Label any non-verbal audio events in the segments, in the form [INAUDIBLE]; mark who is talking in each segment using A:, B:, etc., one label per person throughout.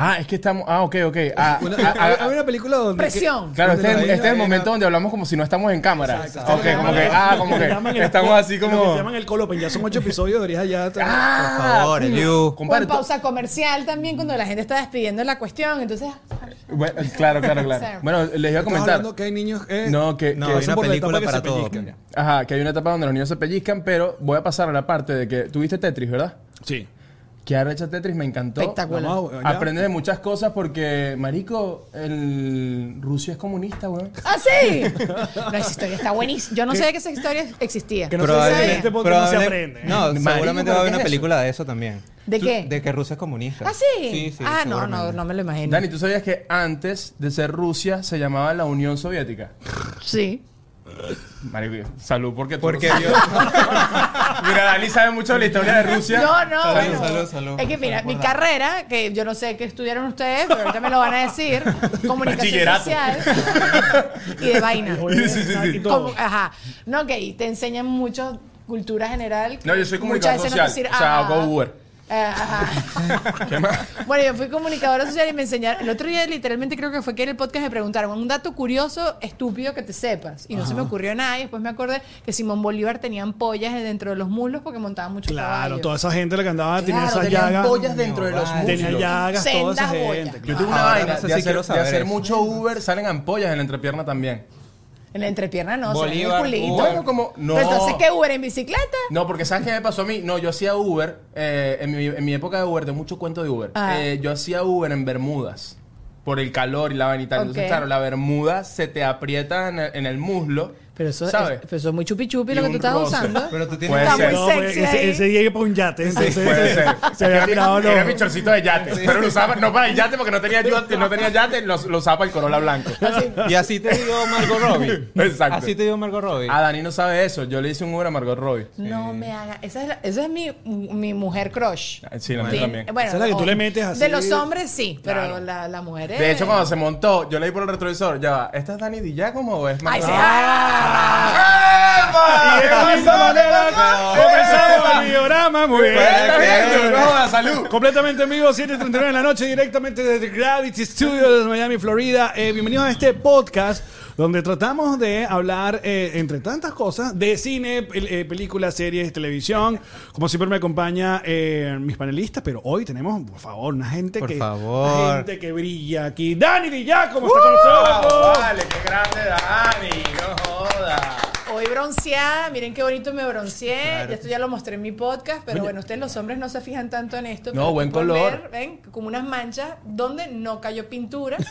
A: Ah, es que estamos. Ah, ok, ok. Ah,
B: Una-
A: ah, ah,
B: Había había una película donde.
C: Presión.
A: claro, este, es-
B: Ahí,
A: este es el
B: ahí,
A: momento
B: ahí.
A: donde hablamos como si no estamos en cámara.
B: Exacto.
A: Ok, como que. Ah, como
D: Llaman
A: que.
D: el-
A: Estamos así
D: Lo que
A: como.
D: llaman el colopen, ya son ocho episodios, deberías ya.
A: Ah,
B: Por favor,
A: coño,
B: Eliu.
C: O
A: compadre,
C: en
A: to-
C: pausa comercial también cuando la gente está despidiendo la cuestión. Entonces,
A: Bueno, claro, claro,
C: Sir.
A: claro. Bueno, les iba a
B: Estás
A: comentar.
B: hablando que hay niños. eh,
A: No, que-
B: no,
A: que
B: hay
A: eso
B: una
A: por
D: la
B: película
D: etapa que
B: para
D: se
B: todo.
D: pellizcan.
A: Ajá, que hay una etapa donde los niños se pellizcan, pero voy a pasar a la parte de que tuviste Tetris, ¿verdad?
D: Sí.
A: Que arrecha Tetris me encantó.
C: espectacular.
B: Vamos a- ya.
A: Aprendes de muchas cosas porque, marico, el Rusia es comunista, weón.
C: ¡Ah, sí! No, esa historia está buenísima. Yo no sabía que esa historia existía.
D: Que no se
C: Probablemente-
D: sabe, en este podcast no se
B: probable-
D: aprende.
B: no,
A: Marico,
B: seguramente
A: ¿pero
B: va a haber
A: qué
B: una
A: es eso?
B: película de eso también.
C: ¿De
B: Tú-
C: qué?
B: De que Rusia es comunista.
C: Eh. ¿Ah, sí?
B: Sí, sí.
C: ah, no, no,
B: seguramente.
C: no me lo imagino.
A: Dani, ¿tú sabías que antes de ser Rusia se llamaba la Unión Soviética?
C: Sí.
A: Marico, salud, porque tú
B: Porque
A: no
B: Dios.
A: sabes. [LAUGHS] Mira, Dani sabe mucho de la historia de Rusia.
C: No, no,
B: Salud,
C: bueno.
B: salud, salud.
C: Es que mira,
B: Salud
C: mi
B: por
C: carrera, que yo no sé qué estudiaron ustedes, pero ahorita me lo van a
A: [LAUGHS]
C: decir, comunicación
A: Bachillerato.
C: social y de vaina.
A: Sí, sí, sí, sí.
D: Y todo.
C: Como- ajá. No, que ahí te enseñan mucho cultura general. que
A: No, yo soy
C: muchas
A: comunicador
C: veces no te
A: social.
C: sirve-
A: o sea,
C: ajá.
A: hago Uber.
C: Eh, ajá. [LAUGHS]
A: ¿Qué más?
C: Bueno, yo fui comunicadora social y me enseñaron. El otro día, literalmente, creo que fue que en el podcast me preguntaron un dato curioso, estúpido que te sepas. Y no se me ocurrió nada. Y después me acordé que Simón Bolívar tenía ampollas dentro de los muslos porque montaba mucho
D: Claro,
C: caballo.
D: toda esa gente la que andaba tenía
A: Claro,
D: esas
A: tenían
D: llagas.
A: pollas dentro de los
B: vale.
D: Tenía
A: músculos.
D: llagas, toda esa
C: Sendas boyas.
D: gente.
A: Yo tuve una
B: Ahora,
A: vaina
B: no sé
A: Ah, de,
B: si
A: hacer,
B: quiero saber
A: de hacer
B: eso.
A: mucho Uber, salen ampollas en la entrepierna también.
C: En la entrepierna no, se ve en el
B: Bolívar,
C: culito.
B: Uber.
A: Bueno, como- no.
C: Pero entonces, ¿qué Uber en bicicleta?
A: No, porque ¿sabes qué me pasó a mí? No, yo hacía Uber, eh, en, mi, en mi época de Uber, de mucho cuento de Uber,
C: Ah.
A: eh, yo hacía Uber en Bermudas, por el calor y la vaina y tal. Entonces,
C: Ok.
A: claro, la Bermuda se te aprieta en el, en el muslo,
C: Pero eso,
A: ¿sabes?
C: es, pero eso es muy chupi chupi
A: Y
C: lo que
A: un
C: tú estás
A: roce.
C: usando.
B: Pero tú
A: Puede
B: tienes
C: Está
B: que
A: ser.
C: muy
D: No, pues,
C: sexy ahí.
D: ese, ese día iba para un yate, entonces
A: Puede ser.
D: [LAUGHS] se había tirado
A: Era mi
D: los-
A: chorcito de yate, pero lo usaba no para el yate porque no tenía,
D: [LAUGHS]
A: yo- no tenía yate, lo, lo usaba para el Corolla blanco.
D: Ah,
B: Y así te dio Margot
D: [LAUGHS]
B: Robbie.
A: Exacto.
B: Así te dio Margot Robbie.
A: Ah, Dani no sabe eso, yo le hice un Uber a Margot Robbie.
C: No me haga. Esa es, la- esa es mi, mi mujer crush.
A: Ah, Sí, la mía
C: Sí.
A: también.
C: Bueno,
D: Esa es la que tú
C: o-
D: le metes así.
C: De los hombres sí, pero la, la mujer es.
A: De
D: Eh.
A: hecho, cuando se montó, yo leí por el retrovisor, ya va, ¿esta es Dani Di Giacomo o es
C: Ay,
A: Margot
C: sí.
A: Robbie?
D: Ah. Y de esta misma manera comenzamos el videorama, muy bien.
A: salud.
D: Completamente en vivo, 7.39 de la noche, directamente desde Gravity Studios de Miami, Florida. Eh, bienvenidos a este podcast donde tratamos de hablar, eh, entre tantas cosas, de cine, pel- eh, películas, series, televisión. Como siempre me acompaña eh, mis panelistas, pero hoy tenemos, por favor, una gente
B: Por
D: que
B: favor.
D: una gente que brilla aquí. Dani Villá, ¿cómo está con nosotros?
A: Vale, qué grande Dani, no joda.
C: Hoy bronceada, miren qué bonito me bronceé. Ya Esto ya lo mostré en mi podcast, pero bueno, ustedes los hombres no se fijan tanto en esto.
A: No,
C: pero
A: buen
C: pueden
A: color.
C: ver, ven, como unas manchas donde no cayó pintura.
A: [LAUGHS]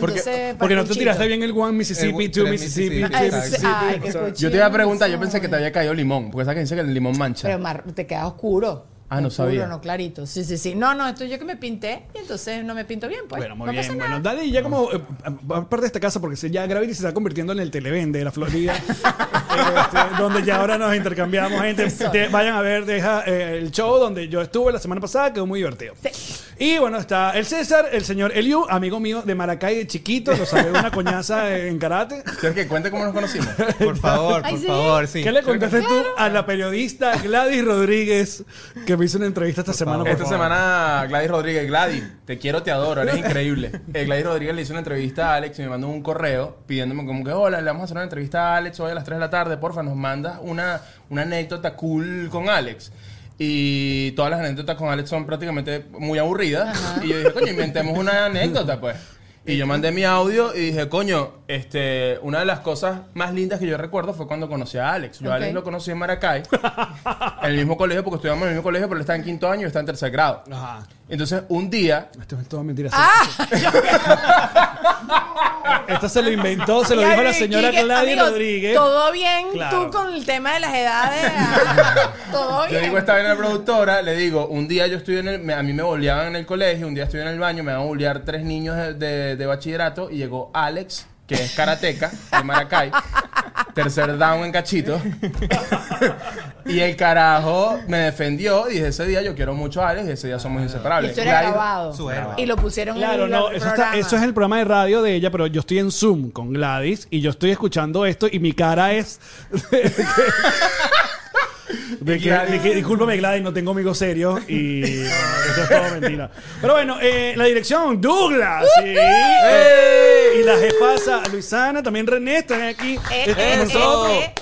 A: Porque-
C: Entonces,
D: Porque no te
C: papuchito.
D: tiraste bien el One Mississippi,
B: El
D: Two
B: One-
D: Mississippi.
B: Tres
D: three
C: Ay,
B: Mississippi.
D: Mississippi.
C: sí, Ah, ay, qué
D: O sea,
A: Yo te iba a
C: cochino
A: preguntar, yo
C: soy.
A: pensé que te había caído limón, porque sabes que dice que el limón mancha.
C: Pero mar, te queda oscuro.
A: Ah, no
C: oscuro,
A: sabía.
C: no clarito. Sí, sí, sí. No, no, esto yo que me pinté y entonces no me pinto bien, pues.
D: Bueno, muy
C: no pasa
D: bien.
C: nada.
D: Bueno, dale ya como eh, aparte de esta casa, porque se- ya Gravity se está convirtiendo en el televende de la
C: [LAUGHS]
D: Florida, este, donde ya ahora nos intercambiamos gente.
C: Sí, soy.
D: Te- vayan a ver, deja eh, el show donde yo estuve la semana pasada, quedó muy divertido.
C: Sí.
D: Y bueno, está el César, el señor Eliu, amigo mío de Maracay de chiquito, lo sabe una coñaza en karate.
A: ¿Quieres que cuente cómo nos conocimos?
B: Por favor, por
C: Ay, sí.
B: favor, sí.
D: ¿Qué le contaste tú a la periodista Gladys Rodríguez que me hizo una entrevista esta semana? por
A: Esta
D: favor?
A: semana Gladys Rodríguez, Gladys, te quiero, te adoro, eres
D: [LAUGHS]
A: increíble. Eh, Gladys Rodríguez le hizo una entrevista a Alex y me mandó un correo pidiéndome como que, hola, le vamos a hacer una entrevista a Alex hoy a las 3 de la tarde, porfa, nos mandas una, una anécdota cool con Alex. Y todas las anécdotas con Alex son prácticamente muy aburridas. Y yo dije, coño, inventemos una anécdota, pues. Y yo mandé mi audio y dije, coño, este, una de las cosas más lindas que yo recuerdo fue cuando conocí a Alex. Yo a Alex
C: Ok.
A: lo conocí en Maracay. [LAUGHS] En el mismo colegio, porque estudiamos en el mismo colegio, pero él está en quinto año y yo está en tercer grado.
D: Ajá.
A: Entonces, un día.
D: Esto es todo mentira.
C: Ah,
D: [LAUGHS] Esto se lo inventó, se lo dijo la señora
C: Amigo,
D: Gladys Rodríguez.
C: Todo bien
D: Claro.
C: tú con el tema de
D: [LAUGHS]
C: las edades. Ah, todo
A: Yo
C: bien.
A: digo, esta vez a la productora, le digo, un día yo estoy en el. me- a mí me boleaban en el colegio, un día estoy en el baño, me van a bolear tres niños de, de- de bachillerato y llegó Alex, que es karateca, de
C: [LAUGHS]
A: Maracay, tercer down en cachito. [LAUGHS] y el carajo me defendió y dije, ese día yo quiero mucho a Alex y ese día somos inseparables.
C: Esto era
A: Gladys-
C: grabado.
B: su héroe.
C: Y lo pusieron
D: Claro,
C: en el
D: no, eso, está-
C: programa.
D: eso es el programa de radio de ella, pero yo estoy en Zoom con Gladys y yo estoy escuchando esto y mi cara es. De que- de que- discúlpame, Gladys, no tengo amigos serios y eh, eso es todo mentira. Pero bueno, eh, la dirección, Douglas. sí.
C: Uh, eh.
D: Y la jefasa Luisana, también René, están aquí.
C: Eh,
D: están con
C: eh,
D: nosotros.
C: eh, eh.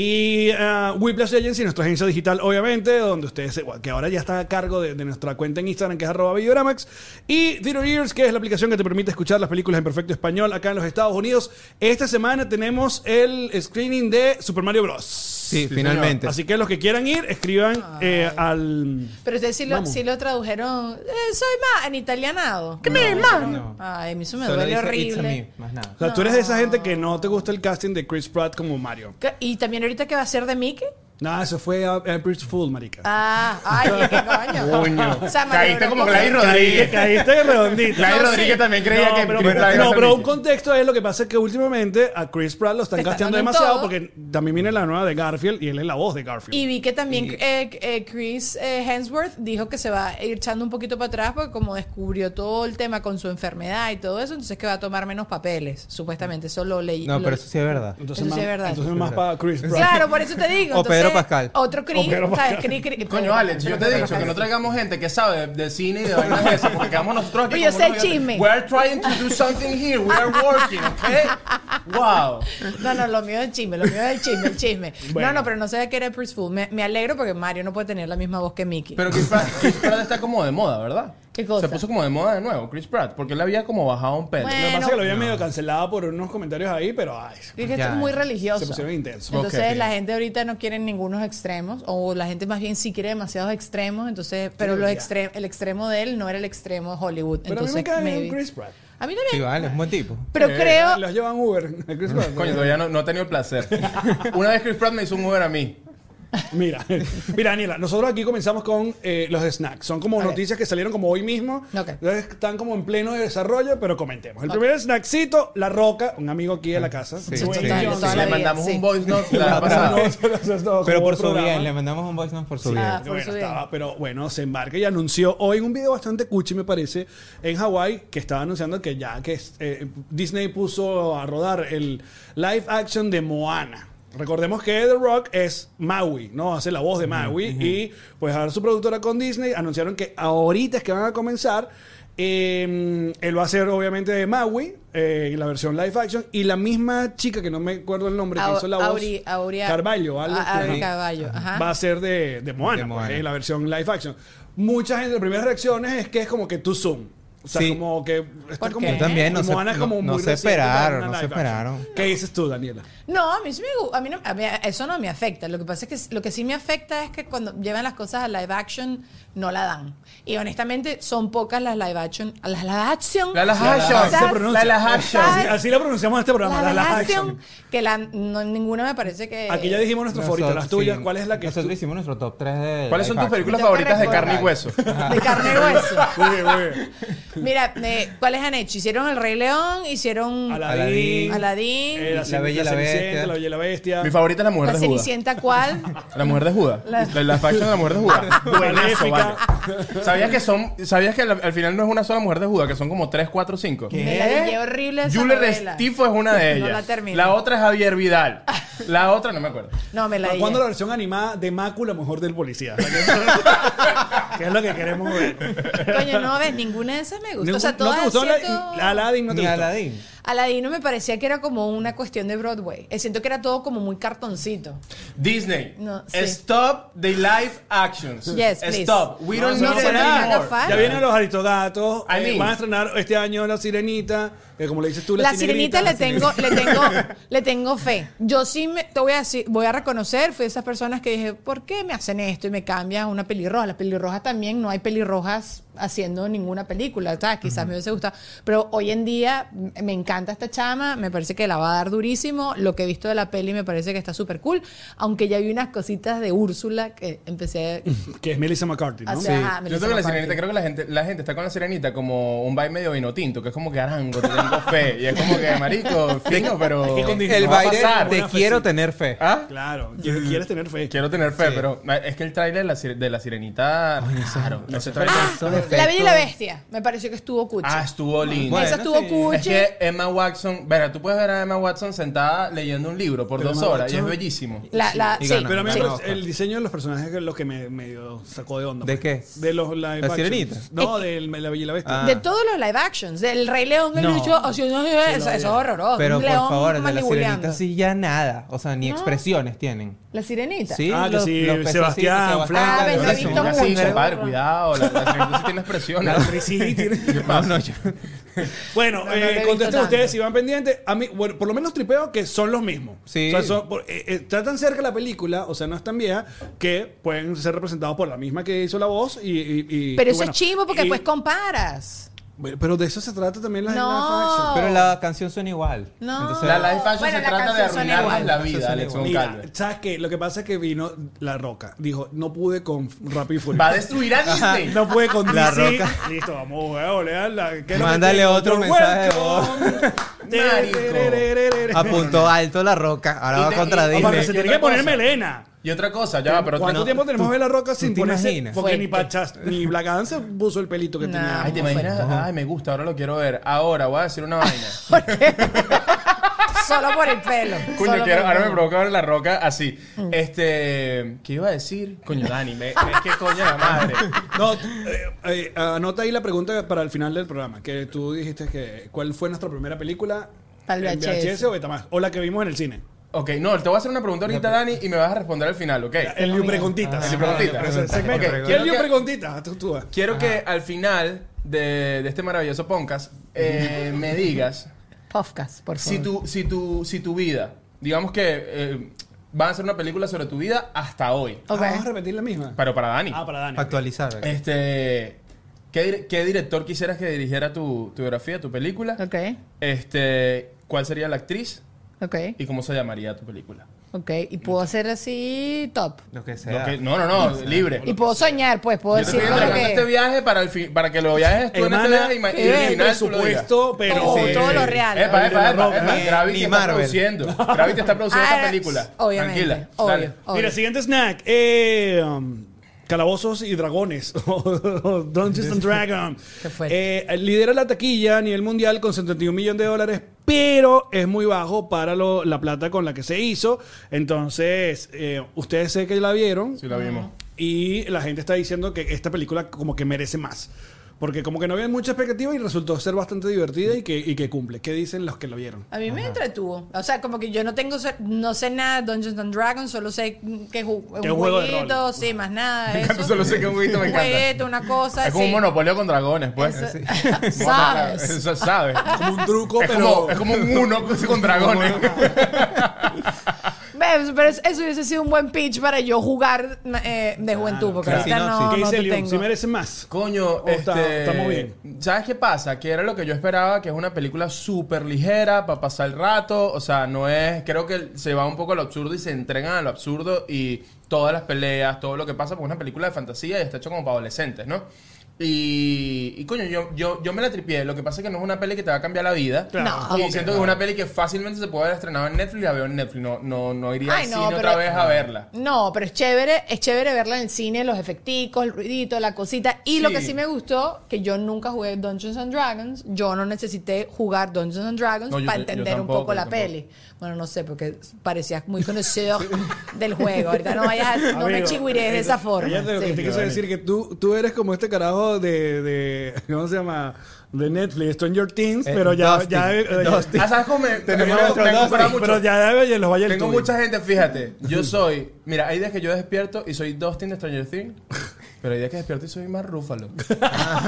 D: Y ah, Whiplash Agency, nuestra agencia digital, obviamente, donde ustedes, se- que ahora ya está a cargo de, de nuestra cuenta en Instagram, que es arroba videoramax. Y Theater Ears, que es la aplicación que te permite escuchar las películas en perfecto español acá en los Estados Unidos. Esta semana tenemos el screening de Super Mario Bros.
B: Sí, finalmente.
D: Así que los que quieran ir, escriban eh, al...
C: Pero ustedes sí lo,
D: Vamos.
C: sí lo tradujeron. eh, soy más en italianado. ¿Qué me
B: no.
C: Ay, a mí eso me
B: Solo
C: duele
B: dice, "It's a
C: horrible.
B: me", más nada.
D: O sea, tú eres de esa gente que no te gusta el casting de Chris Pratt como Mario.
C: ¿Qué? Y también ahorita que va a ser de Mickey.
D: No, eso fue a, a Bridge Fool, marica.
C: Ah, ay, mira, qué coño.
A: [LAUGHS] Coño.
C: O sea, Mario
A: Caíste
C: Bros.
A: como Gladys
D: Caíste,
A: Rodríguez.
D: caíste redondito.
A: Gladys
C: No,
A: Rodríguez
C: sí.
A: también creía
D: no,
A: que
D: pero,
A: Chris Pratt iba a
D: no,
A: ser
D: pero un
A: Mickey.
D: contexto es lo que pasa es que últimamente a Chris Pratt lo están
C: Te están
D: casteando
C: dando en
D: demasiado
C: todo.
D: porque también viene la nueva de Garfield y él es la voz de Garfield.
C: Y vi que también eh, eh, Chris eh, Hemsworth dijo que se va a ir echando un poquito para atrás porque como descubrió todo el tema con su enfermedad y todo eso, entonces que va a tomar menos papeles, supuestamente. Eso lo leí.
B: No,
C: lo-
B: pero eso sí es verdad.
D: entonces
C: eso sí
D: más,
C: es verdad.
D: entonces más para Chris Pratt.
C: Claro, por eso te digo.
B: O
C: entonces,
B: Pedro Pascal.
C: Otro Chris.
D: O Pedro
C: ¿sabes?
D: Pascal.
C: Cri- cri-
A: Coño, Alex, yo te he dicho que no traigamos gente que sabe de, de cine y de vainas de esas, porque quedamos nosotros aquí.
C: Pero yo
A: como
C: sé
A: unos idiotas.
C: chisme.
A: We are trying to do something here. We are working, ¿ok? Wow.
C: No, no, lo mío es el chisme, lo mío es el chisme, el chisme.
D: Bueno.
C: No, no, pero no sabía que era Chris Fool. Me, me alegro porque Mario no puede tener la misma voz que Mickey.
A: Pero Chris Pratt, Chris Pratt está como de moda, ¿verdad?
C: ¿Qué cosa?
A: Se puso como de moda de nuevo, Chris Pratt, porque él había como bajado un pelo.
D: Lo que pasa
C: Bueno.
D: es que lo había medio cancelado por unos comentarios ahí, pero ay,
C: Dije que esto
B: Ya,
C: es muy
B: se
C: religioso.
D: se pusieron intensos.
C: Entonces
A: Ok, ok.
C: la gente ahorita no quiere ningunos extremos o la gente más bien sí quiere demasiados extremos, entonces pero los
D: ya.
C: extre- el extremo de él no era el extremo de Hollywood,
D: Pero a mí
C: entonces
D: me cae bien
C: maybe.
D: Chris Eh, Pratt.
C: A mí
B: Sí,
C: también.
B: vale, es un buen tipo.
C: Pero creo
D: Los llevan Uber [LAUGHS] a Chris Pratt.
A: Coño, todavía no, no he tenido el placer. Una vez Chris Pratt me hizo un Uber a mí.
D: pues, Mira, [LAUGHS] mira, Daniela, nosotros aquí comenzamos con eh, los snacks. Son como noticias que salieron como hoy mismo.
C: Ok.
D: Entonces están como en pleno de desarrollo, pero comentemos. El primer snackcito, La Roca, un amigo aquí de la casa.
B: Sí,
D: Dueño.
B: sí.
C: Total,
B: yo
A: Sí,
C: toda
A: le
C: la vida,
A: mandamos
C: sí.
A: un voice note la vez pasada.
D: No, eso no es todo,
B: Pero
D: como
B: por
D: un
B: su
D: programa.
B: bien, le mandamos un voice note por su
C: Ah,
B: bien.
C: por
D: Bueno,
C: su bien.
D: estaba, pero bueno, se embarca y anunció hoy en un video bastante cuchi, me parece, en Hawái, que estaba anunciando que ya que eh, Disney puso a rodar el live action de Moana. Recordemos que The Rock es Maui, ¿no? Hace la voz de Maui. Y pues ahora su productora con Disney anunciaron que ahorita es que van a comenzar. eh, él va a ser obviamente de Maui, eh, en la versión live action. Y la misma chica, que no me acuerdo el nombre, que
C: Au-
D: hizo la voz.
C: Auri- Auria-
D: Carvalho, algo
C: A-
D: así.
C: Auri
B: Ajá.
C: Carvalho, ajá.
D: va a ser de, de Moana,
B: De
D: pues,
B: Moana.
D: eh, la versión live action. Mucha gente, las primeras reacciones es que es como que tú zoom. O sea,
B: Sí.
D: como que está
C: ¿Por
D: como
C: qué?
B: Yo también, no
D: y
B: se-
D: Moana es como
B: no- no
D: muy
B: se
D: reciente para
B: esperaron,
D: una
B: no se
D: live
B: esperaron.
D: action. ¿Qué dices tú, Daniela?
C: No, a mí sí me gu- a mí no- a mí eso no me afecta. Lo que pasa es que lo que sí me afecta es que cuando llevan las cosas a live action no la dan. Y honestamente son pocas las live action, las live action.
A: La
C: las
A: Lajación.
D: se pronuncia.
A: La Lajación.
C: Ah,
D: Así, así la pronunciamos en este programa, la,
C: live
D: live
C: action,
D: action.
C: que la no, ninguna me parece que
D: Aquí ya dijimos nuestras favoritas, las
B: Nosotros-
D: tuyas.
B: sí.
D: ¿Cuál es la que
B: Nosotros
D: tú-
B: hicimos nuestro top 3 de.
A: ¿Cuáles son
B: live
A: tus películas
C: Yo te
A: favoritas de carne y
C: recuerdo.
A: hueso?
C: de carne
D: [LAUGHS]
C: y hueso.
D: Muy bien, muy bien.
C: Mira, eh, ¿cuáles han hecho? Hicieron El Rey León, hicieron
D: Aladdin.
C: Aladdin,
D: eh, la,
B: La Bella y la
D: Cenicienta,
B: Bestia.
D: La Bella y la Bestia.
A: Mi favorita es la mujer
C: La
A: de Judas.
C: Cenicienta cuál?
A: La mujer de Judas.
C: La-
A: La, la faction de la mujer de
D: [LAUGHS]
A: Judas. Buenazo, vale. ¿Sabías que son, sabías que al, al final no es una sola mujer de Judas, que son como 3, 4, 5?
C: Me la ligué horrible esa
A: Julia
C: novela.
A: Restifo es una de
C: No
A: ellas.
C: la terminé.
A: otra es Javier Vidal. La otra no me acuerdo.
C: No, me la
D: ¿Para
C: dije.
D: ¿Cuándo la versión animada de Mácula mejor del policía? ¿Qué es lo [LAUGHS] que queremos ver?
C: Coño, no ves, ninguna de esas me gusta. O sea,
D: Ningún- ¿No
C: todas
D: te gustó
C: siento-
D: la, Aladdin? ¿No te
B: Ni
D: gustó?
B: Aladdin.
C: Aladino me parecía que era como una cuestión de Broadway. Eh, Siento que era todo como muy cartoncito.
A: Disney.
C: No, sí.
A: Stop the live actions.
C: Yes, please.
A: Stop. We don't
C: No,
A: need
C: se
A: it
C: lo digan a
A: anymore.
C: Fan.
D: Ya vienen los aristogatos.
A: I
D: eh,
A: mean.
D: van a estrenar este año La Sirenita. que como le dices tú, La,
C: La sirenita le
D: Sirenita.
C: tengo, le tengo,
A: [LAUGHS]
C: le tengo fe. Yo sí me, te voy a decir, voy a reconocer, fui de esas personas que dije, ¿por qué me hacen esto y me cambian a una pelirroja? Las pelirrojas también, no hay pelirrojas haciendo ninguna película, ¿sabes? Quizás me hubiese gustado. Pero hoy en día m- me encanta esta chama, me parece que la va a dar durísimo. Lo que he visto de la peli me parece que está súper cool, aunque ya vi unas cositas de Úrsula que empecé
D: Que es Melissa McCarthy,
C: a
D: ¿no?
C: hacer. ajá, me
A: Yo
C: hizo
A: creo que la
C: más
A: sirenita,
C: fácil.
A: creo que la gente, la gente está con la sirenita como un baile medio vino tinto, que es como que arango, te tengo fe. Y es como que marico, fino, pero.
D: Es que con Disney
B: El
D: no va a
B: baile
D: pasar.
B: Te
D: Buena fe,
B: quiero
D: sí.
B: tener fe.
A: ¿Ah?
D: Claro, quieres,
B: Mm.
D: quieres tener fe.
A: Quiero tener fe, pero ma- es que el tráiler de la, sir- de la sirenita. Claro, ese tráiler-
B: efecto.
C: La Bella y la Bestia. Me pareció que estuvo cucho.
A: Ah, estuvo lindo.
B: Bueno,
C: Esa estuvo
B: sí.
C: cuche.
A: Es que Emma Watson, verá, tú puedes ver a Emma Watson sentada leyendo un libro por
D: Pero
A: dos
D: Emma
A: horas y es
D: Watson-
A: bellísimo.
C: la, la,
B: Y
C: sí,
B: gana.
D: Pero a mí
C: sí.
D: me
B: No.
D: parece- el diseño de los personajes es lo que me medio sacó de onda.
B: ¿De
D: pues.
B: qué?
D: De los live
B: ¿La
D: action.
B: sirenita?
C: Eh,
D: No, de La Bella y la Bestia.
B: Ah.
C: De todos los live actions, del Rey León, el
B: No.
C: bicho, o si no, eso, eso es horroroso.
B: Pero
C: un
B: por
C: león
B: favor, el de la
C: manipuleando.
B: sirenita sí ya nada. O sea, ni
C: No.
B: expresiones tienen.
C: La sirenita.
B: Sí,
D: Ah, que sí,
B: pececitos,
D: Sebastián, Flan,
C: Ah, pero
B: todo
A: La
C: he
B: eso.
C: visto
A: sirenita sí,
C: mucho.
A: compadre, cuidado. La, la sirenita sí tiene expresión.
D: La
A: [LAUGHS]
D: actriz tiene-
B: No, no, yo-
D: Bueno,
C: no lo he
D: eh,
C: visto
D: contesten
C: tanto.
D: ustedes si van pendientes. A mí, bueno, por lo menos tripeo que son los mismos.
B: Sí.
D: O sea, son- por- eh, eh, está tan cerca la película, o sea, no es tan vieja, que pueden ser representados por la misma que hizo la voz. Y, y- y- y
C: Pero eso
D: bueno,
C: es chimo porque pues,
D: y-
C: después comparas.
D: Bueno, Pero de eso se trata también la
C: No.
D: la live action.
B: Pero la canción suena igual.
C: No.
B: Entonces,
A: La life fashion
C: Bueno,
A: se
C: la
A: trata de
C: canción
A: arruinarnos
C: suena igual.
A: la vida,
B: Canción suena
A: Alex
B: igual.
A: Goncalves.
D: Mira, ¿sabes qué? Lo que pasa es que vino La Roca. Dijo, no pude con Rapid y Furioso.
A: Va a destruir a Disney.
D: No pude con
B: La
D: DC.
B: Roca.
D: Listo, vamos, weón, le dan la- ¿qué es lo que
B: Mándale
D: te-
B: otro
D: Welcome.
B: mensaje de
D: [LAUGHS]
B: voz.
A: Marico.
B: apuntó alto la roca. Ahora
A: Y
B: va
A: te-
B: contra
A: y-
D: Ah,
A: Dime.
D: pero se
B: Disney.
D: tiene que poner
A: Otra cosa.
D: melena.
A: Y otra cosa, ya va, pero otra
D: ¿Cuánto
A: cosa.
D: tiempo tenemos ver la roca sin
B: tú te
D: ponerse?
B: imaginas?
D: Porque ni
C: Fuerte.
D: Pachas ni Black Adam se puso el pelito que
C: No.
D: tenía.
A: Ay, te
C: ¿Cómo
A: imaginas. Ay, me gusta, ahora lo quiero ver. Ahora voy a decir una vaina.
C: Solo por el pelo.
A: Coño, quiero-
C: solo por Mm. el
A: ahora me
C: pelo.
A: provoca ver la roca así. Este. ¿Qué iba a decir? Coño, Dani, me, [LAUGHS] me- qué coño de la madre.
D: No, eh, eh, anota ahí la pregunta para el final del programa. Que tú dijiste que cuál fue nuestra primera película.
C: Para el
D: en
C: VHS.
D: o Betamax. O la que vimos en el cine.
A: Ok, no, te voy a hacer una pregunta ahorita, Dani, y me vas a responder al final, ¿ok?
D: El Liu Preguntitas.
A: Ah, pues. El Liu Preguntitas.
D: O sea, el segmento.
A: Ok,
D: El
A: quiero
D: Liu
A: que-
D: Preguntitas. Tú, ah. tú.
A: Quiero que al final de, de este maravilloso podcast [LAUGHS] eh, me digas
C: Puffcast, por favor.
A: si tu, si tu, si tu vida, digamos que eh, van a hacer una película sobre tu vida hasta hoy,
D: Ah,
C: Ok.
D: Vamos a repetir la misma.
A: pero para Dani.
D: Ah, para Dani.
B: Actualizar.
A: Este, ¿qué, dir- qué director quisieras que dirigiera tu, tu biografía, tu película?
C: Ok,
A: Este, ¿cuál sería la actriz
C: ok,
A: y cómo se llamaría tu película?
C: ok. Y puedo hacer así top.
B: Lo que
A: Lo
B: sea.
A: que- no, no, no, libre.
C: Y puedo soñar, pues, puedo
A: Yo te
C: decir
A: estoy
C: como
A: entregando este
C: que...
A: viaje para, el fin- para que lo viajes tú en
D: Hermana,
A: este viaje y, y
C: qué
A: al final tú lo digas.
D: presupuesto, pero.
C: Todo,
A: Sí.
C: todo lo real.
A: Epa,
D: El de
A: epa,
D: la
A: epa,
D: Roca.
A: epa.
B: Ni-
A: Gravity
B: ni
A: está
B: Marvel.
A: produciendo. Gravity está produciendo
C: Ah,
A: esta película.
C: Obviamente.
A: Tranquila.
C: Obvio,
A: Dale.
C: obvio.
D: Mira, siguiente snack. Eh, um, calabozos y dragones. [LAUGHS] o Dungeons and Dragons.
C: Qué fuerte.
D: Eh, lidera la taquilla a nivel mundial con 71 millones de dólares, pero es muy bajo para lo- la plata con la que se hizo. Entonces, eh, ustedes sé que la vieron
A: Sí,
C: Mm.
A: la vimos.
D: y la gente está diciendo que esta película como que merece más. Porque como que no había mucha expectativa y resultó ser bastante divertida y que, y que cumple. ¿Qué dicen los que la vieron?
C: A mí me entretuvo. O sea, como que yo no tengo, se- no sé nada de Dungeons and Dragons, solo sé que es un
D: Que juego de
C: jueguito,
D: rol.
C: sí, más nada.
A: Me encanta,
C: eso.
A: solo sé que un jueguito me
C: Un
A: encanta.
C: jueguito, una cosa.
A: Es como un
C: sí. Ah,
A: monopolio con dragones, pues.
C: Eso-
A: Sí.
C: [LAUGHS] Sabes.
A: Eso sabes.
D: Como un truco,
A: Es
D: pero...
A: como, es como un uno con dragones.
C: Ves, Pero es- eso hubiese sido un buen pitch para yo jugar eh, de juventud, porque
B: claro.
C: ahorita no,
D: ¿Qué
C: no
D: dice
C: te
D: Leon?
C: tengo.
D: Si merece más.
A: Coño,
D: Oh, está-
A: este,
D: estamos bien.
A: ¿Sabes qué pasa? Que era lo que yo esperaba, que es una película súper ligera para pasar el rato. O sea, no es. Creo que se va un poco a lo absurdo y se entregan a lo absurdo y todas las peleas, todo lo que pasa, porque es una película de fantasía y está hecho como para adolescentes, ¿no? Y, y coño, yo, yo, yo me la tripié. Lo que pasa es que no es una peli que te va a cambiar la vida.
D: Claro.
C: No.
A: Y siento que es una peli que fácilmente se puede haber estrenado en Netflix y la veo en Netflix. No, no, no iría
C: Ay,
A: al
C: no,
A: cine
C: pero-
A: otra vez a verla.
C: No, pero es chévere, es chévere verla en el cine, los efecticos, el ruidito, la cosita. Y lo
A: Sí.
C: que sí me gustó, que yo nunca jugué Dungeons and Dragons, yo no necesité jugar Dungeons and Dragons
A: No, yo
C: para
A: ta- yo
C: entender
A: tampoco,
C: un poco
A: yo
C: la
A: tampoco.
C: peli. Bueno, no sé, porque parecías
A: [LAUGHS]
C: muy conocido del juego. Ahorita no vayas, a- no me
D: Amigo,
C: chigüires
A: eh,
C: de esa forma.
D: Ella te, lo que
C: Sí.
D: te quiso decir que tú, tú eres como este carajo de, de- ¿Cómo se llama? De Netflix, Stranger Things,
B: Eh,
D: pero ya.
B: Dustin,
D: ya, eh,
B: [LAUGHS] Dustin.
A: Ah, ¿sabes cómo me,
B: Tenemos
A: me- me-
B: otro
A: me
B: dos,
A: compara
B: sí,
A: mucho?
D: Pero ya eh, oye, los vaya el
A: Tengo
D: tuyo.
A: mucha gente, fíjate.
D: [LAUGHS]
A: Yo soy. Mira, hay días que yo despierto y soy Dustin de Stranger Things. Pero hay días que despierto y soy más Rúfalo. [LAUGHS]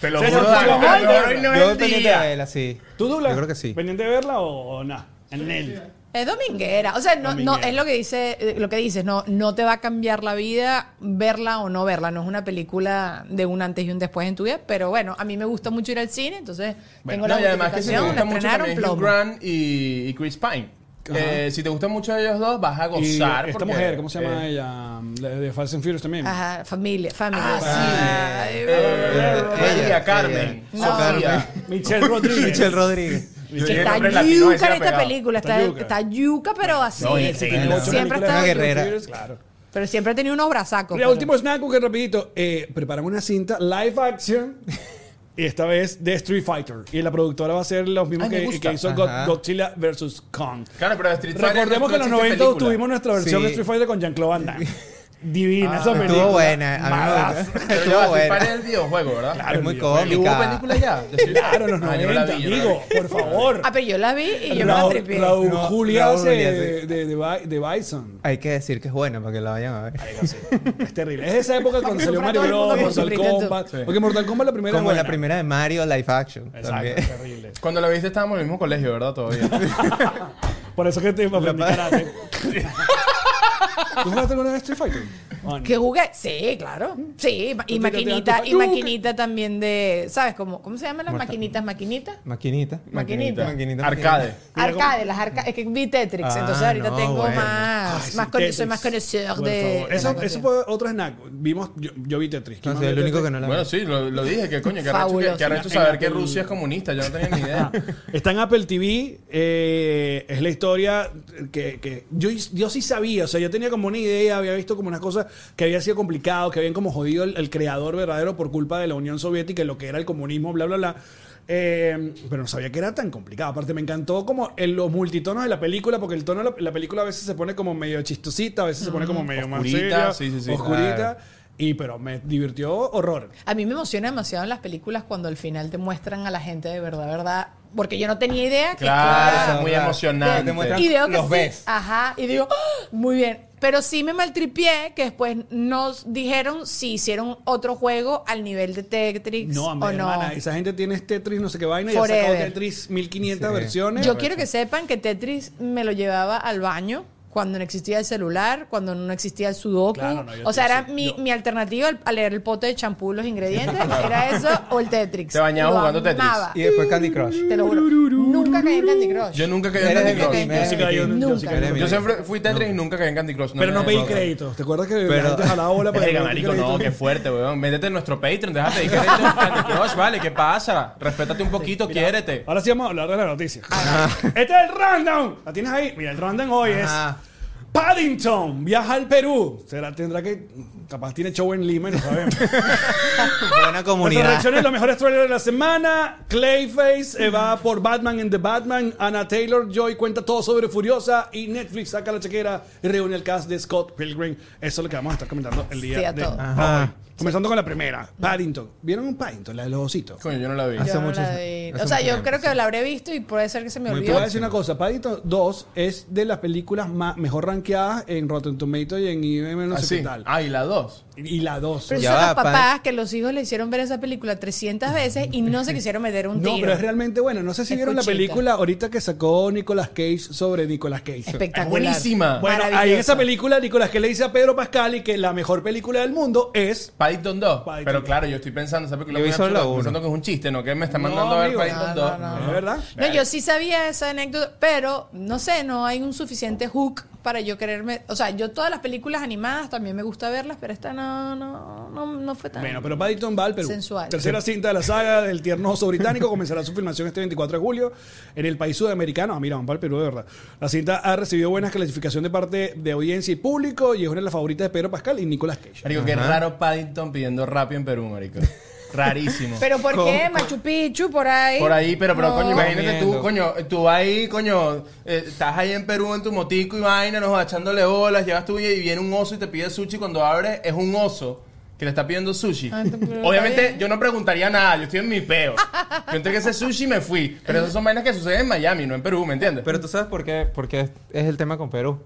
A: te lo
D: Sí,
A: juro,
D: sí,
A: Dani, te
D: sí, sí.
A: lo juro, hoy no es
B: Yo
A: el
B: pendiente de
A: día.
B: verla, sí.
D: ¿Tú, Douglas?
B: Yo creo que sí.
D: ¿Pendiente de verla o, o nada? En él.
C: Es dominguera, o sea, no, no
D: Dominguera.
C: es lo que dice, eh, lo que dices, no, no te va a cambiar la vida verla o no verla, no es una película de un antes y un después en tu vida, pero bueno, a mí me gusta mucho ir al cine, entonces tengo la
A: No, y además que si te
C: justificación,
A: gusta
C: la
A: mucho
C: estrenaron,
A: también Hugh
C: plomo.
A: Grant y, y Chris Pine.
D: Ajá.
A: Eh, si te gustan mucho ellos dos, vas a
D: Y
A: gozar.
D: esta
A: porque,
D: mujer, ¿cómo se llama
A: eh,
D: ella? La De, Fast and Furious también.
C: Ajá, familia, familia.
A: Ah, sí.
C: Ay,
A: Eh,
B: ella,
A: María
B: ella.
A: Carmen.
C: No.
A: Sofía.
D: Michelle Rodríguez.
B: [LAUGHS] Michelle Rodríguez.
A: Yo
C: que
A: dije
C: está
A: nombre latino,
C: yuca
A: ese
C: en
A: era
C: esta
A: pegado.
C: película,
D: Está
C: está,
D: yuca.
C: está yuca, pero así,
A: No, y- sí,
D: Tiene ocho
C: siempre
D: películas de
C: está
D: Fast and
B: guerrera.
D: Furious, Claro.
C: Pero siempre he tenido unos brazacos.
D: Mira,
C: pero-
D: último snack que rapidito. Eh, preparan una cinta live action. Y esta vez de Street Fighter. Y la productora va a ser los mismos
A: Ay, me
D: que,
A: gusta.
D: que hizo God-
B: Ah, Ajá.
D: Godzilla vs. Kong.
A: Claro, pero Street Fighter
D: Recordemos que en los
A: no
D: 90
A: existe película.
D: tuvimos nuestra versión
B: Sí. Ah,
D: de Street Fighter con Jean-Claude Van Damme. Divina esa película.
B: Estuvo buena.
D: [LAUGHS]
B: A mí me
D: Malazo.
B: gustó.
A: [LAUGHS] Pero ya,
B: Estuvo
A: Street Fighter
B: buena.
A: es el videojuego, ¿verdad?
D: Claro,
B: Es muy
D: el
A: ¿Y hubo
B: cómica.
A: película ya? [LAUGHS] de Street
D: Claro, en los
A: Fighter? Ah, yo
D: 90,
A: no la vi, yo no la
D: amigo.
A: vi.
D: Por favor.
C: Ah, pero yo la vi y yo me la
D: Raúl,
C: tripé.
D: Raúl
B: No,
D: Julia
B: Raúl
D: hace
B: Julia,
D: de,
B: sí.
D: de, de Bi- de Bison.
B: Hay que decir que es buena para que la vayan a ver.
D: Es terrible. Es esa época
B: [LAUGHS]
D: cuando
C: Hombre,
D: salió
C: para
D: Mario
C: todo el mundo
D: Bros, Mortal
C: con Super Nintendo.
D: Kombat.
A: Sí.
D: Porque Mortal Kombat la primera
B: Como
D: es
B: la
D: buena.
B: primera de Mario Live Action.
D: Exacto,
B: también.
D: terrible.
A: Cuando la viste estábamos en el mismo colegio, ¿verdad?
D: [LAUGHS]
A: Todavía.
D: Por eso que te aprendí
B: pa-
D: karate. ¿Tú jugaste alguna vez Street
B: [LAUGHS]
D: Fighter? Oh, no.
C: ¿Que jugué? Sí, claro. Sí, ma- y
D: Tú
C: maquinita,
D: te- te-
C: y maquinita también de, ¿sabes cómo? ¿Cómo se llaman las maquinitas? Maquinitas.
B: [LAUGHS] Maquinita.
C: Maquinita.
B: Maquinita.
A: Arcade.
D: Mira cómo-
C: Arcade, las arcades. Es que vi Tetris,
B: Ah,
C: entonces ahorita
B: no,
C: tengo
B: bueno.
D: Ay,
C: más,
D: sí,
C: más cono- soy
D: Tetris.
C: más conocedor
D: Por
C: de.
D: favor.
C: de la
D: Eso, eso
C: cuestión.
D: fue otro snack. Vimos, yo, yo vi Tetris. ¿Quién
B: No
D: más
B: sé,
D: vio
B: Ah, el único
D: Tetris?
B: que no la
A: Bueno, sí, lo, lo dije, qué coño, que arrecho, que,
C: Fabuloso.
A: que arrecho
D: En
A: saber
D: Apple-
A: que Rusia es comunista, yo no tenía ni
D: [LAUGHS]
A: idea.
D: Está en Apple TV. eh, es la historia que, que yo, yo sí sabía. O sea, yo tenía como una idea, había visto como unas cosas que había sido complicado, que habían como jodido el, el creador verdadero por culpa de la Unión Soviética y lo que era el comunismo, bla, bla, bla. Eh, pero no sabía que era tan complicado. Aparte, me encantó como en los multitonos de la película, porque el tono de la, la película a veces se pone como medio chistosita, a veces se pone como medio más
A: Mm, Oscurita,
D: seria,
A: sí, sí, Ah. sí.
D: oscurita.
B: Claro.
D: Y pero me divirtió horror.
C: A mí me emociona demasiado en las películas cuando al final te muestran a la gente de verdad, verdad. Porque yo no tenía idea que
A: Claro, eso es ah, muy
B: claro.
A: emocionante.
B: Te muestran-
C: y veo que
B: los
C: sí.
B: ves.
C: Ajá, y digo, ¡Ah! muy bien. Pero sí me maltripié que después nos dijeron si hicieron otro juego al nivel de Tetris
D: No,
C: o
D: hombre,
C: no.
D: hermana, esa gente tiene este Tetris, no sé qué vaina, y ha sacado
C: Forever.
D: Tetris 1500
B: Sí.
D: versiones.
C: Yo quiero que sepan que Tetris me lo llevaba al baño cuando no existía el celular, cuando no existía el sudoku.
D: Claro, no, yo
C: o sea,
D: te-
C: era
D: sí,
C: mi,
D: yo-
C: mi alternativa al, al leer el pote de champú, los ingredientes, era eso o el Tetris.
A: Te bañabas
C: Lo
A: jugando Tetris.
C: amaba.
B: Y después Candy Crush.
C: Te lo juro. Nunca caí en Candy Crush.
A: Yo nunca caí en
B: Eres de
A: Mm. Candy
B: mi
A: Crush.
B: team,
D: Yo
B: eres
D: sí
B: de mi
D: caí en-
B: team.
C: yo sí
B: Nunca.
C: caí en-
B: Eres de mi
A: Yo
B: team.
A: siempre fui Tetris y nunca caí en Candy Crush.
D: Pero no
A: me-
D: pedí créditos. ¿Te acuerdas que la
B: Pero-
D: gente jalaba
A: [LAUGHS]
D: bola para
A: Verga,
D: pedir
A: marico,
D: créditos?
A: no, qué fuerte, weón. Métete en nuestro Patreon, déjate de
D: [LAUGHS]
A: crédito en Candy Crush, vale, ¿qué pasa? Respétate un poquito, quiérete.
D: Ahora sí vamos a hablar de la noticia.
A: Ah,
D: Este es el random. ¿La tienes ahí? Mira, el random hoy
B: Ajá.
D: es Paddington viaja al Perú. Será, tendrá que. Capaz tiene show en Lima y no sabemos.
B: Buena
D: Nuestras
B: comunidad.
D: reacciones, los mejores trailers de la semana. Clayface eh, va por Batman en The Batman. Anna Taylor Joy cuenta todo sobre Furiosa. Y Netflix saca la chequera y reúne el cast de Scott Pilgrim. Eso es lo que vamos a estar comentando el día
C: Sí, a
D: de
C: todo.
D: hoy. Comenzando con la primera, Paddington. ¿Vieron Paddington? La de los ositos.
A: Coño, yo no la vi.
C: Yo
B: Hace
C: no
B: mucho-
C: la vi.
B: hace
C: o sea,
B: mucho
C: yo
B: tiempo,
C: creo que la habré visto y puede ser que se me
B: Muy
D: Te voy
C: olvidó.
D: a decir una cosa, Paddington 2 es de las películas más, mejor rankeadas en Rotten Tomatoes y en IBM no
A: Ah,
D: sé
A: sí.
D: qué tal.
A: Ah, y la 2.
D: Y la 2.
C: Pero
B: Ya
C: son
B: va,
C: los
B: pa-
C: papás que los hijos le hicieron ver esa película 300 veces y no se quisieron meter un
D: No,
C: tiro.
D: pero es realmente bueno. No sé si vieron la
C: Escuchita.
D: película ahorita que sacó Nicolas Cage sobre Nicolas Cage.
C: Espectacular.
A: Es buenísima.
D: Bueno, ahí en
C: Maravillosa.
D: esa película, Nicolás que le dice a Pedro Pascal y que la mejor película del mundo es.
A: Paddington 2.
D: Paddington
A: Pero
D: 2.
A: claro, yo estoy pensando, esa película
B: Yo vi
A: muy
B: solo
A: absurda,
B: la uno.
A: pensando que es un chiste, ¿no? Que me está
D: No,
A: mandando a ver
D: amigo.
A: Paddington
C: No,
A: 2.
C: no,
D: ¿Es verdad?
C: No, yo sí sabía esa anécdota, pero no sé, no hay un suficiente hook para yo quererme. O sea, yo todas las películas animadas también me gusta verlas, pero esta no, no, no, no fue tan.
D: Bueno, pero Paddington va al Perú.
C: Sensual.
D: Tercera cinta de la saga del tierno oso británico comenzará su filmación este 24 de julio en el país sudamericano. Ah, mira, van para el Perú de verdad. La cinta ha recibido buenas clasificación de parte de audiencia y público y es una de las favoritas de Pedro Pascal y Nicolas Cage.
A: Marico, qué raro Paddington pidiendo rápido en Perú,
C: [LAUGHS]
A: marico. Rarísimo.
C: Pero ¿por qué? Machu Picchu, por ahí.
A: Por ahí, pero, pero
C: No.
A: coño, imagínate tú,
B: Comiendo.
A: coño, tú ahí, coño, eh, estás ahí en Perú en tu motico y vaina, nos va echándole bolas, llegas tú y viene un oso y te pide sushi, cuando abre es un oso que le está pidiendo sushi.
C: Ah, ent- pero está
A: Obviamente
C: bien.
A: yo no preguntaría nada, yo estoy en mi peo. Yo entregué ese sushi y me fui, pero esas son vainas que suceden en Miami, no en Perú, ¿me entiendes?
B: Pero tú sabes por qué, por qué es es el tema con Perú.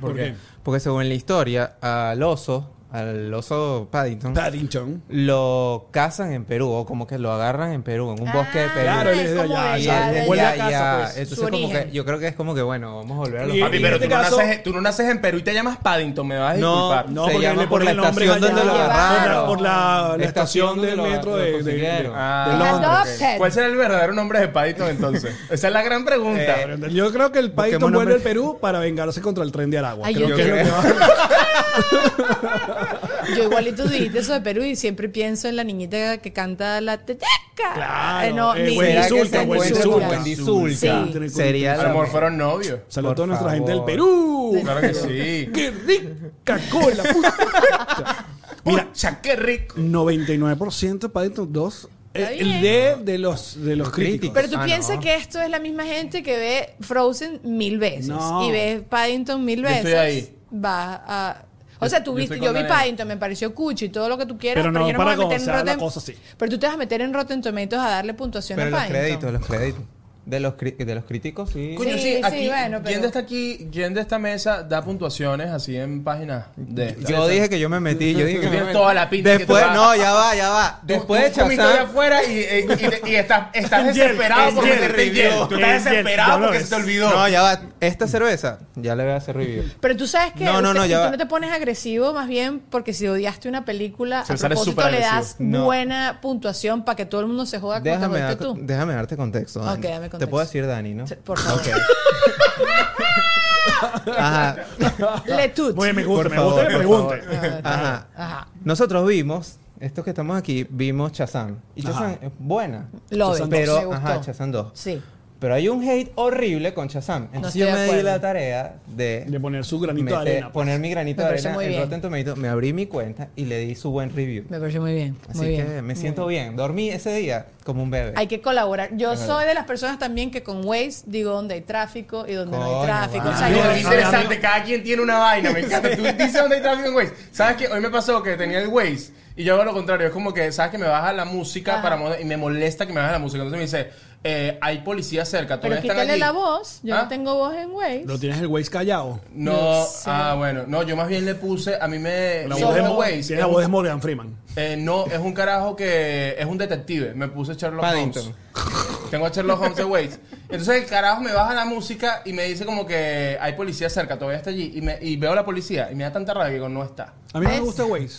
A: ¿Por qué?
B: Porque según la historia, al oso, al oso Paddington,
D: Paddington.
B: lo cazan en Perú, o como que lo agarran en Perú, en un bosque de
C: Ah,
B: Perú.
D: Claro, él
C: es
D: es de
C: como
D: allá,
C: de-
B: Y
D: ya,
C: de-
D: ya,
C: de-
D: vuelve a casa, pues.
B: Entonces,
C: Su
B: como que,
C: origen.
B: yo creo que es como que, bueno, vamos a volver a los
D: Y-
A: Papi,
D: y en
A: pero
D: este
A: tú, no
D: caso-
A: naces, en- tú no naces en Perú y te llamas Paddington, me vas a
B: No,
A: disculpar.
D: No,
B: se
D: porque
B: llama
D: le
B: por la
D: ponen el nombre
B: estación
D: allá,
B: donde lo
D: por la-
B: agarraron.
D: Por la, la
B: Estación
D: estación del
B: donde lo-
D: metro
B: lo
D: de, de- de,
B: consiguieron.
A: Ah.
D: de Londres.
C: Adopted.
A: ¿Cuál será el verdadero nombre de Paddington
B: [LAUGHS]
A: entonces? Esa es la gran pregunta.
B: Eh,
D: Yo creo que el Paddington
B: Busquemos
D: vuelve al
B: nombre.
D: Perú para vengarse contra el tren de Aragua.
C: Ay,
D: creo
C: yo
D: que es lo
B: creo.
D: que va a-
C: Yo igualito dijiste eso de Perú y siempre pienso en la niñita que canta la teteca.
D: Claro,
C: Eh, no,
D: eh,
C: ni-
D: Wendy
B: ¿Será que
D: Zulka,
B: se
D: Wendy
B: encuentra
D: Zulka.
B: con Wendy Zulka?
C: Sí.
B: Sería
A: A
B: la-
A: lo mejor fueron novios.
D: Saludos a
B: Por
D: toda nuestra gente del
B: favor.
D: Perú.
A: Claro que sí.
D: ¡Qué rica cola! [LAUGHS] puta! Mira,
A: Pucha, qué rico.
D: 99% Paddington 2 eh,
C: Está
D: el
C: bien.
D: de, de los, de los críticos.
B: Críticos.
C: Pero tú
B: Ah,
C: piensas
B: no.
C: que esto es la misma gente que ve Frozen mil veces
D: No.
C: y ve Paddington mil
A: Yo
C: veces.
A: estoy ahí.
C: Va a. O sea,
A: Yo-
C: tú
A: yo
C: viste,
A: estoy
C: yo,
A: con
C: vi
A: Daniel.
C: Paddington, me pareció cuchi y todo lo que tú quieras,
D: Pero
C: pero,
D: no,
C: yo no
D: para
C: me voy a meter en
D: comenzar la
C: Rotten-
D: cosa, sí.
C: Pero tú te vas a meter en Rotten Tomatoes a darle puntuación
B: Pero
C: a
B: los
C: Paddington.
B: créditos, los créditos. De los, cri- de los críticos, sí.
A: Coño,
C: Sí,
A: sí,
C: sí,
A: aquí,
C: bueno, pero-
A: ¿quién de esta aquí, quién de esta mesa da puntuaciones así en páginas de esta?
B: Yo dije que yo me metí, yo dije que
A: Tú
B: me
A: tienes
B: metí.
A: toda la pinta que
B: Después,
A: te va.
B: no, ya va, ya va.
A: Tú-
B: Después de
A: tú comiste allá
B: Chazán,
A: afuera y, y- y- y estás, estás
B: [LAUGHS]
D: En hielo,
A: desesperado
D: en
A: por
D: hielo,
A: meterte en
D: en hielo.
A: hielo. Tú
D: En
A: estás
D: hielo,
A: desesperado
D: ya lo
A: porque
D: ves.
A: se te olvidó.
B: no, ya va. Esta cerveza, ya le voy a hacer review.
C: Pero tú sabes que
B: No, no,
C: usted-
B: no, ya
C: tú
B: va.
C: no te pones agresivo, más bien porque si odiaste una película,
A: Se
C: a
A: sale
C: propósito
A: súper
C: le das
A: agresivo.
B: No.
C: buena puntuación para que todo el mundo se joda como te
B: Déjame, dar-
C: fuiste tú.
B: déjame darte contexto. Dani.
C: Ok, dame
B: Te
C: contexto.
B: puedo decir Dani, ¿no?
C: Sí, Por favor. [LAUGHS]
B: Ajá.
C: Le tut.
D: Oye, me gusta,
B: Por
D: me gusta que
B: favor, por
D: pregunte.
B: Ajá.
C: Ajá.
B: Nosotros vimos, estos que estamos aquí, vimos Chazán. Y Chazán es buena.
C: Lo
B: Shazam
C: de-
B: Pero,
C: me gustó.
B: ajá, Chazán 2.
C: Sí.
B: Pero hay un hate horrible con Chazam.
C: estoy
B: Entonces yo
C: de
B: me di
C: acuerdo.
B: la tarea de,
D: De poner su granito de
B: meter-
D: arena, pues.
B: poner mi granito
C: Me
B: de
C: parece
B: arena
C: muy
B: en
C: bien.
B: Rotten Tomatoes. Me abrí mi cuenta y le di su buen review.
C: Me pareció muy bien.
B: Así
C: muy
B: que
C: bien.
B: me siento bien. Dormí ese día como un bebé.
C: Hay que colaborar. Yo soy de las personas también que con Waze digo dónde hay tráfico y dónde no
B: Coño,
C: hay tráfico.
B: vale.
C: O sea,
A: Mira,
C: yo-
A: qué Ah, interesante, cada quien tiene una vaina, me encanta. Tú dices dónde hay tráfico en Waze. ¿Sabes qué? Hoy me pasó que tenía el Waze y yo hago lo contrario. Es como que, ¿sabes que Me baja la música
C: Ajá.
A: para mo- y me molesta que me baje la música. Entonces me dice, eh, hay policía cerca,
C: pero
A: todavía están
C: quítale
A: allí?
C: la voz. Yo
A: ¿Ah?
C: no tengo voz en Waze.
D: Lo tienes el Waze callado.
A: No,
C: No sé.
A: ah, bueno. No, yo más bien le puse, a mí me...
D: La
A: me
D: voz de,
A: gusta
D: Mo-
A: Waze.
D: tiene la voz de Morgan Freeman.
A: Eh, no, es un carajo que es un detective. Me puse Sherlock
B: Paddington.
A: Holmes. Tengo a Sherlock Holmes de Waze. Entonces el carajo me baja la música y me dice como que hay policía cerca, todavía está allí. Y, me- y veo a la policía y me da tanta rabia que digo, no está.
D: A mí no me
C: ¿Ves?
D: gusta Waze.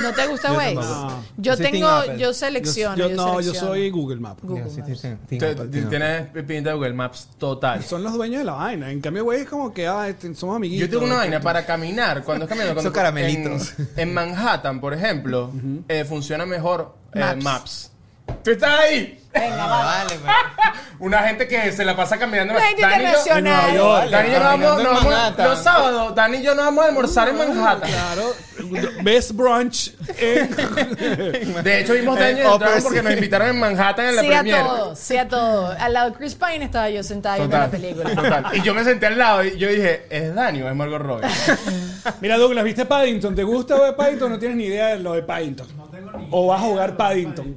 C: ¿No te gusta Waze?
D: tampoco.
C: Yo
B: Yo soy Team
C: tengo,
B: Apple.
C: yo selecciono.
D: Yo, yo- no, yo
C: selecciono.
D: soy Google Maps.
C: Google
B: Yo sí
C: Maps.
B: te- te-
A: Te-
B: te-
A: te- Tienes pinta de Google Maps total.
D: Son los dueños de la vaina. En cambio, Waze es como que ah, este, somos amiguitos.
A: Yo tengo una vaina para caminar. Cuando es caminando, cuando
B: Son caramelitos.
A: En, en Manhattan, por ejemplo, eh, funciona mejor eh,
C: Maps.
A: Maps. ¿Tú estás ahí?
C: Venga,
B: Ah,
C: va.
B: vale, pero-
A: Una gente que se la pasa caminando.
C: Gente
A: Dani y yo-
C: internacional.
D: En Nueva York.
A: Dani y yo nos
B: Caminando
A: vamos,
B: en
A: nos vamos-
B: Manhattan.
A: los sábados, Dani y yo nos vamos a almorzar en Manhattan.
D: Claro. Best brunch. en- [LAUGHS]
A: De hecho, vimos Dani
B: En
A: y
B: Upper
A: Dragon porque nos
B: City.
A: invitaron en Manhattan en la
C: Sí a
A: premiere.
C: todo, sí a todo. Al lado de Chris Pine estaba yo sentada viendo la
A: Total,
C: película.
A: total. Y yo me senté al lado y yo dije, ¿es Dani o es Margot Robbie?
D: Mira, Douglas, ¿viste Paddington? ¿Te gusta ver Paddington? No tienes ni idea de lo de Paddington. No tengo ni O vas a jugar Paddington. [LAUGHS]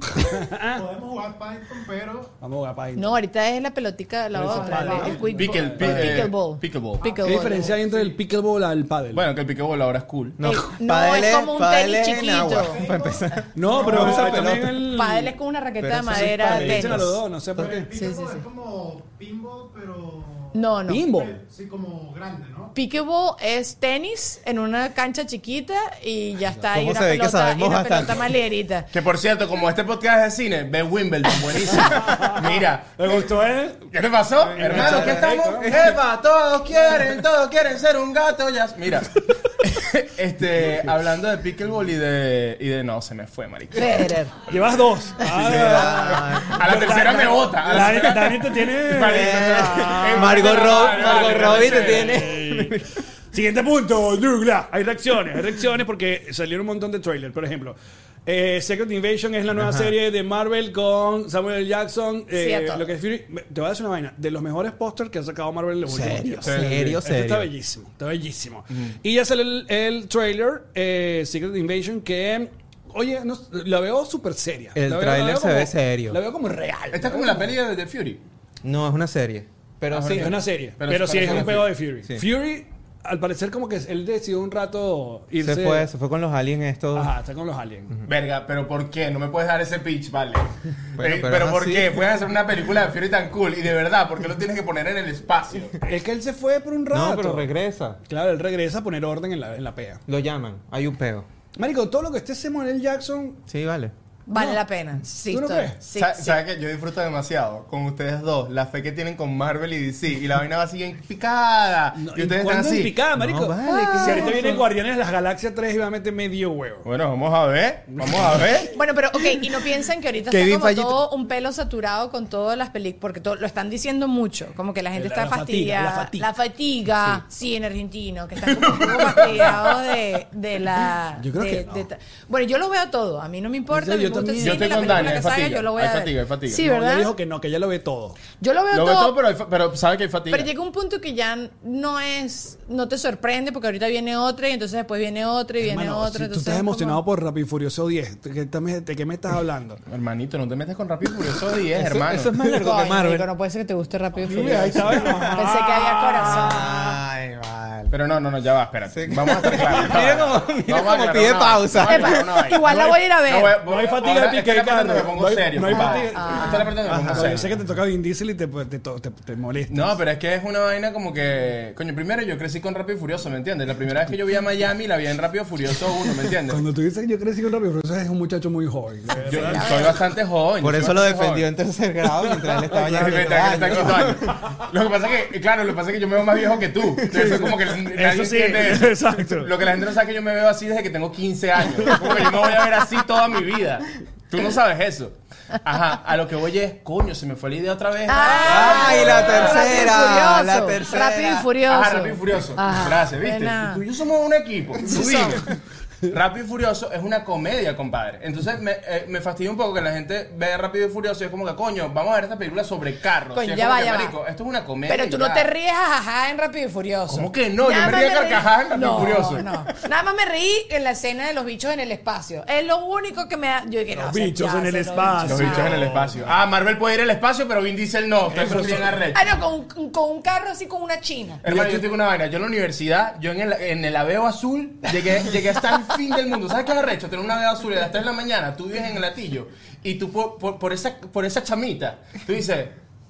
E: Podemos jugar Python, pero
D: Vamos a jugar Paddington.
C: No, ahorita es la pelotita, la
D: Pero eso
C: otra.
D: es padre.
C: la- El quick
A: Pickle-
C: ball,
A: pi- eh,
C: pickleball.
A: pickleball.
D: ¿Qué diferencia hay entre el pickleball al paddle?
A: Bueno, que el piquebol ahora es cool.
B: No, [LAUGHS]
C: Eh, no,
B: pádel
C: es como un
B: pádel
C: tenis
B: en agua,
C: chiquito.
B: para empezar.
D: no, pero
B: esa
D: hay también
B: pelota.
C: [LAUGHS]
D: el...
C: Padel es con una raqueta
B: Pero
C: de
B: eso sí es
C: madera.
B: padel.
D: Le dicen a
C: tenis.
D: los dos, no sé por qué.
E: el pickleball
C: sí, sí.
E: es como pinball, pero
C: No, no.
D: Bimbo.
E: sí como grande, ¿no?
C: Pickleball es tenis en una cancha chiquita y ya está ahí
B: ¿Cómo
C: una
B: se ve que
C: pelota, y
B: sabemos
C: una
B: bastante?
C: pelota maligerita.
A: Que por cierto, como este podcast es de cine, ve Wimbledon, buenísimo. Mira,
D: ¿Le gustó ¿eh? él?
A: ¿Qué te pasó? Hermano, ¿qué estamos? Epa, todos quieren, todos quieren ser un gato. Ya. Mira, [LAUGHS] este, hablando de pickleball y de, y de. No, se me fue, marica.
C: Federer.
D: Llevas dos. Ah,
A: A la tercera me bota. A la
D: Dani
A: tercera-
D: Dani te tiene...
A: Vale.
D: Ah.
B: Margot Rob-
A: Vale, vale,
B: Margot Robbie te
A: vale.
B: tiene.
D: Ey. Siguiente punto, Douglas. Hay reacciones, hay reacciones porque salieron un montón de trailers. Por ejemplo, eh, Secret Invasion es la nueva serie de Marvel con Samuel L. Jackson. eh,
C: a todo.
D: lo que es Fury. Te voy a decir una vaina. De los mejores pósters que ha sacado Marvel en los últimos
B: Serio,
D: días.
B: serio,
D: Este está
B: serio.
D: bellísimo, está bellísimo. Y ya sale el, el trailer, eh, Secret Invasion, que... Oye, no- la veo súper seria.
B: El
D: La veo- la
B: tráiler
D: veo
B: se
D: como-
B: ve serio.
D: La veo como real.
A: Esta es como la peli de, de Fury.
B: No, es una serie. Pero sí.
D: Ah, Es una serie, pero,
A: Pero sí
D: sí es
A: parece
D: un
A: que
D: pego de
A: Fury.
D: Fury.
B: Sí.
D: Fury, al parecer, como que él decidió un rato irse.
B: Se fue, se fue con los aliens estos.
D: Ajá, está con los aliens.
A: Verga, pero ¿por qué? No me puedes dar ese pitch, vale.
B: Bueno,
A: Eh,
B: pero
A: pero
B: es
A: ¿por
B: así.
A: qué? Puedes hacer una película de Fury tan cool. Y de verdad, ¿por qué lo tienes que poner en el espacio?
D: Es que él se fue por un rato.
B: No, pero regresa.
D: Claro, él regresa a poner orden en la, en la pea.
B: Lo llaman. Hay un peo.
D: Marico, todo lo que esté Samuel L. Jackson,
B: Sí, vale.
C: vale
D: No.
C: la pena. Sí,
D: ¿Tú no
C: estoy-
D: crees?
C: sí,
A: Sa-
C: sí.
A: ¿Sabes qué? Yo disfruto demasiado con ustedes dos. La fe que tienen con Marvel y DC. Y la vaina va así en picada.
D: No,
A: y ustedes están
D: ¿cuándo
A: así.
D: en picada, marico?
B: No, vale, ¿qué
D: si
B: es
D: ahorita
B: eso?
D: viene Guardianes de las Galaxias 3 y va a meter medio huevo.
A: Bueno, vamos a ver. Vamos a
C: [LAUGHS]
A: ver.
C: Bueno, pero ok, y no piensen
D: [LAUGHS]
C: que ahorita
B: Kevin
C: está como
B: Fallito.
C: todo un pelo saturado con todas las películas, porque todo- lo están diciendo mucho, como que la gente
D: La-
C: está
D: la fatiga,
C: fastidiada.
D: la fatiga.
C: fatiga, sí. en argentino, que están como un poco fastidiados de, de la...
D: Yo creo
C: de-
D: que no.
C: de ta- bueno, yo lo veo todo, a mí no me importa,
D: Yo-
C: a mí
D: yo
C: me gusta el
D: también.
A: Yo
C: cine,
A: estoy
C: la
A: con
C: película
A: Dani,
C: que
A: hay
C: salga,
A: fatiga,
C: yo lo voy
A: hay
C: a ver.
A: fatiga, hay fatiga.
C: Sí,
D: No, ella
C: ¿verdad?
D: dijo que no, que ella lo ve todo.
C: Yo lo veo
A: Lo ve
C: todo,
A: todo, pero, hay fa- pero sabe que hay fatiga.
C: pero llega un punto que ya no es, no te sorprende porque ahorita viene otra y entonces después viene otra y viene
D: Hermano,
C: otra.
D: si tú
C: entonces
D: estás
C: es como-
D: emocionado por Rápido y Furioso 10, ¿de qué, tam- de qué me estás hablando?
A: Hermanito, no te metas con Rápido y Furioso 10, hermano.
B: Eso es más largo
C: Coño,
B: que Marvel.
C: marico, no puede ser que te guste rápido y
D: Sí,
C: Furioso.
D: ahí está, ¿ves?
C: Pensé que había corazón.
B: Ay, vale.
A: Pero no, no, no, ya va, espérate. Vamos a estar
B: [LAUGHS]
A: claros.
B: Mira cómo- mira cómo pide pausa.
C: [LAUGHS] Igual la voy a ir a ver.
D: No hay fatiga de pique de carro.
A: Me pongo
D: No hay-
A: serio.
D: no hay
A: papá.
D: fatiga.
C: Ah.
A: Esta es la parte donde me
D: Ajá,
A: pongo
D: yo sé
A: serio.
D: que te toca Vin Diesel y te, pues, te, to- te- te molesta.
A: No, pero es que es una vaina como que. Coño, primero yo crecí con Rápido y Furioso, ¿me entiendes? La primera vez que yo vi a Miami la vi en Rápido y Furioso 1, ¿me entiendes?
D: Cuando tú dices que yo crecí con Rápido y Furioso es un muchacho muy joven.
A: Yo soy bastante joven.
B: Por
A: yo soy
B: eso lo
A: bastante
B: defendió
A: joven.
B: en tercer grado mientras él estaba ya
A: Sí,
B: en
A: me
B: quinto
A: está- me está
B: año.
A: quitando años. Lo que pasa es que, claro, lo que pasa es que yo me veo más viejo que tú. Eso es como que nadie
D: Eso sí,
A: entiende eso.
D: [LAUGHS] exacto.
A: Lo que la gente no sabe es que yo me veo así desde que tengo 15 años. Como que yo me voy a ver así toda mi vida. Tú no sabes eso. Ajá, a lo que voy es, coño, se me fue la idea otra vez.
C: Ah,
B: Ay, la tercera,
C: Rápido y
B: la
C: furioso.
B: tercera.
C: Rápido y furioso.
A: Ajá, Ah, Rápido y Furioso.
C: Ajá,
A: Gracias,
C: de
A: ¿viste?
C: nada.
A: Tú y yo somos un equipo. Tú
C: Sí,
A: dime. Rápido y Furioso es una comedia, compadre. Entonces me, eh, me fastidia un poco que la gente ve Rápido y Furioso y es como que, coño, vamos a ver esta película sobre carros.
C: Coño,
A: Y es
C: ya
A: como
C: va,
A: que,
C: ya va.
A: marico, Esto es una comedia.
C: Pero tú no
A: ya.
C: te ríes a jajá en Rápido y Furioso.
A: ¿Cómo que no? Yo me
C: más
A: río a
C: reí-
A: carcajadas en Rápido y
C: No,
A: Furioso.
C: no. Nada más me reí en la escena de los bichos en el espacio. Es lo único que me da. Yo dije, no,
D: Los
C: o sea,
D: bichos
C: ya
D: en el
C: se los
D: espacio.
A: Los
C: bichos.
A: bichos en el espacio. Ah, Marvel puede ir al espacio, pero Vin Diesel no. Ustedes son bien arrechos.
C: Ah, no, con, un- con un carro así con una china.
A: Hermano, yo te digo una vaina. Yo en la universidad, yo en el, en el aveo azul, llegué, llegué hasta el fin del mundo. ¿Sabes qué es arrecho? Tener un aveo azul a las 3 de la mañana, tú vives en el latillo, y tú por, por, por esa, por esa chamita, tú dices,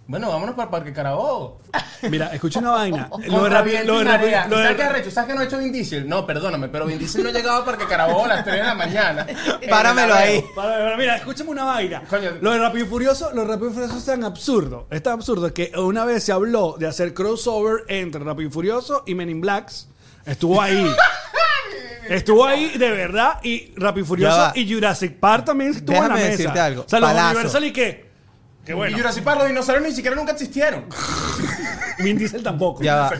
A: bueno, vámonos para el Parque Carabobo.
D: Mira, escucha
A: [LAUGHS]
D: una vaina. Lo de
A: Contra
D: Rápido
A: viento
D: lo
A: y
D: de
A: marea.
D: Rápido-
A: ¿Y
D: lo de
A: ¿Sabes qué es arrecho? ¿Sabes qué no ha hecho Vin Diesel? No, perdóname, pero Vin Diesel no ha llegado al Parque Carabobo a las 3 de la mañana. En
B: [LAUGHS] Páramelo
A: el
B: ahí.
A: Aveo.
D: Para, para, mira, escúchame una vaina.
A: Coño.
D: Lo de Rápido y Furioso, lo de Rápido y Furioso es tan absurdo. Es tan absurdo que una vez se habló de hacer crossover entre Rápido y Furioso y Men in Blacks. Estuvo ahí.
B: [LAUGHS]
D: Estuvo ahí de verdad y Rápido y Furioso
B: va.
D: y Jurassic Park también estuvo en la
B: Déjame
D: mesa.
B: decirte algo.
D: O sea, los
B: Palazo.
D: Universal y qué? Que
A: Y
D: bueno,
A: Jurassic Park, los dinosaurios ni siquiera nunca existieron.
D: Vin Diesel tampoco. [LAUGHS]
B: Ya va.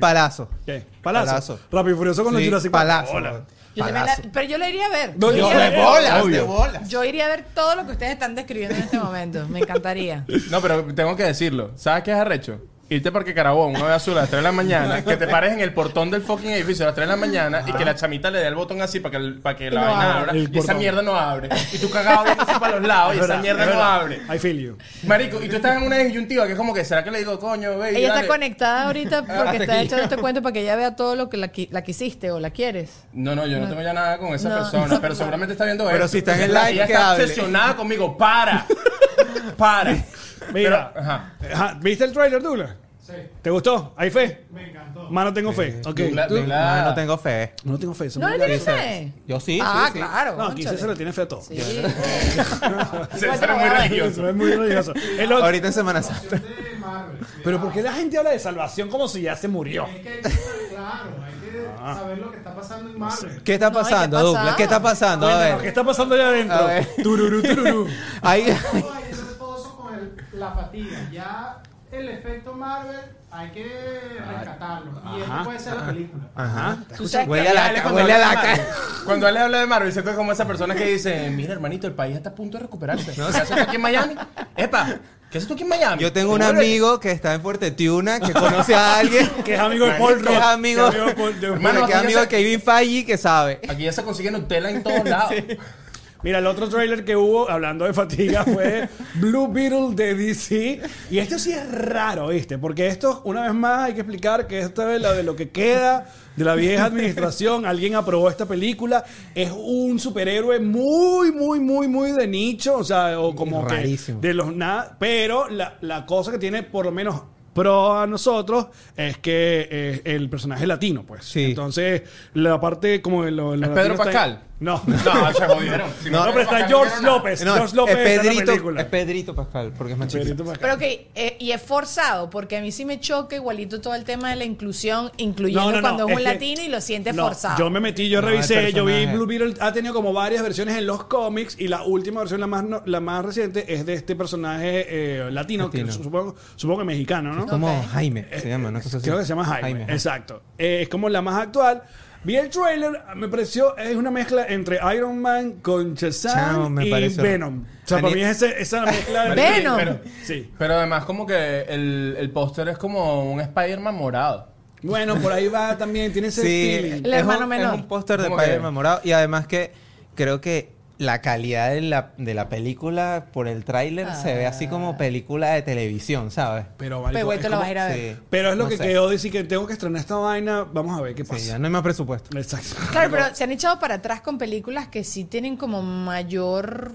B: Palazo.
D: ¿Qué? Palazo.
B: Palazo.
D: Rápido y Furioso con los
B: Sí,
D: Jurassic Park.
B: Palazo.
D: Hola.
C: Yo también
B: Palazo.
C: la- pero yo la iría a ver.
D: No, yo-
C: iría a
D: de
C: ver-
D: bolas, de
B: bolas.
C: yo iría a ver todo lo que ustedes están describiendo en este momento. Me encantaría.
A: [LAUGHS] No, pero tengo que decirlo. ¿Sabes qué es arrecho? Irte a Parque Carabón, una vez azul a las 3 de la mañana, que te pares en el portón del fucking edificio a las 3 de la mañana y que la chamita le dé el botón así para que, el- para que la
D: No
A: vaina
D: abre
A: abra
D: el
A: y esa
D: portón.
A: mierda no abre. Y tú cagado viendo así para los lados y
D: Es
A: esa
D: verdad,
A: mierda
D: es
A: no
D: verdad.
A: abre.
D: I feel you.
A: Marico, y tú estás en una disyuntiva que es como que, ¿será que le digo, coño, baby?
C: Ella está
A: dale?
C: conectada ahorita porque
B: Ah, Hasta
C: está
B: aquí.
C: echando este cuento para que ella vea todo lo que la, qui- la quisiste o la quieres.
A: No, no, yo no, tengo ya nada con esa
C: No.
A: persona, pero seguramente está viendo
B: Pero
A: esto.
B: si está en el
A: Ella-
B: live,
A: ella
B: que
A: está
B: hable.
A: obsesionada conmigo.
D: [LAUGHS]
A: ¡Para! ¡Para!
D: Mira,
A: Pero, ajá.
D: ajá, ¿viste el trailer, Douglas?
E: Sí,
D: ¿Te gustó? ¿Hay fe?
E: me encantó.
D: Mano, tengo fe. Ok.
A: Douglas-
D: ¿Tú?
A: Douglas-
B: No, no tengo fe.
D: No tengo fe. eso
C: ¿No
D: me
C: le
D: da
C: tienes
D: risa.
C: fe?
B: Yo sí,
C: ah,
B: sí, sí.
C: claro.
D: No, quizás se lo tiene fe a todo.
C: Sí.
A: César es muy religioso.
D: Eso [LAUGHS] es muy religioso. El otro-
B: Ahorita en Semana Santa.
E: De Marvel.
D: Pero ¿por qué la gente habla de salvación como si ya se murió?
E: Es que hay que, claro, hay que saber lo que está pasando en Marvel.
B: ¿Qué está
C: No, ¿y qué
B: pasando,
C: pasa?
B: Douglas? ¿Qué está pasando? A
D: Cuéntanos, ¿Qué
B: ver.
D: está pasando allá adentro?
B: A ver.
D: Tururú, tururú.
B: Ahí.
E: Todo ahí, entonces, todo eso con el- la fatiga. Ya el efecto Marvel hay que rescatarlo. Y esto puede ser la película.
D: Ajá.
C: Tú sabes
B: [LAUGHS] Huele
C: que-
B: a
A: Ale,
B: la
A: cuando
B: huele a
A: habla
B: la
A: de Marvel- Cuando Ale habla de Marvel, siento como esa persona que dice, mira hermanito, el país está a punto de recuperarse. ¿Qué haces tú aquí en Miami? Epa, ¿qué haces tú aquí en Miami?
B: Yo tengo un
A: Vuelve.
B: amigo que está en Fuerte Tiuna, que conoce a alguien.
D: [LAUGHS] Que es amigo de Paul
B: Que
D: Rudd.
B: es amigo-
D: Que es de Paul- de-
A: Hermano,
B: que es amigo de
A: aquí ya
B: Kevin Feige que sabe.
A: Aquí ya se consigue Nutella en todos lados.
D: Mira, el otro trailer que hubo, hablando de fatiga, fue Blue Beetle de DC. Y esto sí es raro, ¿viste? Porque esto, una vez más, hay que explicar que esto es la de lo que queda de la
B: [LAUGHS]
D: vieja administración. Alguien aprobó esta película. Es un superhéroe muy, muy, muy, muy de nicho. O sea, o como que
B: Rarísimo.
D: de los nada. Pero la, la cosa que tiene, por lo menos pro a nosotros es que eh, el personaje es latino pues
B: Sí.
D: entonces la parte como de lo, lo
A: ¿Es Pedro
D: latino está-
A: Pascal?
D: No.
A: No, se jodieron. Si
D: No, pero
A: Pedro
D: está
A: Pascal
D: George
A: hicieron nada.
D: López.
B: No,
D: George López
B: es,
D: está en la
B: Pedrito,
D: película.
B: es Pedrito Pascal, porque es más chiquito.
D: Pedrito Pascal.
C: Pero ok, eh, y es forzado, porque a mí sí me choca igualito todo el tema de la inclusión, incluyendo cuando es
D: que-
C: un latino y lo siente
D: no,
C: forzado.
D: Yo me metí, yo
B: No, el
D: revisé, yo vi
B: personaje.
D: Blue Beetle ha tenido como varias versiones en los cómics y la última versión, la más, no- la más reciente, es de este personaje eh, latino, que
B: Latino.
D: su- supongo, supongo que mexicano, ¿no?
B: Como
C: Ok.
B: Jaime se llama, una cosa así.
D: Creo que se llama Jaime.
B: ajá.
D: Exacto. Eh, es como la más actual. Vi el trailer, me pareció, es una mezcla entre Iron Man con
B: Chamo,
D: Shazam
B: me
D: y
B: parece-
D: Venom. O sea,
B: Ani-
D: para mí es ese- esa mezcla de...
B: [LAUGHS]
C: Venom.
D: Pero- Sí.
A: Pero además como que el, el póster es como un Spider-Man morado.
D: Bueno, por ahí va también, tiene ese
B: Sí,
D: feeling.
C: El hermano
B: un,
C: menor.
B: Es un póster de
A: ¿Cómo que?
B: Spider-Man morado. Y además que creo que la calidad de la, de la película por el tráiler se ve así como película de televisión, ¿sabes?
D: Pero, marico,
C: Pero
D: es
C: güey, tú la
D: como-
C: vas a ir a ver.
B: Sí,
D: Pero es lo
B: no
D: que
B: sé.
D: quedó decir que tengo que estrenar esta vaina. Vamos a ver qué
B: Sí, ya
D: pasa.
B: no hay más presupuesto.
D: Exacto.
C: Claro, pero se han echado para atrás con películas que sí tienen como mayor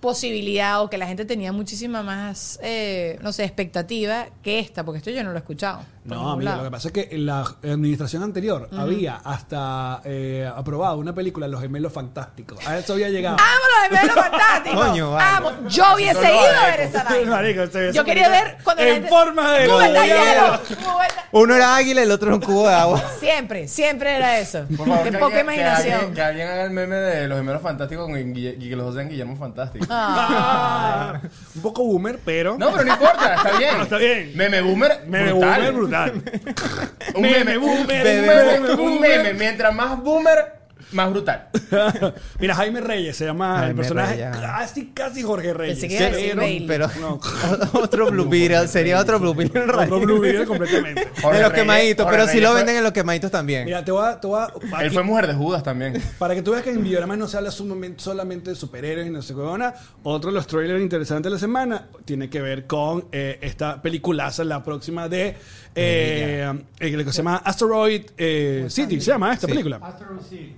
C: posibilidad o que la gente tenía muchísima más, eh, no sé, expectativa que esta, porque esto yo no lo he escuchado. por
D: No,
C: ningún
D: mira,
C: lado.
D: lo que pasa es que en la administración anterior había hasta eh, aprobado una película Los Gemelos Fantásticos. A eso había llegado.
B: Ah.
C: ¡Amo los gemelos fantásticos!
B: Coño, vale.
C: Amo. Yo hubiese
A: Eso lo
C: ido a
A: haré,
C: ver esa
D: Marico,
C: vaina.
D: se- esa
C: Yo quería
D: película
C: ver cuando la
D: En
C: gente-
D: forma de.
C: ¡Cubo de
D: hielo.
C: hielo! ¡Cubo de-
B: Uno era águila y el otro era un cubo de [LAUGHS] agua.
C: Siempre, siempre era eso.
A: Por favor,
C: Qué
A: que
C: poca
A: alguien- que alguien-
C: imaginación.
A: Que alguien haga el meme de los gemelos fantásticos con Guille- y que los dos sean Guillermo Fantástico.
D: Ah, un poco boomer, pero.
A: No, pero no importa, está bien.
D: No, Ah, está bien.
A: Meme boomer,
D: Meme
A: brutal.
D: boomer brutal.
A: [LAUGHS] Un
D: Meme
A: meme,
D: boomer,
A: un meme,
D: meme
A: un
D: boomer.
A: meme. Mientras más boomer, más brutal.
D: Mira, Jaime Reyes se llama el
B: Jaime
D: personaje.
B: Reyes, ajá.
D: Casi, casi Jorge Reyes.
C: Pensé que iba a decir
D: Pero-
C: Bailey.
B: Pero
D: No.
B: [LAUGHS] otro Blue Beetle, sería otro Blue Beetle en
D: Otro
B: realidad. [LAUGHS]
D: Blue Beetle completamente.
B: De
A: Jorge
B: los
A: Reyes-
B: quemaditos,
A: Jorge
B: pero sí
A: Reyes
B: lo
A: fue-
B: venden en los quemaditos también.
D: Mira, te voy a. Te voy a
A: Él
D: aquí-
A: fue mujer de Judas también.
D: Para que tú veas que en Videorama no se habla sumamente- solamente de superhéroes y no sé qué huevona. Otro de los trailers interesantes de la semana tiene que ver con eh, esta peliculaza, la próxima de. Eh, eh, lo que se llama Asteroid eh, City, se llama esta
B: Sí.
D: película.
E: Asteroid City.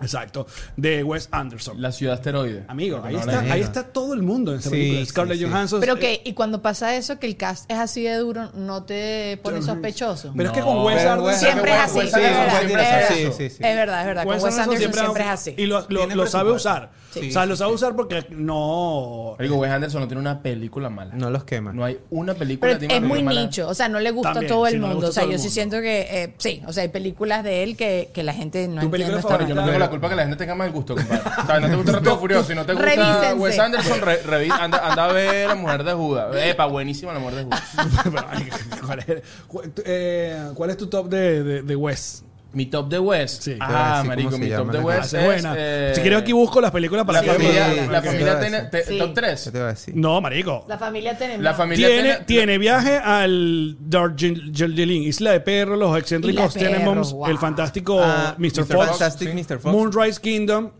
D: Exacto, de Wes Anderson.
A: La ciudad asteroide.
D: Amigo, ahí,
A: No,
D: está,
B: la
D: ahí
B: niega.
D: está todo el mundo en esa
B: Ah. Sí,
D: película.
B: sí,
D: Scarlett
B: sí.
D: Johansson.
C: Pero
D: eh,
C: que, y cuando pasa eso, que el cast es así de duro, ¿no te pone sospechoso?
D: Pero es que
A: No,
D: con Wes
B: pero
D: Anderson.
B: Wes-
C: Siempre es
B: Wes
C: así,
B: Anderson
C: es verdad,
B: siempre
C: es
B: hace
C: verdad.
B: eso. Sí, sí, sí.
C: Es verdad, es verdad. Con Wes Anderson siempre es
D: ha-
C: así.
D: Y lo, lo-
B: Tiene
D: lo sabe
B: presupuesto.
D: usar.
B: Sí.
D: o sea, lo sabe usar porque no.
A: Marico, Wes Anderson no tiene una película mala.
B: No los quema.
A: No hay una película
C: Pero
A: que tiene
C: es
A: una
C: muy
A: película mala.
C: nicho, o sea, no le gusta
D: También,
C: a todo el
D: sí, no le
C: mundo.
D: gusta
C: O sea,
D: a todo
C: yo
D: el
C: sí
D: mundo.
C: siento que, eh, sí, o sea, hay películas de él que, que la gente no
D: ¿Tu
C: entiende.
D: película
C: hasta
A: Pero yo no
D: favorita?
A: tengo la culpa que la gente tenga mal gusto, compadre. O sea, no te gusta
B: [LAUGHS]
A: Rápido Furioso. Si no te gusta
C: Revísense.
A: Wes Anderson, re- revi- anda, anda a ver La Mujer de Judas. Epa, buenísima La Mujer de Judas.
D: [LAUGHS] Pero, ay, ¿Cuál es,
A: Pues
D: cu- tu- eh, ¿Cuál es tu top de, de, de Wes?
A: Mi top de West.
D: Sí,
B: te voy a
A: ah,
B: decir
A: marico,
B: cómo se
A: mi top
B: llama
A: de
B: la
A: West
D: Esa
A: es...
D: es buena.
A: eh,
D: si quiero aquí busco las películas para
A: La
D: que
A: familia,
B: Sí,
A: la
B: ok.
A: familia
B: Sí. Este,
A: tiene... te-
C: Sí.
A: Top 3.
B: ¿Qué te voy a decir?
D: No, marico.
C: La familia tenemos.
A: La familia
D: Tiene,
A: tiene...
D: tiene viaje al Darjeeling, Isla de Perros, Los Excéntricos
C: Isla de Perros,
D: Tenemos,
C: wow.
D: el fantástico
B: Ah,
D: Mr.
B: Mr.
D: Fox,
B: Fantastic
A: sí.
B: Mr. Fox.
D: Moonrise Kingdom.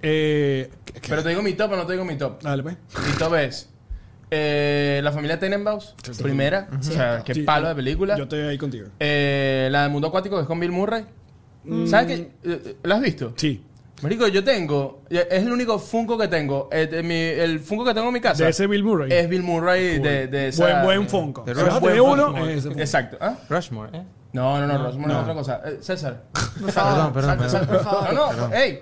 D: Eh, ¿qué- qué?
A: Pero te digo mi top o no te digo mi top.
D: Dale, pues.
A: Mi top es... eh, la familia Tenenbaums, primera. O sea, qué
D: Sí,
A: palo de película.
D: Yo estoy ahí contigo.
A: Eh, la de Mundo Acuático que es con Bill Murray. ¿Sabes qué? Eh, ¿La has visto?
D: Sí.
A: Marico, yo tengo, es el único Funko que tengo. Eh, de mi- el Funko que tengo en mi casa
D: De ese Bill Murray.
A: es Bill Murray de, de esa-
D: buen, buen Funko.
B: de
D: Si vas a
B: Buen
D: tener uno,
B: Funko.
D: es ese Funko.
A: Exacto. ¿Ah?
B: Rushmore, ¿eh?
A: No, no, no, Rosmore es otra cosa. Eh, César.
B: Perdón, perdón,
A: Exacto,
B: perdón.
A: exacto. No, no, ey.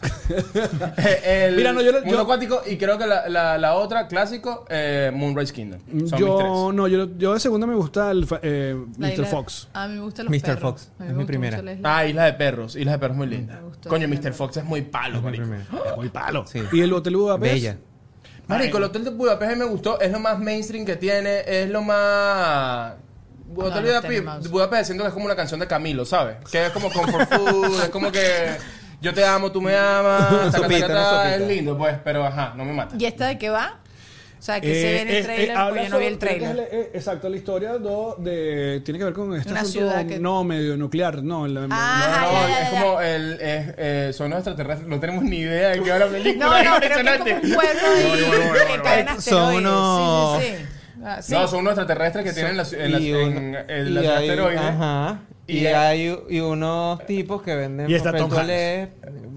A: [LAUGHS] Eh, el
D: Mira, no, yo-
A: Mundo
D: yo-
A: Acuático y creo que la, la, la otra, clásico, eh, Moonrise Kingdom. Son mis tres.
D: Yo, no, yo, yo de segunda me gusta el fa- eh,
C: La
D: Mr.
C: isla-
D: Fox.
C: A mí me gustan los
B: Mr.
C: perros. A
B: Fox,
C: mí
B: es
C: me
B: mi
C: gusta
B: primera.
C: mucho la isla.
A: Ah, Isla de Perros. Isla de Perros muy linda.
C: Me gustó
A: Coño,
C: Isla de
A: Mr.
C: Perros.
A: Fox es muy palo,
B: Mi
A: marico.
B: primera.
D: Es muy palo.
B: Sí.
D: Y el Hotel Budapest.
B: Bella.
A: Marico, el hotel de Budapest a mí me gustó, es lo más mainstream que tiene, es lo más. Hotel
C: no
A: de Budapi-
C: tenemos.
A: de Budapest siento que es como una canción de Camilo, ¿sabes? Que es como comfort food, es como que yo te amo, tú me amas, taca,
B: [LAUGHS]
A: taca,
B: sopita, una
A: taca, es
B: sopita.
A: lindo, pues, pero ajá, no me mata.
C: ¿Y esta de qué va? O sea, que
D: Eh,
C: se ve en
D: es-
C: el
D: eh,
C: trailer,
D: habla
C: porque yo no vi
D: sobre-
C: el
D: creo que es
C: trailer.
D: la- eh, exacto, la historia do- de. Tiene que ver con este
C: Una
D: asunto,
C: ciudad que-
D: No, medio nuclear. No, la-
C: Ah,
A: No, no,
C: ya, ya,
A: es
C: ya.
A: como el. es, eh, son los extraterrestres, no tenemos ni idea de qué va la película.
C: No,
A: [LAUGHS]
C: no,
A: es
C: creo que es como
A: impresionante.
C: un pueblo ahí
A: Bueno, bueno, bueno,
C: que
A: bueno.
C: caen
B: Son
C: asteroides.
B: unos-
C: Sí, sí, sí. Ah, sí.
A: No, son unos extraterrestres que tienen las- en las-
B: Y uno-
A: en el
B: y hay-
A: asteroide.
B: Ajá. Y,
A: Y-
B: hay u- y unos tipos que venden
D: Y está Tom
B: papel toalé,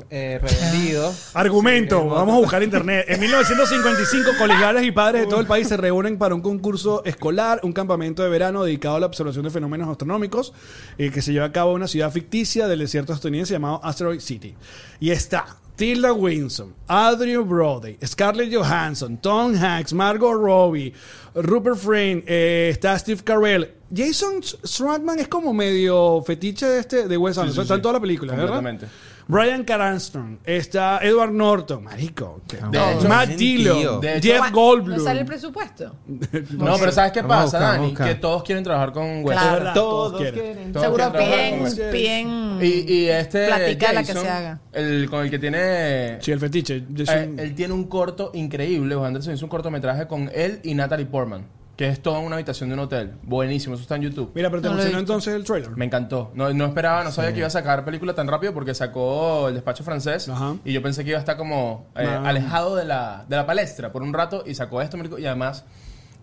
B: eh, revendidos.
D: Argumento, vamos a buscar internet. En [LAUGHS] 1955, colegiales y padres de todo el país se reúnen para un concurso escolar, un campamento de verano dedicado a la observación de fenómenos astronómicos, eh, que se lleva a cabo en una ciudad ficticia del desierto estadounidense llamado Asteroid City. Y está Tilda Winson, Adrian Brody, Scarlett Johansson, Tom Hanks, Margot Robbie, Rupert Friend, eh, está Steve Carell. Jason Schwartzman es como medio fetiche de este de Wes Anderson.
A: sí,
D: está en
A: sí.
D: toda la película, ¿verdad?
A: Completamente.
D: Brian Cranston, está Edward Norton, marico, que-
A: De hecho,
D: Matt
B: es un
D: Dillon,
B: tío.
A: De hecho,
D: Jeff
C: Bueno,
D: Goldblum.
C: No sale el presupuesto.
A: No, pero ¿sabes qué
B: Vamos
A: pasa,
B: a buscar,
A: Dani?
B: vamos a buscar.
A: Que todos quieren trabajar con Wes.
C: Claro.
D: Es verdad, [LAUGHS] todos
B: Todos
D: quieren.
B: quieren.
A: Todos
C: Seguro
A: quieren trabajar con
C: piden,
A: Wes.
C: piden
A: Y, y este.
C: Mm. platica la que
A: Jason,
C: se haga.
A: El, con el que tiene.
D: Sí, el fetiche. Yo soy
A: eh,
D: un-
A: él tiene un corto increíble. Wes Anderson hizo un cortometraje con él y Natalie Portman. Que es toda una habitación de un hotel. Buenísimo, eso está en YouTube.
D: Mira, pero te
C: No lo he
D: emocionó
C: visto.
D: entonces el trailer.
A: Me encantó. No, no esperaba, no sabía que iba a sacar película tan rápido porque sacó el despacho francés.
D: Ajá.
A: Y yo pensé que iba a estar como eh,
D: Ah.
A: alejado de la, de la palestra por un rato y sacó esto. marico. Y además,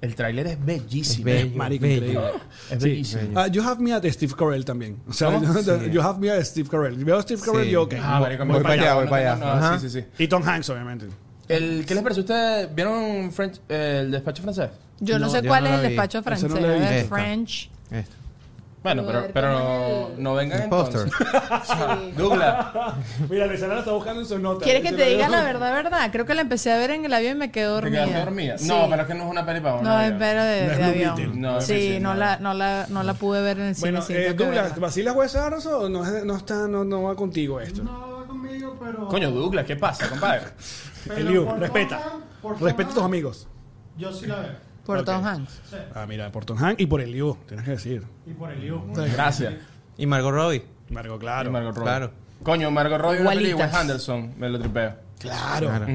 A: el tráiler es bellísimo.
B: bello,
D: Marico,
B: bello.
D: increíble.
A: [LAUGHS] Es
D: Sí.
A: bellísimo.
D: Ah, you have me at Steve Carell también. O sea, [LAUGHS]
A: ¿Cómo?
B: Sí.
D: you have me at Steve Carell. Veo a Steve Carell
B: Sí.
D: y yo, ok.
A: Ah, marico, me
B: Voy para allá,
A: no
B: voy
A: tengo-
B: para allá.
A: no,
B: Ajá.
A: sí, sí, sí.
D: Y Tom Hanks, obviamente.
A: El, ¿Qué les pareció a ustedes? ¿Vieron French- eh, el despacho francés?
C: Yo no,
B: No,
C: sé
B: yo
C: cuál es
B: no la
C: el
B: vi.
D: Esa
C: despacho
D: no
C: francés.
D: la he
C: el
B: visto. Esta.
C: French.
B: Esto.
A: Bueno,
C: Voy a
A: pero,
C: ver
A: pero
C: cómo
A: no,
C: es el-
A: no vengan
B: El póster.
A: entonces. [LAUGHS] Douglas.
D: Mira, Lizana está buscando en su nota.
C: ¿Quieres que te diga la verdad, verdad? Creo que la empecé a ver en el avión y me quedé
A: ¿Te
C: dormida.
A: quedaste dormida?
C: Sí.
A: No, pero es que no es una peli para una
C: No, es
A: vida.
C: pero de,
D: No es
C: de
D: Blue Beetle.
C: avión.
A: No, es
C: sí,
A: Beetle,
C: no
A: no.
C: la, no, la, no la pude ver en el cine.
D: Bueno,
C: sí,
D: eh,
C: tengo que
D: Douglas,
C: verla.
D: ¿vacilas Wes Anderson o no, es de- no, está, no, no va contigo esto?
E: No va conmigo, pero.
A: Coño, Douglas, ¿qué pasa, compadre?
E: pero
D: Eliu,
E: por
D: respeta.
E: Tom Hanks- por Tom
D: Respeta a tus
E: Hanks,
D: amigos.
E: Yo sí la veo.
C: por Tom
D: Ok.
C: Hanks.
E: Sí.
D: Ah, mira, por Tom Hanks y por Eliu, tienes que decir.
E: Y por Eliu.
A: Gracias.
B: Y Margot Robbie.
D: Marco, claro.
A: Y Margot Robbie.
B: Claro.
A: Coño, Margot Robbie una peli de
C: Igualitas.
A: Wes Anderson. Me lo tripeo.
D: Claro.
B: Claro.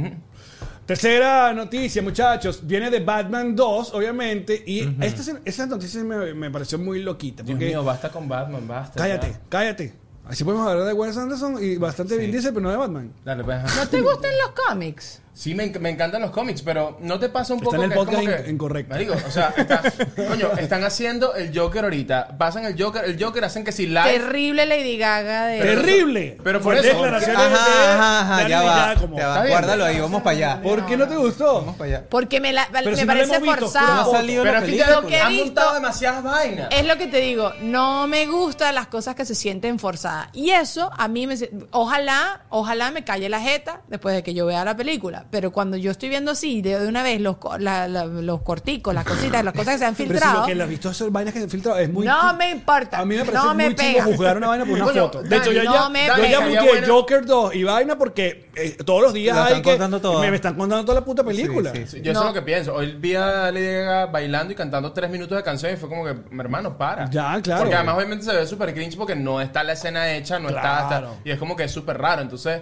D: Tercera noticia, muchachos. Viene de Batman 2, obviamente. Y esta, se- esa noticia me, me pareció muy loquita.
A: Dios
D: Porque,
A: mío, basta con Batman, basta.
D: cállate,
A: ya.
D: cállate. Así podemos hablar de Wes Anderson y bastante bien dice, pero no de Batman.
A: Dale, pues. ajá.
C: ¿No te gustan los cómics?
A: Sí, me, enc- me encantan los cómics, pero ¿no te pasa un
D: Está
A: poco
D: en el
A: que es
D: podcast
A: como
D: in-
A: que,
D: incorrecto.
A: Marico, o sea,
D: [LAUGHS]
A: estás- coño, están haciendo el Joker ahorita. Pasan el Joker, el Joker hacen que si live...
C: Terrible Lady Gaga de...
D: ¡Terrible!
A: pero por
D: Fuertes
A: eso-
D: declaraciones de-
B: Ajá, ajá, ajá,
D: de
B: ya
D: Lady Gaga
B: va.
D: eh, como,
B: ya va.
A: Está bien.
B: Guárdalo ahí, vamos para allá.
D: ¿Por qué no te gustó?
B: Vamos para allá.
C: Porque me, la,
D: Pero
C: me
D: si no la
C: parece
D: hemos visto,
B: No ha
D: pero
C: forzado.
B: salido
A: Pero
B: la
A: es que ya
C: Lo que he
B: película.
A: han
C: visto-
A: montado demasiadas vainas.
C: Es lo que te digo, no me gustan las cosas que se sienten forzadas. Y eso a mí me... se- Ojalá, ojalá me calle la jeta después de que yo vea la película. Pero cuando yo estoy viendo así, de de una vez los, co- la- la- los corticos, las cositas, las cosas que se
D: [LAUGHS]
C: han
D: Pero si lo
C: filtrado...
D: que la visto esas vainas que se han filtrado es muy.
C: No me importa.
D: A mí me parece
C: No me
D: muy chingo
C: pega.
D: juzgar una
C: [LAUGHS]
D: vaina por una
A: Coño,
D: foto. De hecho, yo
C: Dani, no
D: ya,
C: me
D: yo
A: pega.
D: ya
A: Sería
D: muteé
A: bueno-
D: Joker 2 y vaina porque eh, todos los días
B: La
D: hay
B: están
D: que.
B: contando toda.
D: Me, me están contando toda la puta película.
B: sí, sí.
A: Sí, Yo eso
C: No.
A: es lo que pienso. Hoy vi a Lady Gaga bailando y cantando tres minutos de canción y fue como que, hermano, para.
D: Ya, claro.
A: Porque además obviamente se ve súper cringe porque no está la escena hecha, no está...
D: Claro.
A: está- y es como que es súper raro. Entonces,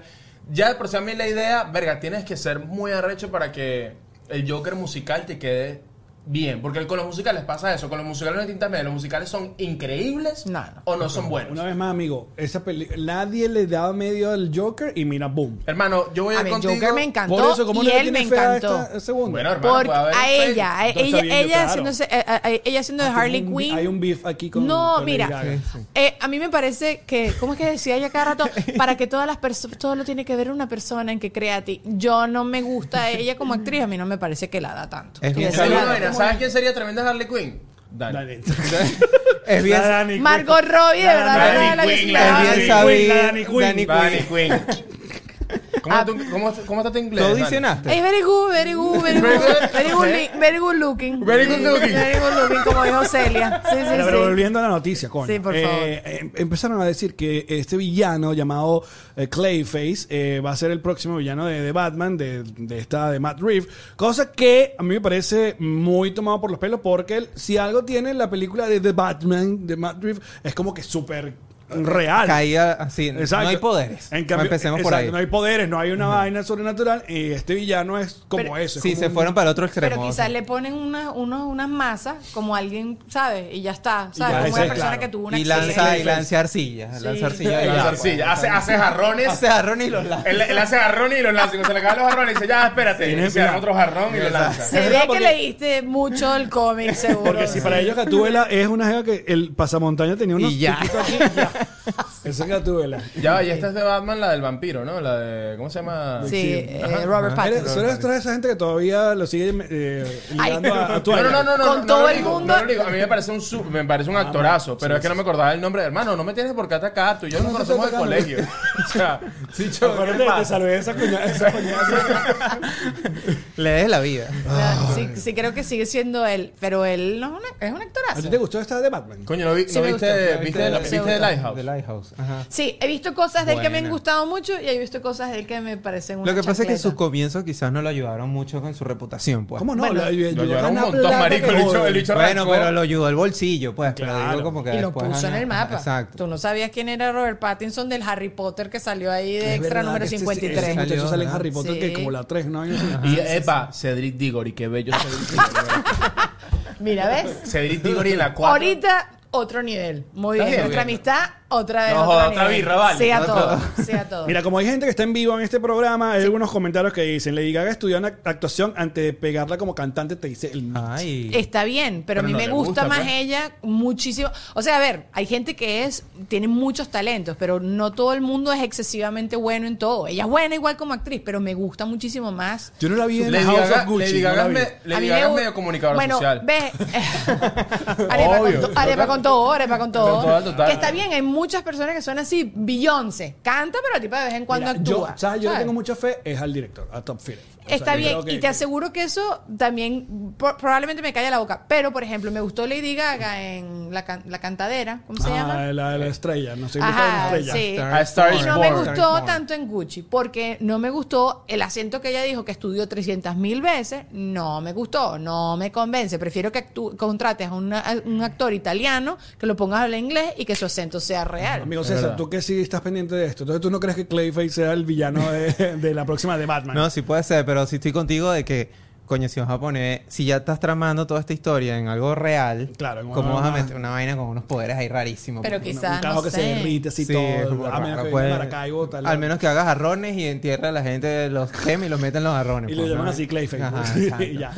A: ya de por sí a mí la idea, verga, tienes que ser muy arrecho para que el Joker musical te quede bien. Porque con los musicales pasa eso. Con los musicales no hay tinta media. Los musicales son increíbles
C: No, no.
A: o no son buenos.
D: Una vez más, amigo, esa peli nadie le daba medio al Joker y mira, boom.
A: Hermano, yo voy
C: A
A: a ir
C: mí el
A: contigo.
C: Joker me encantó
D: Por eso, como
C: y
D: no le
C: él me
D: tiene fe a
C: encantó.
D: esta- a segunda?
A: Bueno, hermano,
C: Porque
A: puede haber
C: a
A: fe.
C: ella, a
D: No está
C: ella,
D: bien,
C: ella
D: claro.
C: haciéndose, eh, eh, ella haciendo de
D: Ah,
C: Harley
D: hay un-
C: Quinn.
D: Hay un beef aquí con.
C: no,
D: con Lady
C: mira,
D: Gaga.
C: eh, a mí me parece que, ¿cómo es que decía ella cada rato? Para que todas las personas, todo lo tiene que ver una persona en que crea a ti. Yo no me gusta ella como actriz, a mí no me parece que la da tanto.
B: Es bien
C: Esa
A: Te digo
C: la-
A: una vaina, ¿Sabes quién sería tremenda Harley Quinn? Dani.
D: Dale.
B: Es bien,
D: La Dani Quinn.
C: Margot Robbie, de
D: La
C: verdad,
A: Dani
C: me da la
A: Quinn,
C: bici-
A: la
C: la-
B: es
A: Dani
B: bien
A: Quinn,
B: sabido.
D: la Dani Quinn.
B: Dani
A: Dani
B: Quinn.
A: Quinn. ¿Cómo, tú- cómo, cómo está tu inglés?
B: ¿Todo
A: Dani?
B: diccionaste?
C: Es very good, very good,
A: [LAUGHS]
C: very
A: Very
C: good,
A: good.
C: very good, li- very good looking.
A: Very good
C: Sí,
A: looking.
C: Very good looking, como dijo Celia. Sí, sí,
D: Pero, pero
C: sí.
D: volviendo a la noticia, coño.
C: Sí, por
D: Eh,
C: favor.
D: em- empezaron a decir que este villano llamado eh, Clayface eh, va a ser el próximo villano de, de Batman, de, de esta de Matt Reeves. Cosa que a mí me parece muy tomado por los pelos porque el- si algo tiene la película de The Batman, de Matt Reeves, es como que súper eh, real.
B: Caía así.
D: Exacto.
B: No hay poderes.
D: En cambio-
B: Empecemos por
D: exacto,
B: ahí.
D: No hay poderes, no hay una vaina sobrenatural. Y este villano es como
C: Pero-
D: eso. es
B: Sí,
D: como
B: se
D: un-
B: fueron para el otro extremo.
C: Pero quizás le ponen unas unos, unas masas como alguien, ¿sabes? Y ya está. ¿Sabes?
D: ya,
C: como
D: ese
C: una
D: es
C: persona
D: claro.
C: que tuvo un
B: y lanza, y
C: accidente.
B: lanza arcilla. Lanza arcilla.
A: Y
B: del
A: las
B: agua.
A: arcillas. Hace, hace jarrones.
B: Hace jarrón y los lanza.
A: Él, él hace jarrón y los lanza. Y cuando se le caen los jarrones, dice, ya, espérate.
D: Tiene
A: Y se arma
D: plan.
A: otro jarrón y lo lanza.
C: Se
D: Es
C: ve
D: verdad,
C: que
D: porque-
C: leíste mucho el cómic, seguro.
D: Porque si para ellos Gatúbela es una jeva que el pasamontaña tenía unos
B: Y ya.
D: piquitos aquí, y ya. Esa es Gatúbela.
A: Ya, va, y esta es de Batman, la del vampiro, ¿no? La de. ¿Cómo se llama?
C: Sí, eh,
A: Ajá.
C: Robert
D: Eres-
C: Pattinson.
D: Tú eres toda esa gente que todavía lo sigue eh,
C: Ay.
D: ligando a, a tu
A: No, no, no, no, no,
C: Con
A: no
C: todo
A: lo
C: el
A: digo,
C: mundo.
A: no lo digo. A mí me parece un, su- me parece un actorazo, pero es que no me acordaba el nombre. Hermano, no me tienes por qué atacar. Tú y yo nos
D: No te
A: conocemos de
D: estoy
A: colegio. o sea, sí, yo.
D: Acuérdate,
A: ¿qué
D: te,
A: pasa?
D: saludé esa coña- esa coñaza.
B: Le des la vida.
C: No, sí, sí creo que sigue siendo él, pero él no es, una- es un
D: ¿A ti
C: actorazo.
D: te gustó esta de Batman?
A: Coño, ¿no, vi-
C: Sí
A: no
C: me gustó,
A: viste,
C: me
A: viste, la-
C: gustó.
A: viste The Lighthouse?
B: The Lighthouse. Ajá.
C: Sí, he visto cosas de él que me han
B: Buena.
C: gustado mucho y he visto cosas de él que me parecen una
B: Lo que pasa es que sus
C: chancleta.
B: comienzos quizás no lo ayudaron mucho con su reputación, pues.
D: ¿Cómo no?
C: Bueno,
D: La- la-
A: Lo
D: la-
A: llevaron un
D: la-
A: montón,
D: la-
A: marico. El
D: la-
A: bicho, el bicho
B: Bueno,
A: arrancó.
B: pero lo ayudó el bolsillo, pues. Pero
D: Claro.
B: digo como que
C: Y lo
B: después,
C: puso en
B: ajá,
C: el mapa. Tú
B: Exacto.
C: no sabías quién era Robert Pattinson del Harry Potter que salió ahí de
D: Es
C: extra
D: verdad
C: número
D: que este-
C: 53.
D: Este, muchacho
B: Salió,
D: sale en
B: ¿verdad?
D: Harry Potter
C: Sí.
D: que como la 3, ¿no?
A: Y epa, Cedric Diggory, qué bello Cedric Diggory.
C: Mira, ¿ves?
A: [LAUGHS] Cedric Diggory en la 4.
C: Ahorita otro nivel. Muy
A: Está
C: bien.
A: bien,
C: Nuestra
A: bien.
C: amistad, otra vez.
A: No
C: otro
A: joda, otra
C: nivel.
A: birra, vale.
C: Sea
A: Otra-
C: todo. Sea todo.
D: Mira, como hay gente que está en vivo en este programa, hay algunos comentarios que dicen, Lady Gaga estudió una actuación antes de pegarla como cantante, te dice el...
B: Ay.
C: Está bien,
A: Pero
C: pero, a mí
A: no
C: me
A: le
C: gusta,
A: gusta,
C: más
A: pues.
C: ella muchísimo. O sea, a ver, hay gente que es tiene muchos talentos, pero no todo el mundo es excesivamente bueno en todo. Ella es buena igual como actriz, pero me gusta muchísimo más.
D: Yo no la vi en
A: Lady
D: House
A: Gaga,
D: of Gucci.
A: Lady
D: no la
A: Gaga,
D: vi.
A: es me- Lady Gaga es
C: gu-
A: medio comunicadora
C: bueno,
A: social. [LAUGHS]
C: Ve, [LAUGHS] arepa,
A: Obvio.
C: con to- arepa con todo, arepa con todo.
A: Con todo, total.
C: Que está bien, hay muchas personas que son así, Beyoncé. Canta, pero la tipa de vez en cuando
D: Mira,
C: actúa.
D: Yo, ¿sabes? Yo le
C: ¿sabes?
D: tengo mucha fe es al director, a Top Phillips. O sea,
C: Está
D: yo
C: bien,
D: creo que-
C: y te aseguro que eso también por- probablemente me calla la boca. Pero, por ejemplo, me gustó Lady Gaga en La, Can- La Cantadera, ¿cómo se
D: Ah,
C: llama?
D: La, la estrella, no sé qué
C: Ajá,
D: estrella.
C: sí.
A: A Star
C: Y
A: is
C: no me
A: Born.
C: gustó tanto en Gucci, porque no me gustó el acento que ella dijo que estudió 300 mil veces, no me gustó, no me convence. Prefiero que actú- contrates a, una- a un actor italiano, que lo pongas a hablar inglés y que su acento sea real.
D: Amigo César,
A: verdad.
D: tú que sí estás pendiente de esto, entonces tú no crees que Clayface sea el villano de, de la próxima de Batman.
B: No, sí puede ser, pero sí estoy contigo de que, coño, si vas a poner, si ya estás tramando toda esta historia en algo real,
D: Claro, en una-
B: ¿cómo vas a
D: una-
B: meter una vaina con unos poderes ahí rarísimos?
C: Pero
D: Un-
C: quizás,
D: un carajo
C: no
D: que
C: sé.
D: se derrite así
B: Sí, es
D: todo.
B: como
D: A menos
B: raro,
D: que
B: pues.
D: venga Maracaibo, tal.
B: Al menos que hagas arrones y entierra a la gente de los gemes y los meten en los arrones.
D: Y lo
B: pues,
D: llaman
B: ¿no?
D: así Clayface. [LAUGHS]
B: Ajá,
D: pues.
B: exacto.
D: Y ya.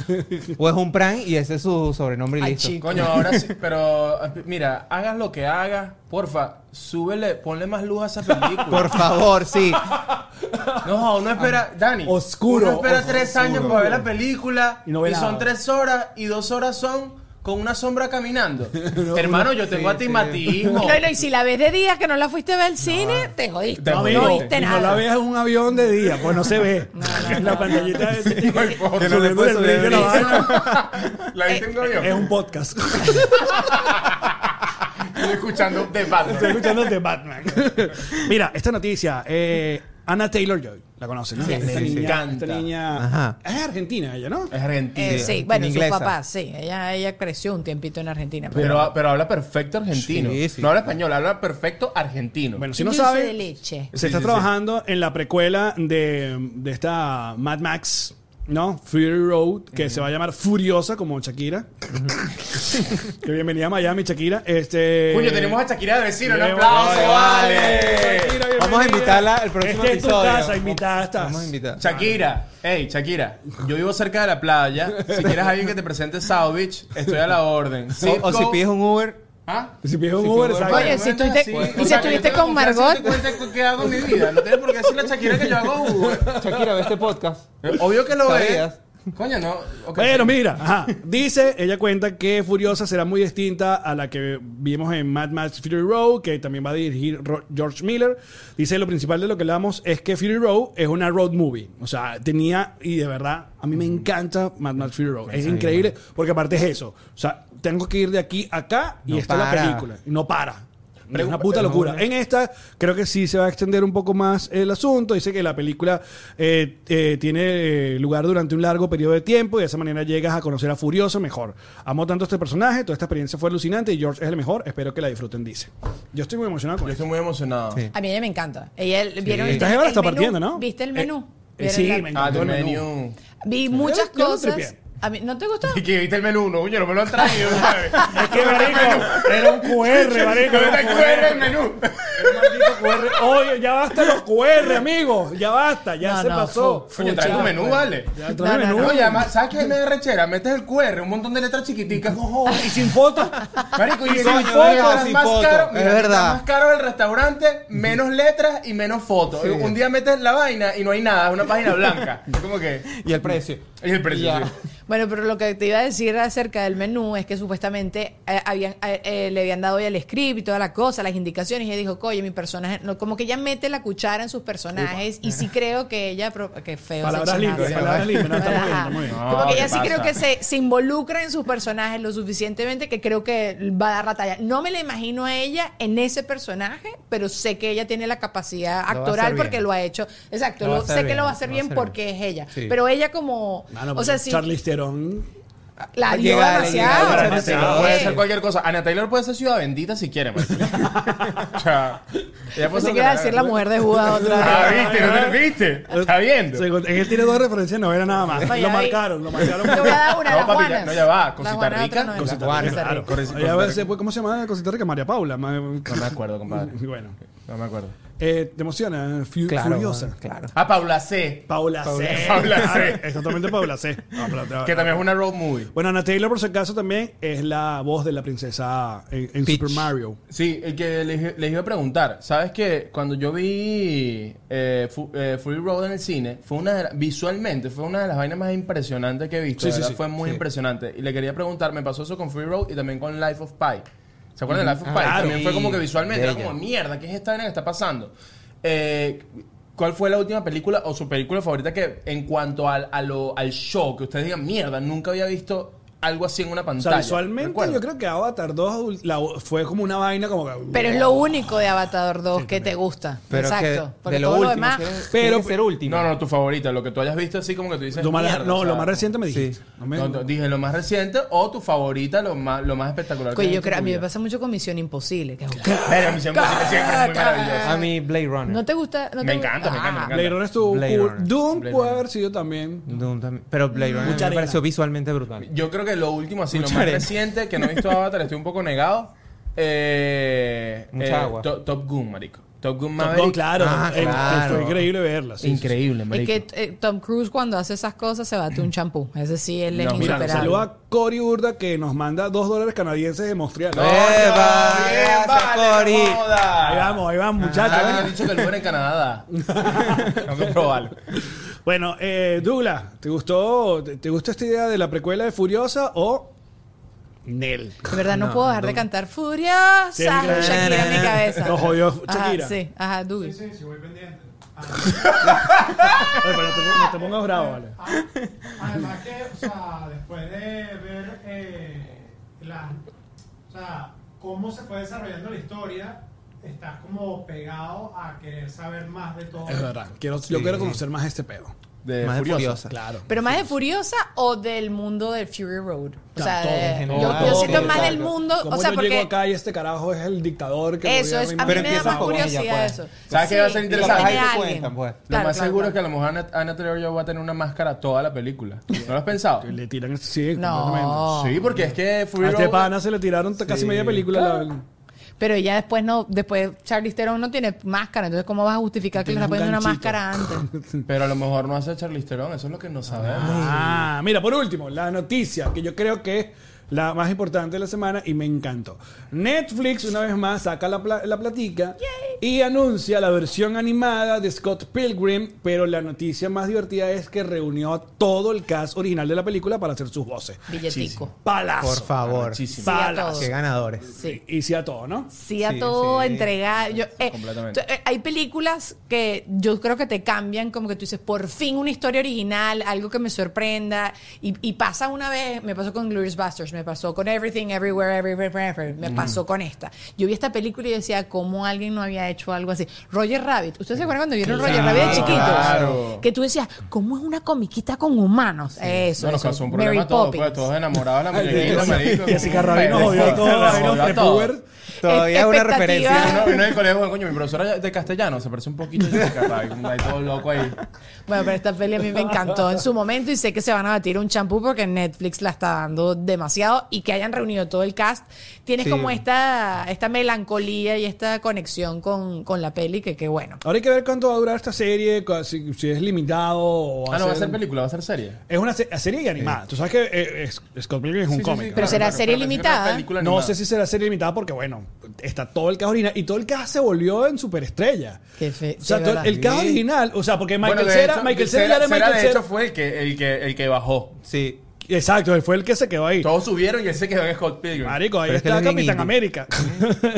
B: O es un prank y ese es su sobrenombre y
C: Ay,
B: listo.
C: chico.
A: Coño, ahora sí, pero mira, hagas lo que hagas, porfa, súbele, ponle más luz a esa
D: [LAUGHS]
A: película.
B: Por favor, sí.
A: No, uno espera, Dani.
D: Ah, Oscuro,
A: Uno espera
D: oscuro.
A: tres años para ver la película
D: Y
A: y,
D: no ve
A: son
D: nada.
A: tres horas y dos horas son con una sombra
D: [LAUGHS]
A: caminando. Hermano, yo tengo atimatismo.
C: No, no, y si la ves de día que no la fuiste a ver al cine, te jodiste.
A: Te
C: No,
A: jodiste.
C: viste
D: y
C: nada.
D: no la veas en un avión de día, pues no se ve.
C: no,
D: la
C: no.
D: pantallita de ese tipo
A: Que
B: no le
D: subiendo
B: puede
D: el brillo a la
B: sobrevivir.
D: vaina.
A: La
C: Eh,
A: vi tengo yo.
D: Es un podcast. [LAUGHS]
A: Estoy escuchando The Batman.
D: [LAUGHS] Estoy escuchando de Batman. Mira, esta noticia. Eh, Anna Taylor Joy, la conocen, ¿no?
A: Sí,
D: esta,
A: sí,
D: niña,
A: sí.
D: esta
A: Canta.
D: niña-
B: Ajá.
D: Es argentina ella, ¿no?
A: Es argentino.
C: Eh,
B: Sí,
C: sí, bueno, sus
B: inglesa.
C: papás, sí. Ella, ella creció un tiempito en Argentina. Pero,
A: Pero, pero habla perfecto argentino.
B: Sí, sí.
A: No habla español, habla perfecto argentino.
D: Bueno, si no
C: Dulce
D: saben.
C: de leche.
D: Se
A: Sí,
D: está
A: sí,
D: trabajando en la precuela de, de esta Mad Max, ¿no? Fury Road, que se va a llamar Furiosa como Shakira. [LAUGHS] que bienvenida a Miami, Shakira. Este,
A: Coño, tenemos a Shakira de vecino. Un
D: Bien,
A: aplauso,
D: vale,
A: vale.
D: Shakira,
B: Vamos a
D: bienvenida.
B: invitarla al próximo
D: Este es tu
B: episodio.
D: casa, invitada estás.
B: Vamos a invitar.
A: Shakira, hey Shakira, yo vivo cerca de la playa. Si quieres a alguien que te presente South Beach, estoy a la orden.
B: O, o si
A: Zip
B: pides
D: [LAUGHS]
B: un Uber,
A: ¿Ah?
D: Si pides un
B: Si
D: Uber,
B: pides un
D: ¿sabes?
C: Oye, si tú te- y si estuviste con Margot.
A: ¿Qué hago en mi vida? No tienes por qué decirle a Shakira que yo hago Uber.
B: Shakira, ve
D: [LAUGHS]
B: este podcast.
A: Obvio que lo
B: ¿Sabías?
A: ves. Coño, no. ok.
D: Pero mira, ajá, dice, ella cuenta que Furiosa será muy distinta a la que vimos en Mad Max Fury Road, que también va a dirigir Ro- George Miller. Dice, lo principal de lo que hablamos es que Fury Road es una road movie. O sea, tenía, y de verdad, a mí me encanta Mad Max Fury Road. Es increíble, porque aparte es eso. O sea, tengo que ir de aquí a acá y
B: No
D: está la
B: para.
D: película. Y No para. Es una puta locura. En esta creo que sí se va a extender un poco más el asunto. Dice que la película eh, eh, tiene eh, lugar durante un largo periodo de tiempo y de esa manera llegas a conocer a Furioso mejor. Amo tanto a este personaje, toda esta experiencia fue alucinante y George es el mejor. Espero que la disfruten, dice. Yo estoy muy emocionado con
A: Yo
D: esto.
A: estoy muy emocionado.
B: Sí.
C: A mí ella me encanta. Ella, ¿vieron
D: Esta jeva la está
C: menú?
D: partiendo, ¿no?
C: ¿Viste el menú?
D: Eh,
C: ¿Vieron
D: sí,
C: la-
D: me
A: Ah, tu
D: encantó el menú.
A: menú. [LAUGHS]
C: Vi muchas
D: yo lo
C: cosas.
D: tripié.
C: A mí, ¿No te
D: [LAUGHS]
C: gustó?
A: Y que viste el menú uno, coño, no me lo han traído. es
D: ¡Qué marico! Era un [LAUGHS] QR, marico.
A: No me
D: Ah, era
A: traen
D: un
A: QR el menú.
D: Un maldito QR. Oye, [LAUGHS] ya basta los QR, amigos. Ya basta, ya
C: No,
D: se
C: no,
D: pasó.
A: Coño, trae tu menú, vale.
D: Ya
C: No,
D: trae
C: no,
D: menú.
A: Oye, además, ¿sabes qué me da rechera? Metes el QR, un montón de letras chiquiticas. Ojo.
D: Y sin foto.
A: Marico, y
D: Y
A: digo,
D: sin
A: coño,
D: foto,
A: mira,
B: sin
A: más
B: foto.
A: caro,
B: Es
A: mira, está
B: verdad.
A: más caro el restaurante, menos letras y menos fotos.
B: Sí.
A: Un día metes la vaina y no hay nada, es una página blanca. Es como que
B: Y el precio.
A: es el precio.
B: Ya.
A: sí.
C: [LAUGHS] Bueno, pero lo que te iba a decir acerca del menú es que supuestamente eh, habían, eh, eh, le habían dado ya el script y toda la cosa, las indicaciones, y ella dijo, oye, mi personaje, no, como que ella mete la cuchara en sus personajes, y sí creo que ella, pro- que feo.
D: Palabras
C: seccionario.
D: limpias, palabras limpias, no, está muy bien,
C: Ajá.
D: está muy bien.
A: No,
C: Como que
A: ¿qué
C: ella sí
A: pasa?
C: creo que se, se involucra en sus personajes lo suficientemente que creo que va a dar la talla. No me la imagino a ella en ese personaje, pero sé que ella tiene la capacidad
B: Lo va a
C: actoral
B: hacer bien.
C: porque lo ha hecho. Exacto,
B: Lo va
C: lo-
B: a hacer
C: sé que
B: bien,
C: lo va a hacer
B: lo va a
C: bien
B: hacer
C: porque
B: bien.
C: es ella.
B: Sí.
C: Pero ella como...
D: Mano,
C: o sea, sí,
D: Charlize Theron.
C: la dio
B: Llega,
C: demasiado.
B: llega,
A: Para
B: demasiado.
A: nada,
C: Sí.
A: Puede ser cualquier cosa. Ana Taylor puede ser ciudad bendita si quiere, marico. o sea, ella puede
C: Pensé
A: ser
C: que iba a decir la mujer de Judas
A: pues,
C: otra
A: Ah,
C: vez.
A: viste, ¿no te- viste? Está viendo.
D: Se- En él tiene dos referencias de novela nada más.
C: Oye,
D: lo
C: ahí-
D: marcaron, lo marcaron.
C: Te voy a dar una de
A: No, papi,
C: las
A: ya-
C: Juanas.
A: no, ya va.
C: Las
A: Cosita
C: Juanas,
A: Rica,
C: otra novela.
A: Cosita
C: Juana,
A: Rica,
C: Cosita
A: claro.
D: Oye, a ver, ¿se puede- ¿Cómo se llama Cosita Rica? María Paula. Ma-
A: No me acuerdo, compadre.
D: Bueno,
A: No me acuerdo.
D: Eh, ¿te emociona? Fu-
B: Claro.
D: Furiosa.
B: Claro.
A: Ah, Paula C.
D: Paula C.
A: Paula C.
D: Claro, Exactamente, Paula
A: [LAUGHS]
D: C. No, pero te-
A: Que también es una road movie.
D: Bueno, Ana Taylor, por si acaso, también es la voz de la princesa en, en
B: Peach.
D: Super Mario.
A: Sí, el que les, les iba a preguntar, ¿sabes que Cuando yo vi eh, Fu- eh, Fury Road en el cine, fue una de la- visualmente fue una de las vainas más impresionantes que he visto.
D: Sí,
A: Sí,
D: sí, sí.
A: Fue muy
B: Sí.
A: impresionante. Y le quería preguntar, me pasó eso con Fury Road y también con Life of Pi. ¿Se acuerdan de Life of
B: Ah,
A: Pi?
B: claro.
A: También fue como que visualmente era
B: Bella.
A: como mierda, ¿qué es esta vaina que está pasando? Eh, ¿Cuál fue la última película o su película favorita que en cuanto al, a lo- al show, que ustedes digan, mierda, nunca había visto algo así en una
D: O
A: pantalla?
D: sea, visualmente
A: ¿Recuerdan?
D: yo creo que Avatar 2 la- fue como una vaina como que...
C: Pero es lo único de Avatar 2 que te gusta.
B: Pero
C: Exacto.
B: que
C: Porque
B: de lo
C: todo lo
B: último.
C: demás. pues,
B: tiene-
D: Pero-
B: tiene que ser último.
A: No, no, tu favorita, lo que tú hayas visto así como que tú dices.
D: ah, Lo más-
A: "Mierda",
D: no,
A: o sea,
D: lo más reciente me
B: sí.
D: dijiste. No me-
A: no, no, dije lo más reciente o tu favorita, lo más, lo más espectacular.
C: Oye,
A: que
C: yo
A: has visto
C: creo, a
A: en
C: mí
A: tu
C: me
A: vida.
C: pasa mucho con Misión Imposible. que es un-
A: Pero mi siempre
C: [LAUGHS]
A: siempre siempre es muy maravillosa.
B: A mí Blade Runner.
C: ¿No te gusta? No te
A: Me
C: gu- Ah,
A: encanta, me encanta, me encanta.
D: Blade Runner estuvo
B: Blade
D: cool.
B: Runner.
D: Doom
A: Blade
D: puede
A: Runner.
D: haber sido también.
B: Doom también. Pero Blade Runner
D: Mm. Mucha
B: me
D: arena.
B: pareció visualmente brutal.
A: Yo creo que lo último, así, lo
B: Mucha
A: más
B: arena.
A: reciente que no he visto Avatar, estoy un poco negado. Eh,
B: Mucha
A: eh,
B: agua.
A: To- Top Gun, marico. Top Gun
D: Top Gun,
A: Maverick.
D: claro.
B: Ah,
D: eh,
B: claro.
D: Fue increíble verla. sí, sí, sí.
A: Increíble,
C: Es
A: marico.
C: que eh, Tom Cruise cuando hace esas cosas se bate un champú. Ese sí él es
A: No, mira,
C: insuperable.
D: Saluda a Cory Urda que nos manda dos dólares canadienses de Montreal.
B: No. ¡Eva! Gracias, Cori.
D: Ahí vamos, ahí vamos, muchachos.
A: Ah, me
D: ¿eh?
A: han dicho que el bueno en Canadá. Tengo que probarlo.
D: Bueno, eh, Douglas, ¿te gustó, te, te gustó esta idea de la precuela de Furiosa o Nel?
C: De verdad, no, puedo dejar de cantar Furiosa.
D: Sí, claro.
C: Shakira en mi cabeza.
D: Lo jodió
C: Ajá,
D: Shakira.
C: sí, ajá,
E: Sí,
C: Douglas.
E: sí, sí, voy pendiente. Ah,
D: Oye, pero no te, no te pongas bravo, vale.
E: ah, Además que, o sea, después de ver eh, la, o sea, cómo se fue desarrollando la historia, estás como pegado a querer saber más de todo.
D: Es verdad, quiero, yo quiero conocer más este pedo.
A: De
B: Más de
A: Furiosa.
B: Furiosa.
D: Claro.
C: Pero más de Furiosa o del mundo del Fury Road. O
D: Ya,
C: sea,
D: todo,
C: de-
D: en
C: yo-
B: general,
C: yo,
B: todo,
C: siento
B: todo,
C: más
B: todo.
C: del mundo.
D: Como
C: O sea,
D: yo
C: porque.
D: llego acá y este carajo es el dictador que
C: Eso es,
D: gobierna
C: a mí
D: y
B: Pero
C: me da
B: empiezas
C: más
B: con ella,
C: curiosidad
B: pues.
C: eso.
A: ¿Sabes qué va a ser
C: Sí,
A: interesante?
C: tiene
A: Y
B: la paja
C: alguien.
B: cuentan, pues.
A: Lo
C: Claro,
A: más
C: claro,
A: seguro es que a
C: claro.
A: lo mejor Ana, Ana Taylor yo va a tener una máscara toda la película. ¿No lo has pensado?
D: ma- Le tiran sí,
C: No.
A: Sí, porque es que
D: completamente. A
A: Fury
D: este
A: Road...
D: pana se le tiraron t- casi media película. la-
C: Pero ya después no, después Charlize Theron no tiene máscara, entonces ¿cómo vas a justificar que le
D: Tienes
C: está
D: un
C: poniendo una
D: ganchito.
C: máscara antes?
A: Pero a lo mejor no hace Charlize Theron, eso es lo que no sabemos.
D: Ah, mira, por último, la noticia que yo creo que es la más importante de la semana y me encantó. Netflix una vez más saca la, pla- la platica Y anuncia la versión animada de Scott Pilgrim, pero la noticia más divertida es que reunió a todo el cast original de la película para hacer sus voces.
C: Billetico.
D: Palazo.
B: Por favor.
A: Muchísimo. Sí,
C: a
D: Palazo.
C: todos.
B: Qué ganadores.
C: Sí.
D: Y sí a todo, ¿no?
C: Sí, a
B: Sí,
C: todo
B: sí.
C: entregar. Yo, eh,
A: Completamente.
C: tú- eh, hay películas que yo creo que te cambian, como que tú dices, por fin una historia original, algo que me sorprenda. Y, y pasa una vez, me pasó con Glorious Busters, me pasó con Everything, Everywhere, Everywhere, Everywhere, me pasó con esta. Yo vi esta película y decía, ¿cómo alguien no había hecho algo así? Roger Rabbit. ¿Ustedes se acuerdan cuando vieron Roger Rabbit de chiquitos?
A: claro.
C: Que tú decías, ¿cómo es una comiquita con humanos? Eso,
A: No, nos
C: eso.
A: causó un
C: Mary
A: problema a todos,
C: Poppins.
A: pues, todos enamorados de la
D: [LAUGHS] Ay,
A: muñequita,
D: Jessica-
A: marico.
D: Jessica
A: como-
D: Rabbit nos jodió a todos,
A: Nos
D: ahí nos
A: jodió a
D: prepuber.
A: todos.
B: Todavía es una
C: Expectativa.
B: referencia.
A: No, vino del colegio, coño, mi profesora de castellano se parece un poquito a Jessica Rabbit, como ahí todo loco
D: [LAUGHS]
A: ahí.
C: Bueno, pero esta peli a mí me encantó en su momento y sé que se van a batir un champú porque Netflix la está dando demasiado y que hayan reunido todo el cast. Tienes
B: Sí.
C: como esta, esta melancolía y esta conexión con, con la peli que qué bueno.
D: Ahora hay que ver cuánto va a durar esta serie, cu- si, si es limitado o
A: Ah, no, va a ser película, va a ser serie.
D: Es una se- serie y animada. Tú sabes que eh, es- Scott Pilgrim es un
A: Sí, sí,
D: cómic.
A: sí,
D: ¿no?
C: Pero será
A: pensé
C: serie
A: que era
C: limitada.
A: película
D: No
A: animada.
D: sé si será serie limitada porque, bueno, está todo el caso original. Y todo el caso se volvió en superestrella.
C: Qué fe-
D: O sea,
C: sí,
D: todo-
C: verdad.
D: el caso
B: Sí.
D: original. O sea, porque Michael
A: Bueno, de
D: Cera,
A: hecho,
D: Michael Cera, ya era
A: Cera,
D: Michael
A: de
D: Cera.
A: hecho, fue el que, el, que, el que bajó.
B: Sí.
D: Exacto, él fue el que se quedó ahí.
A: Todos subieron y él se quedó en Scott Pilgrim.
D: Marico, ahí
B: Pero es que
D: está
B: él es bien
D: Capitán
B: indie.
D: América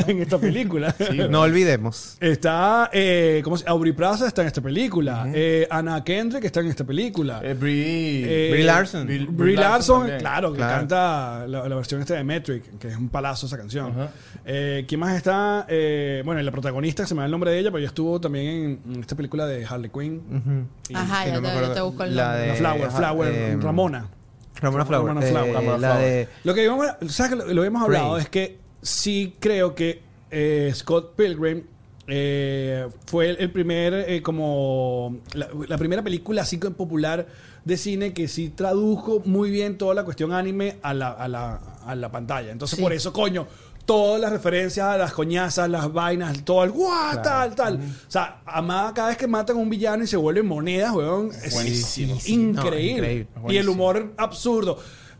D: [LAUGHS] en esta película.
B: No olvidemos.
D: Está, eh, ¿cómo se Aubrey Plaza está en esta película. Eh, Anna Kendrick está en esta película.
A: Eh, Brie...
D: Eh,
B: Brie Larson.
A: Bill-
D: Brie Larson,
A: también.
D: claro, que
B: Claro.
D: canta la, la versión esta de Metric, que es un palazo esa canción.
A: Ajá.
D: Eh, ¿Quién más está? Eh, bueno, la protagonista, se me da el nombre de ella, pero ella estuvo también en esta película de Harley Quinn.
B: Ujú.
C: Ajá,
B: Sí,
C: ya
B: Ah, no me
C: te-
B: acuerdo.
C: yo te busco el
B: La
C: nombre.
B: de-
D: La Flower,
B: Eh, ajá,
D: Flower,
B: em,
D: Ramona.
B: Ramona Flower.
D: Ramona Flower,
B: eh,
A: Ramona
B: la
A: Flower.
B: de
D: Lo que, íbamos a- ¿sabes que lo, lo habíamos hablado
B: Ray.
D: es que sí creo que eh, Scott Pilgrim eh, fue el, el primer eh, como la, la primera película así como popular de cine que sí tradujo muy bien toda la cuestión anime a la, a la, a la pantalla. Entonces
C: Sí.
D: por eso, coño, todas las referencias, las coñazas, las vainas, todo el guau, tal, tal. O sea, amada cada vez que matan a un villano y se vuelven monedas, weón. es
A: Buenísimo.
D: Increíble.
B: No, increíble.
D: Y el humor absurdo.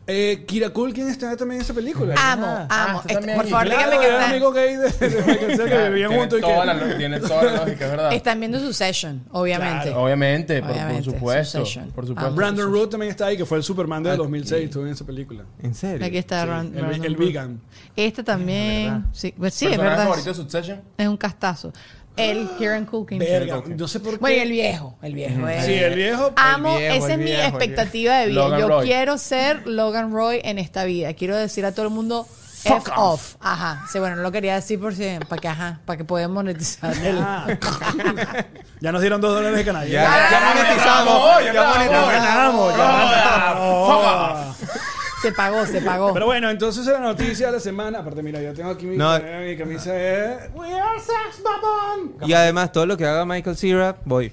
D: Eh, Kira Culkin está también en esa película.
C: Amo,
A: Ah,
C: amo.
A: tú
C: Este-
A: también.
C: por favor,
A: Claro,
C: díganme que
D: era
C: están,
D: amigo gay de,
B: [LAUGHS]
D: de Michael Cera que vivían
A: Tiene
D: juntos y
A: toda
D: que...
A: la lo- Tiene toda la lógica, es verdad.
C: están viendo su session, obviamente.
A: Obviamente, por- por,
C: Obviamente,
A: supuesto.
C: Succession.
A: Por
C: Ah,
A: supuesto.
D: Brandon Root también está ahí, que fue el Superman de
B: Ah,
D: 2006, estuvo en esa película.
B: ¿En serio?
C: Aquí está
D: Sí,
C: Ron-
D: el-
C: Ron-
D: el vegan.
C: Este también. Sí, pues sí es
A: ¿Personaje
C: verdad.
A: favorito de Succession?
C: Es un castazo. El Kieran Cooking.
D: Verga, no sé por
C: Bueno, y el
D: qué.
C: viejo, el viejo. eh.
D: Sí, el viejo.
C: Amo,
B: El viejo,
C: esa es
B: el
C: mi
B: viejo, el
C: expectativa de vida.
A: Logan
C: Yo
A: Roy.
C: quiero ser Logan Roy en esta vida. Quiero decir a todo el mundo F off. Ajá. Sí, bueno, no lo quería decir por si, para que ajá, para que podamos monetizar.
A: [LAUGHS]
D: Ah. [LAUGHS] ya nos dieron dos dólares de canal.
B: Ya, ya monetizamos.
A: bravo,
B: Ya,
A: ya bravo.
D: Oh.
B: monetizamos. ya
C: Se pagó, se pagó.
D: Pero bueno, entonces la noticia de la semana. Aparte, mira, yo tengo aquí mi,
B: No.
D: mi camisa de... We are sex bomb.
B: Y además, todo lo que haga Michael Cera, voy.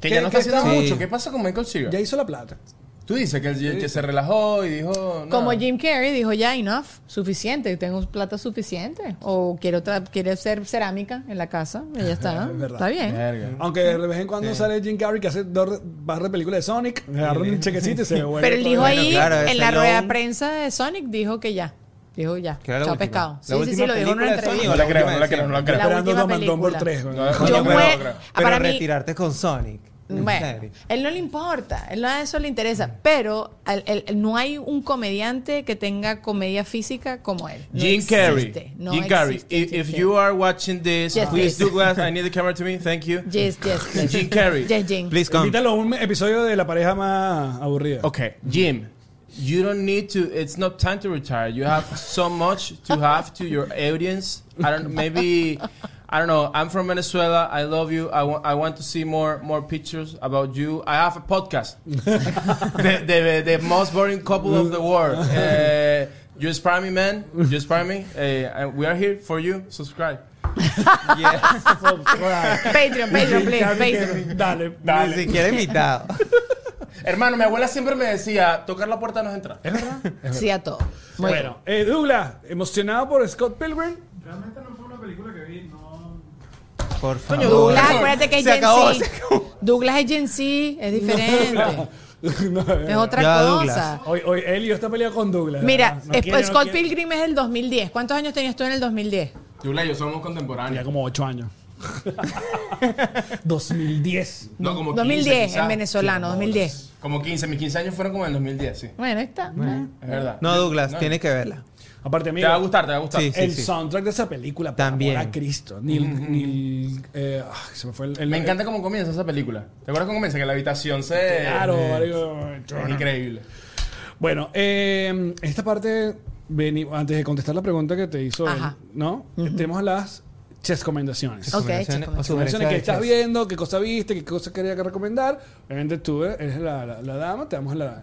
A: Que
D: ¿Qué-
A: ya no
D: qué
A: está haciendo
B: está?
A: mucho.
B: Sí.
A: ¿Qué pasa con Michael
D: Ya
A: Cera?
D: hizo la plata.
A: Tú dices que, el- que se relajó y dijo...
C: Como
A: nada.
C: Jim Carrey dijo ya enough, suficiente, tengo plata suficiente o quiero tra- quiere hacer cerámica en la casa, y ya está.
D: Es verdad.
C: está bien.
A: Verga.
D: Aunque de vez en cuando sale Jim Carrey que hace dos barras de películas de Sonic, agarra un chequecito y
B: [LAUGHS]
D: se devuelve.
C: Pero él dijo
B: Bueno,
C: ahí,
B: claro, ese
C: en la rueda de
B: long-
C: prensa de Sonic, dijo que ya. Dijo ya.
B: Que era la
C: Chao
B: última.
C: pescado.
B: La
C: Sí, sí, sí,
B: última
C: lo dijo en una
B: película de
C: entrevista.
A: No la creo, no la creo, no la creo.
C: La
D: esperando
C: última
D: Don Mandón por
C: película.
D: tres. güey.
A: No,
C: Yo
A: Coño, pero-
C: mue-
A: pero
B: Pero
C: para mí,
B: retirarte con Sonic. ¿En
C: bueno,
B: serio?
C: él no le importa, él nada de eso le interesa, pero al- el- el- no hay un comediante que tenga comedia física como él. No
A: Jim
C: existe,
A: Carrey.
C: no
A: Jim Carrey.
C: existe
A: If,
C: Jim
A: if
C: Carrey.
A: you are watching this,
C: Yes,
A: please
C: please.
A: do glass. I need the camera to me. Thank you.
C: Yes, yes, yes.
A: Jim Carrey.
C: Yes, Jim.
B: Please come.
D: Invítalo a un episodio de la pareja más aburrida.
A: Okay, Jim. You don't need to. It's not time to retire. You have so much to have to your audience. I don't. Maybe. I don't know. I'm from Venezuela. I love you. I want. I want to see more more pictures about you. I have a podcast. the, the, the most boring couple of the world. Uh, you inspire me, man. You inspire me. Uh, and we are here for you. Subscribe.
B: Yeah.
C: Patreon, Patreon, please, Patreon.
D: Dale,
B: Ni
D: dale.
B: siquiera invitado.
A: Hermano, mi abuela siempre me decía tocar la puerta no es entrar.
C: Sí a todo. Muy
D: Bueno, eh, Douglas, emocionado por Scott Pilgrim.
E: Realmente no fue una película que vi, no.
B: Por
A: Coño,
B: favor.
C: Douglas, acuérdate que es
B: Se
C: Gen
B: acabó,
C: Z.
B: se acabó.
C: Douglas es Gen Z, es diferente. es otra
B: Ya, Douglas.
C: cosa.
D: Hoy, hoy Elio está peleado con Douglas.
C: Mira,
D: ¿verdad? No
C: es-
D: quiere, no
C: Scott
D: quiere.
C: Pilgrim es del 2010. ¿Cuántos años tenías tú en el 2010?
A: Yo y yo somos contemporáneos.
D: Tenía como ocho años. [LAUGHS] 2010.
A: No, como
C: 2010,
A: 15 quizás.
C: en venezolano, 2010.
A: Como 15, mis 15 años fueron como en 2010, sí.
C: Bueno, ahí está.
A: Es verdad.
B: No, Douglas,
A: No.
B: tienes que verla.
D: Aparte,
A: Te
D: amigo.
A: va a gustar, te va a gustar. Eh,
B: Sí.
D: El soundtrack de esa película, por
B: También.
D: amor a Cristo. Ni el. ni el, eh, ah, se me fue el. el-
A: Me encanta cómo comienza esa película. ¿Te acuerdas cómo comienza? Que la habitación se...
D: Claro,
A: es
D: marico.
A: increíble.
D: Bueno, eh, esta parte, veni- antes de contestar la pregunta que te hizo, él,
C: Ajá.
D: ¿no? Tenemos las chescomendaciones.
C: Ok,
B: Recomendaciones-
C: chicos.
B: o
D: Recomendaciones
B: sugerencias
D: que
B: de
D: estás
B: chess.
D: viendo, qué cosa viste, qué cosa quería que recomendar. Obviamente tú eres la, la- la dama, te damos la...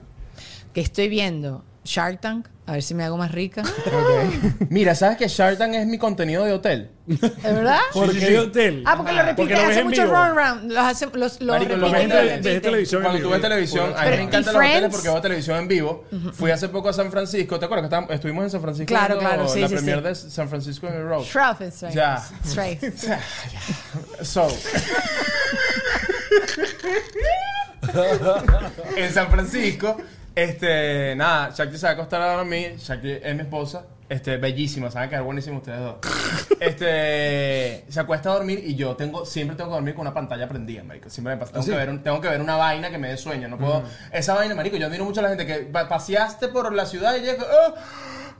C: Que estoy viendo Shark Tank, a ver si me hago
D: [LAUGHS]
C: más rica.
A: Mira, ¿sabes que Shark Tank es mi contenido de hotel?
C: ¿Es verdad?
D: ¿Por
A: sí,
D: qué
A: sí.
D: hotel?
C: Ah, porque lo repite,
D: lo ves
C: hace
D: en
C: mucho
D: vivo.
C: run round. Los hace, los, los
A: Marico, lo
C: repite,
A: ves
C: y
A: en
C: lo
A: tele-
C: repite.
D: ves televisión en
A: Cuando tú
D: vivo.
A: ves televisión, a mí
C: Pero,
A: me
C: ¿y
A: encantan los hoteles
C: Friends?
A: porque veo televisión en vivo. Fui hace poco a San Francisco. ¿Te acuerdas que estábamos- estuvimos en San Francisco?
C: Claro,
A: viendo
C: claro, sí,
A: La
C: sí,
A: premier
C: sí.
A: de San Francisco en el Road.
C: Shroff is right.
A: Ya.
D: [LAUGHS]
C: It's right.
A: So. en San Francisco, este, nada, Shakti se va a acostar a dormir. Shakti es mi esposa. Este, bellísima, saben que es buenísimo ustedes dos. Este, se acuesta a dormir y yo tengo, siempre tengo que dormir con una pantalla prendida, marico. Siempre me pasa. Tengo,
D: ¿Ah, sí? Mm.
A: que, ver un- tengo que ver una vaina que me dé sueño. No puedo. Esa vaina, marico, yo admiro mucho a la gente que va- paseaste por la ciudad y llega, "Ah,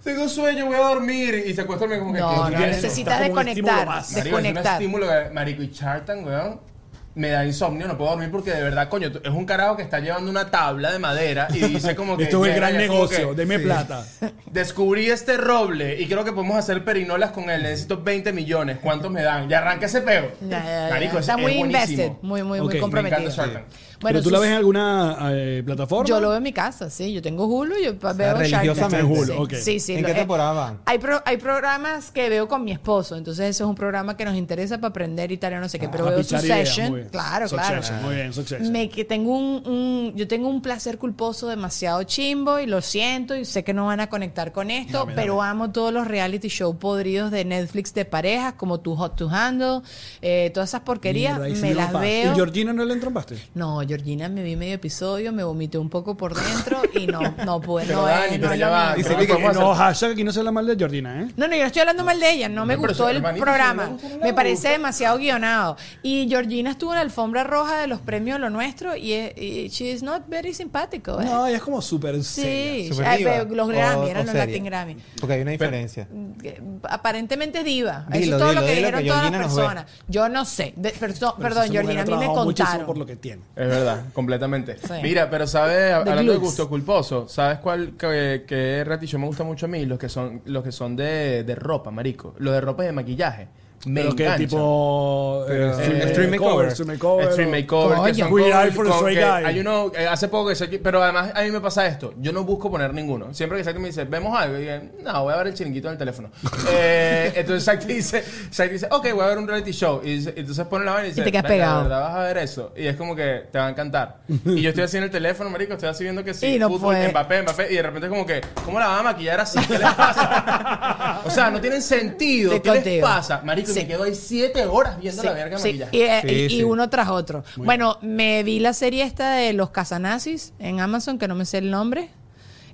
A: tengo sueño, voy a dormir. Y se acuesta a dormir como que.
C: No,
A: "¿Qué
C: no,
A: tienes?".
D: Está
C: necesitas
D: como un estímulo
C: desconectar.
A: Marico,
D: más.
A: es un
C: Desconectar.
A: estímulo de Marico y Chartan, weón. Me da insomnio, no puedo dormir porque de verdad, coño, tú- es un carajo que está llevando una tabla de madera y dice
D: [LAUGHS]
A: como que.
D: Esto es el
A: llega
D: gran
A: y como
D: negocio,
A: que,
D: deme
A: sí.
D: plata.
A: Descubrí este roble y creo que podemos hacer perinolas con él. Necesito 20 millones. ¿Cuántos me dan? Y arranca ese peo.
C: Ya, ya, ya.
A: Marico, es-
C: Está
A: es
C: muy
A: buenísimo.
C: invested, muy, muy,
D: Ok, me
C: muy
A: Me encanta
C: comprometido.
A: Shark Tank.
D: ¿Pero tú la
C: sus-
D: ves en alguna eh, plataforma?
C: Yo lo veo en mi casa, sí. Yo tengo Hulu y yo pa- veo
B: sea,
C: Shark Tank.
B: religiosamente.
D: Hulu,
C: sí.
D: ok.
C: Sí, sí,
B: ¿En
C: lo-
B: qué
C: eh,
B: temporada van?
C: Hay, pro- hay programas que veo con mi esposo, entonces eso es un programa que nos interesa para aprender y tal, no sé qué, pero
D: Ah,
C: veo
D: pichar ideas,
C: Succession.
D: muy bien.
C: claro, claro.
D: Succession, Muy bien, Succession.
C: Me que tengo un, un- yo tengo un placer culposo demasiado chimbo y lo siento y sé que no van a conectar con esto, pero amo todos los reality show podridos de Netflix de parejas como tu Hot to Handle, eh, todas esas porquerías
D: Mierda, ahí sí
C: me
D: no
C: las
D: pasa.
C: veo.
D: ¿Y Georgina no le entrompaste?
C: No, Georgina, me vi medio episodio, me vomité un poco por dentro y no, no pude.
A: Pero
C: no,
A: Dani,
C: es- no
A: pero
C: es
A: ya
C: lo
A: va,
C: mío.
A: y se
D: No,
A: ve que-
D: no, hashtag aquí no se habla mal de Georgina, ¿eh?
C: No, no, yo no estoy hablando mal de ella, no me
A: No, pero
C: gustó
A: su
C: el
A: hermanito,
C: programa,
A: su hermanito, no le
C: me parece
A: gusta.
C: demasiado guionado. Y Georgina estuvo en la alfombra roja de los premios Lo Nuestro y, es- y she's not very simpático. ¿eh?
D: No, ella es como súper seria.
C: sí,
B: Super
C: Ah,
B: diva,
C: pero los
B: o-
C: Grammy,
B: o
C: eran los
B: seria.
C: Latin Grammy.
B: Porque hay una diferencia.
C: Eh, Aparentemente es diva. Eso
B: Dilo,
C: es todo
B: dilo,
C: lo que
B: dilo,
C: dijeron
B: que
C: todas las
B: Georgina nos ve.
C: personas. Yo no sé. De- perso-
D: Pero esa
C: perdón,
D: mujer ha
C: Georgina, a mí me
D: trabajado muchísimo
C: contaron.
D: por lo que tiene.
A: Es verdad, completamente.
C: Sí.
A: Mira, pero sabes, hablando de
C: Glutes.
A: gusto culposo, ¿sabes cuál que, que reality show me gusta mucho a mí? Los que son, los que son de, de ropa, marico. Los de ropa y de maquillaje. Me
D: Pero que
A: enganchan.
D: tipo... eh,
A: Eh,
B: stream makeover.
D: Stream makeover.
A: Street Makeover,
C: Coño.
A: que son
D: Queer
A: con-
D: Eye for the
A: con
D: Straight
A: que
D: Guy.
A: Hay uno, eh, hace poco que saqué, pero además a mí me pasa esto, yo no busco poner ninguno. Siempre que Saki me dice, vemos algo, y yo, no, voy a ver el chiringuito del
D: [LAUGHS]
A: teléfono. Eh, entonces Saki dice, Saki dice, ok, voy a ver un reality show. Y dice- entonces pone la vaina y dice,
C: te quedas
A: "Verga,
C: pegado.
A: de verdad vas a ver eso. Y es como que te va a
D: [LAUGHS]
A: encantar. Y yo estoy así en el teléfono, marico, estoy así viendo que sí,
C: Y no
A: fútbol,
C: puede.
A: Mbappé, Mbappé, y de repente es como que, ¿cómo la van a maquillar así? ¿Qué les pasa? o sea, no tienen sentido.
C: Estoy
A: ¿Qué les
C: contigo.
A: pasa? Marico, y
C: Sí.
A: me quedo ahí siete horas viendo
C: Sí,
A: la verga de
C: sí,
A: maquillaje.
C: y, eh,
B: Sí,
C: y- y
B: sí.
C: uno tras otro. bueno, me vi la serie esta de los Casanazis en Amazon, que no me sé el nombre.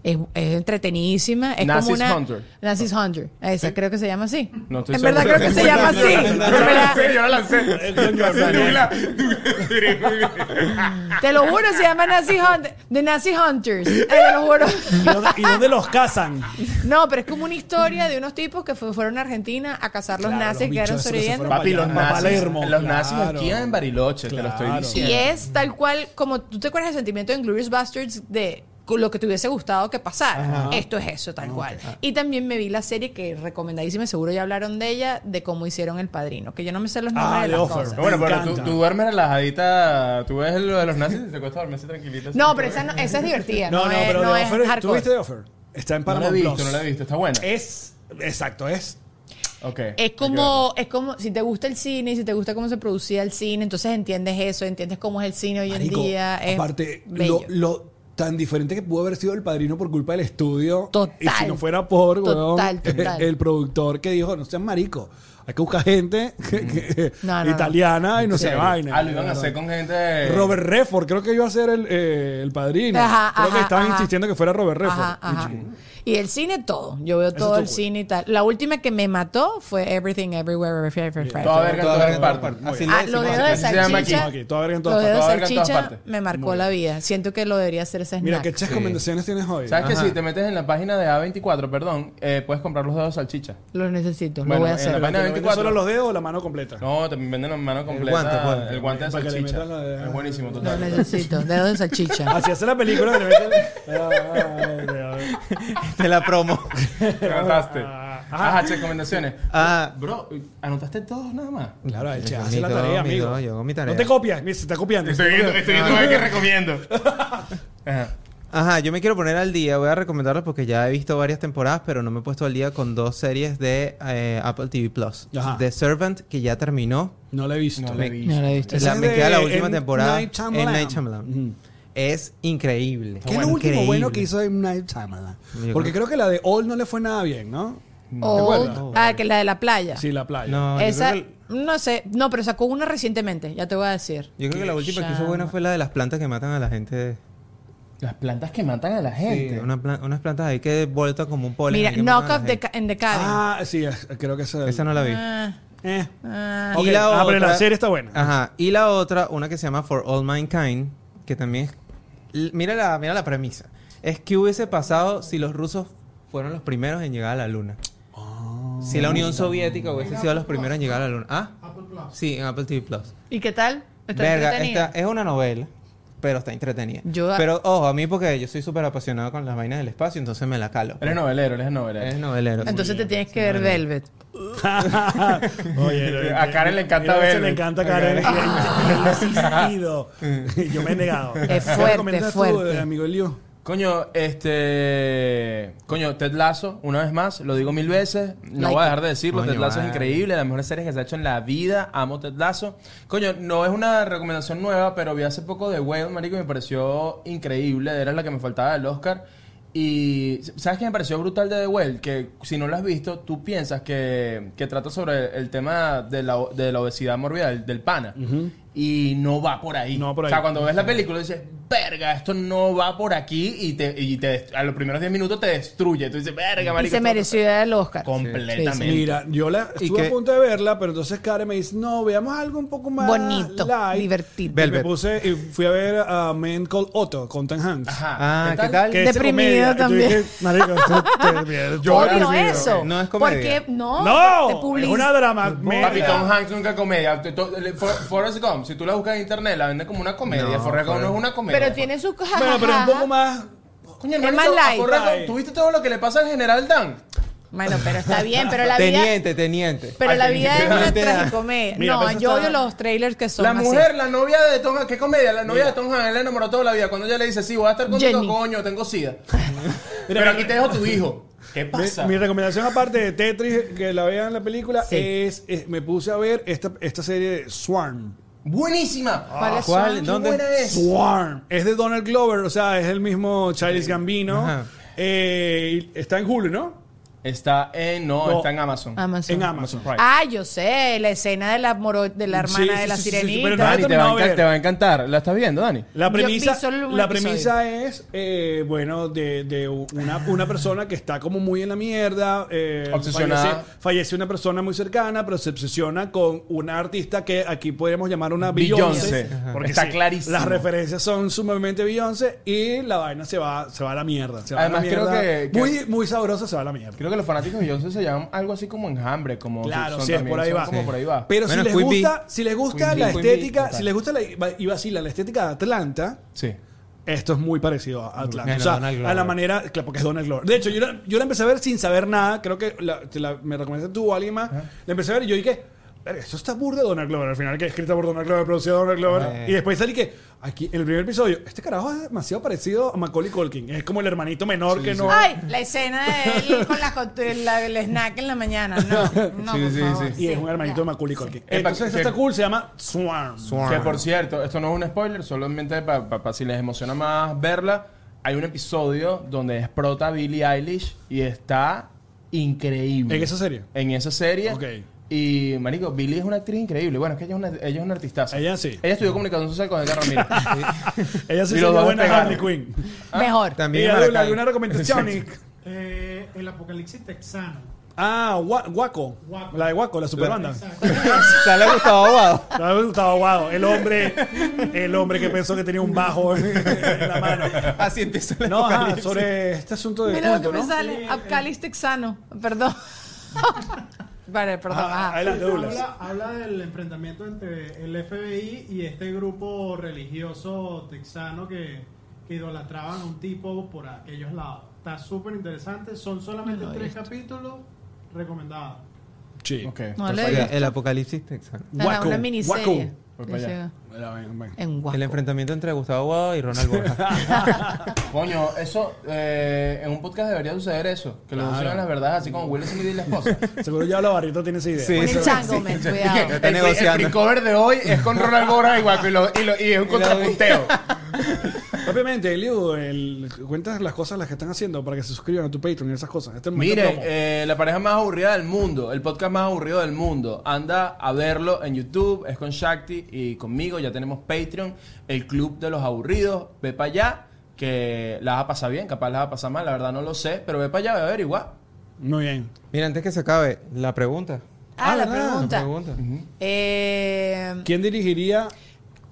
C: Es, es entretenidísima. Es
A: Nazis
C: como una,
A: Hunter.
C: Nazis Hunter. Esa, creo que se llama así.
A: No estoy
C: en verdad
A: seguro. [LAUGHS]
C: creo que se llama así. En verdad,
A: yo la lancé.
C: te lo juro, se llama Nazis Hunter. The Nazi Hunters. Eh, te lo
A: [LAUGHS]
C: juro.
D: ¿Y dónde, y dónde los
B: [LAUGHS]
D: casan?
C: No, pero es como una historia de unos tipos que fue- fueron a Argentina a cazar los
D: Claro, los
C: nazis que quedaron
D: bichos esos que se
C: sobreviviendo.
D: fueron
A: Papi, los
D: Pa'
A: nazis.
D: Palermo,
A: los nazis
D: claro.
A: aquí en Bariloche, te lo
D: Claro.
A: estoy diciendo.
C: Y es tal cual, como tú te acuerdas del sentimiento de Inglourious Bastards de lo que te hubiese gustado que pasara. Esto es eso,
D: Ah,
C: tal cual. Y también me vi la serie que recomendadísima, seguro ya hablaron de ella, de cómo hicieron El Padrino, que yo no me sé los nombres
D: Ah,
C: de
D: The
C: las
D: Offer.
C: cosas.
A: Bueno,
D: Me
A: pero tú,
D: encanta.
A: tú duermes relajadita, tú ves lo de los nazis y te cuesta dormirse tranquilita. así.
C: No, pero esa, no- esa es divertida. No,
D: No, no,
C: es,
D: pero
C: no
D: The
C: es
D: Offer... ¿Tú
C: hardcore.
D: viste The Offer? Está en
A: no la he
D: Paramount
A: visto,
D: Plus.
A: no la he visto, está buena.
D: Es... Exacto, es...
A: Ok.
C: Es como, es como, si te gusta el cine y si te gusta cómo se producía el cine, entonces entiendes eso, entiendes cómo es el cine hoy
D: Marico,
C: en día. es
D: aparte,
C: bello.
D: lo, lo tan diferente que pudo haber sido el padrino por culpa del estudio.
C: Total.
D: Y si no fuera por, weón,
C: Total, total.
D: el productor que dijo, no seas marico. hay que buscar gente [LAUGHS] que- que-
C: No, no, no.
D: italiana y no sé
A: serio?
D: vaina.
A: Mm. Ah, lo iban a hacer eh. con gente.
D: Robert Redford, creo que iba a ser el, eh, el padrino.
C: Ajá,
D: creo que
C: ajá,
D: estaban
C: ajá.
D: insistiendo que fuera Robert Redford.
C: Ajá, ajá. Y el cine todo. Yo veo todo
D: estuvo
C: el
D: cool.
C: cine y tal. La última que me mató fue Everything Everywhere Every- Every- Every-
A: Toda verga en
B: Toda
A: todas
B: verga en todas
A: partes.
B: partes. Así
A: Muy
B: le
C: Ah, lo
B: decimos
C: dedo
B: acá.
C: de
A: Así se llama aquí.
C: salchicha.
D: Aquí, toda verga en
C: Lo
D: todas
C: de
D: partes.
A: Toda verga en todas
C: salchicha
A: partes.
C: me marcó la vida. Siento que lo debería hacer ese
D: Mira,
C: snack.
D: ¿qué chas recomendaciones tienes hoy?
A: ¿Sabes que si te metes en la página de A24, perdón, eh, puedes comprar los dedos salchicha?
C: Lo necesito,
A: Bueno,
C: lo voy a
A: en
D: ¿Pero
A: la
C: hacer.
A: página
D: te lo venden
A: 24.
D: solo los dedos o la mano completa?
A: No, también venden la mano completa.
B: guante, pues.
A: el guante de
D: Para que le
A: salchicha.
D: metan la de-
A: Es buenísimo,
C: Lo
A: total.
C: necesito. Dedo de salchicha.
D: Así hace la película. que le meten- Ah,
B: Te la
D: [LAUGHS]
B: promo.
A: Te mataste.
D: Ah,
A: Ajá, che, recomendaciones.
B: Ah.
A: Bro, ¿anotaste todos nada más?
D: Claro, el che,
B: Mi
D: hace la
B: todo,
D: tarea,
B: mi
D: amigo.
B: todo, yo hago mi tarea.
D: No te copias, mira, se está copiando.
A: viendo a ver qué recomiendo. Ajá.
B: Ajá, yo me quiero poner al día. Voy a recomendarlos porque ya he visto varias temporadas, pero no me he puesto al día con dos series de eh, Apple TV Plus.
D: Ajá.
B: The Servant, que ya terminó.
D: No la he visto.
A: No la he visto.
C: No lo he visto.
D: Esa
B: La-
D: es
B: me
D: de
B: queda la
D: M.
B: última temporada.
D: Night Shyamalan.
B: En Night Shyamalan. Es increíble.
D: ¿Qué es lo último
B: Increíble.
D: bueno que hizo M. Night Shyamalan?
B: Yo
D: Porque
B: creo-
D: creo que la de All no le fue nada bien, ¿no?
C: Old-
D: acuerdas?
C: ah, que la de la playa.
D: Sí, la playa.
B: No, yo
C: Esa,
B: creo que-
C: no sé, no, pero sacó una recientemente, ya te voy a decir.
B: Yo creo que la última que hizo
C: Chama.
B: buena fue la de las plantas que matan a la gente.
A: Las plantas que matan a la
B: Sí,
A: gente.
B: una plan- unas plantas ahí que vueltas como un polen.
C: Mira,
B: ahí que
C: Knock
B: matan a
C: Off
B: la
C: the
B: gente.
C: Ca- in the Cabin.
D: Ah, sí, es- creo que esa
B: Esa no la vi.
C: Ah,
D: Eh.
C: ah.
D: Ok,
B: Y la
D: ah, pero la
B: otra-
D: serie está buena.
B: Ajá. Y la otra, una que se llama For All Mankind, que también es... l- Mira la, mira la premisa. Es que hubiese pasado si los rusos fueron los primeros en llegar a la luna. si la Unión Soviética hubiese sido los primeros en llegar a la luna. ¿Ah?
E: Apple Plus.
B: Sí, en Apple TV Plus.
C: ¿Y qué tal? ¿Está
B: Verga,
C: entretenida?
B: esta- es una novela, pero está entretenida.
C: Yo-
B: pero ojo, a mí porque yo soy súper apasionado con las vainas del espacio, entonces me la calo.
A: Eres novelero, eres novelero.
B: Es novelero. sí.
C: Entonces te tienes que ver
B: [LAUGHS]
C: Velvet.
D: [LAUGHS] Oye, lo-
A: A Karen le encanta
D: mira, a veces
A: Velvet.
D: le encanta a Karen. Yo [LAUGHS] he
A: [LAUGHS]
D: insistido. Yo me he negado.
C: Es
D: ¿Qué
C: fuerte,
D: recomiendas tú,
C: fuerte.
D: eh, amigo Elio?
A: Coño, este. Coño, Ted Lasso, una vez más, lo digo mil veces, no
C: Like
A: voy a
C: it.
A: dejar de decirlo.
B: Coño,
A: Ted Lasso
B: vale.
A: es increíble, de las mejores series que se ha hecho en la vida. Amo Ted Lasso. Coño, no es una recomendación nueva, pero vi hace poco de Whale, marico, y me pareció increíble. Era la que me faltaba del Oscar. Y ¿sabes qué me pareció brutal de The Whale? Que si no lo has visto, tú piensas que, que trata sobre el tema de la, o- de la obesidad mórbida del, del pana. Y no va por ahí.
D: No va por
A: O sea,
D: ahí.
A: cuando ves la película dices, verga, esto no va por aquí y te, y te dest- a los primeros 10 minutos te destruye. Tú dices, verga,
C: Y
A: marico.
C: se
A: esto-
C: mereció el Oscar.
A: Completamente.
D: Mira, yo la
B: ¿Y
D: estuve
B: qué?
D: a punto de verla, pero entonces Karen me dice, no, veamos algo un poco más
C: Bonito,
D: light".
C: divertido.
D: Y me
B: Velvet.
D: puse y fui a ver a Man Called Otto con Tom Hanks.
A: Ajá.
B: Ah, ¿qué tal?
D: Que es de
C: Deprimido
D: comedia. Y tú
C: también.
D: dices, "Marico, esto te- yo
C: Odio
D: deprimido".
C: eso.
B: No es comedia.
C: Porque [LAUGHS] no,
D: No,
C: te
D: es
C: public-
D: una drama.
A: Papi,
D: mira.
A: Tom Hanks nunca comedia. Te- to- le- For- Forrest Gump, si tú la buscas en internet, la venden como una comedia.
B: No,
A: Forrest Gump no es una comedia.
C: Pero tiene su caja.
D: Bueno, pero es un poco más.
A: Coño,
C: es
A: hermanito,
C: más
A: a
C: light.
A: Forrest Gump, ¿Tuviste todo lo que le pasa al general Dan?
C: Bueno, pero está bien, pero la vida
B: Teniente, teniente.
C: pero la
A: Ay,
C: vida es
B: teniente.
C: una
B: Teniente.
C: tragicomedia.
D: Mira,
C: no,
D: pero eso
C: yo
D: está-
C: odio los trailers que son
A: La
C: así.
A: mujer, la novia de Tom Hanks, ¿qué comedia? La novia de Tom Hanks, él la enamoró toda la vida. Cuando ella le dice, sí, voy a estar contigo,
C: Jenny.
A: coño, tengo
C: [LAUGHS]
A: sida. Pero aquí te dejo tu hijo. ¿Qué
D: Mi,
A: pasa?
D: mi recomendación aparte de Tetris, que la vean en la película, es, es- me puse a ver esta, esta serie de Swarm.
A: Buenísima.
C: ¿Cuáles
B: ¿Cuál?
C: son?
B: ¿Dónde?
A: buena es?
D: Swarm. Es de Donald Glover, o sea, es el mismo Charles Gambino.
B: Ajá.
D: Eh, y está en Hulu, ¿no?
A: Está en. No,
D: No.
A: está en Amazon.
C: Amazon.
D: En Amazon.
A: Prime.
C: Ah, yo sé, la escena de la, moro- de la hermana
D: Sí,
C: de
D: sí,
C: la
D: sí, sí, sí,
C: sirenita.
D: pero no-
A: Dani, te va, a
D: No, a
A: enca-
D: ver.
A: te va a encantar. ¿La estás viendo, Dani?
D: La
C: Yo vi
D: premisa,
C: solo un
D: la
C: episodio.
D: premisa es, eh, bueno, de, de una, una persona que está como muy en la mierda. eh,
A: Obsesionada.
D: Fallece, fallece una persona muy cercana, pero se obsesiona con una artista que aquí podríamos llamar una Beyoncé.
A: Beyoncé. Ajá.
D: Porque
A: Está
D: sí,
A: clarísimo.
D: Las referencias son sumamente Beyoncé y la vaina se va, se va a la mierda. Se va a
A: Además,
D: la
A: creo
D: mierda.
A: que- que-
D: Muy, muy sabrosa se va a la mierda.
A: Creo que los fanáticos de Beyoncé se llaman algo así como enjambre. Como
D: Claro,
A: son
D: sí, es
A: también,
D: por ahí
A: son
D: va.
A: Como por ahí va.
D: Pero
B: Bueno,
D: si, les
B: Queen Bee.
D: gusta, si les gusta
A: Queen
D: la
A: Bee, Queen Bee,
D: estética,
A: total.
D: si les gusta la, y vacila la estética de Atlanta,
A: Sí.
D: Esto es muy parecido a Atlanta.
B: Bueno,
D: o sea,
B: Donald Glover.
D: a la manera, claro, porque es Donald Glover. De hecho, yo la, yo la empecé a ver sin saber nada. Creo que la- te la- me recomendaste tú o alguien más.
A: Ah.
D: La empecé a ver y yo dije, "Verga, esto está burda de Donald Glover. Al final, que es escrita por Donald Glover, producida por Donald Glover.
A: Ah.
B: Eh.
D: Y después salí que, aquí, en el primer episodio, este carajo es demasiado parecido a Macaulay Culkin. Es como el hermanito menor que no.
C: Ay, la escena de él con las cot- la- el snack en la mañana. No, no,
A: Sí,
C: por
A: sí,
C: favor.
A: sí.
D: Y es un hermanito de Macaulay Culkin.
A: Epa,
D: Entonces, esta
A: que-
D: está cool, se llama Swarm.
A: Que por cierto, esto no es un spoiler, solamente para si les emociona más verla, hay un episodio donde explota Billie Eilish y está increíble.
D: ¿En esa serie?
A: En esa serie.
D: Ok.
A: Y, marico, Billy es una actriz increíble. Bueno, es que ella es una, ella es una artistaza.
D: Ella sí.
A: Ella estudió comunicación social con Edgar Ramírez.
D: [LAUGHS] Ella sí
A: Y
D: se
A: los dos
D: buena
A: pegaron.
D: Harley Quinn.
C: Mejor.
B: También
D: Mira,
B: en
D: Dula,
B: Maracay.
A: [LAUGHS]
D: alguna recomendación.
E: Eh, el apocalipsis texano.
D: Ah, Gua- Guaco.
E: Guaco.
D: La de Guaco, la superbanda.
E: Exacto.
B: Sale Gustavo Aguado.
D: La de Gustavo Guado, el hombre, el hombre que pensó que tenía un bajo [LAUGHS] en la mano.
B: Así empieza el
D: No, ajá,
B: apocalipsis.
D: sobre este asunto de
C: Mira lo
D: culto,
C: que me
D: ¿no?
C: sale. Apocalipsis texano. Perdón.
D: [LAUGHS]
C: vale, perdón.
D: Ah,
C: ajá.
D: adelante, Douglas.
E: Habla, habla del enfrentamiento entre el FBI y este grupo religioso texano que, que idolatraban a un tipo por aquellos lados. Está súper interesante. Son solamente
C: No lo he
E: tres capítulos recomendados.
D: Sí.
A: Ok.
C: No le
B: Oiga, El apocalipsis texano.
C: Nada,
D: Guaco,
C: una miniserie.
D: guaco.
A: Voy para allá.
D: Mira, ven, ven.
C: En guaco.
B: El enfrentamiento entre Gustavo Aguado y
D: [LAUGHS]
B: Ronald Borja.
A: Coño, eso, eh, en un podcast debería suceder eso. Que lo
D: Claro.
A: mencionan las verdades, así como Will Smith y la esposa.
D: Seguro ya la barrita tiene esa idea.
B: Sí.
C: Un
B: Eso-
C: entanglement,
A: El [LAUGHS]
C: cuidado.
B: Está
A: free-
B: negociando.
A: El free cover de hoy es con Ronald Borja y Guaco y, lo- y lo- y es un contrapunteo.
D: Obviamente, Eliu, el, cuentas las cosas las que están haciendo para que se suscriban a tu Patreon y esas cosas. Este es el momento
A: Miren,
D: promo.
A: eh, la pareja más aburrida del mundo, el podcast más aburrido del mundo. Anda a verlo en YouTube, es con Shakti y conmigo. Ya tenemos Patreon, el club de los aburridos. Ve para allá, que la vas a pasar bien, capaz la vas a pasar mal, la verdad no lo sé, pero ve para allá, ve a averiguar.
D: Muy bien.
B: Mira, antes que se acabe, la pregunta.
C: Ah, la
D: Ah, ¿verdad?
B: La
C: pregunta.
B: pregunta.
C: Eh,
D: ¿Quién dirigiría?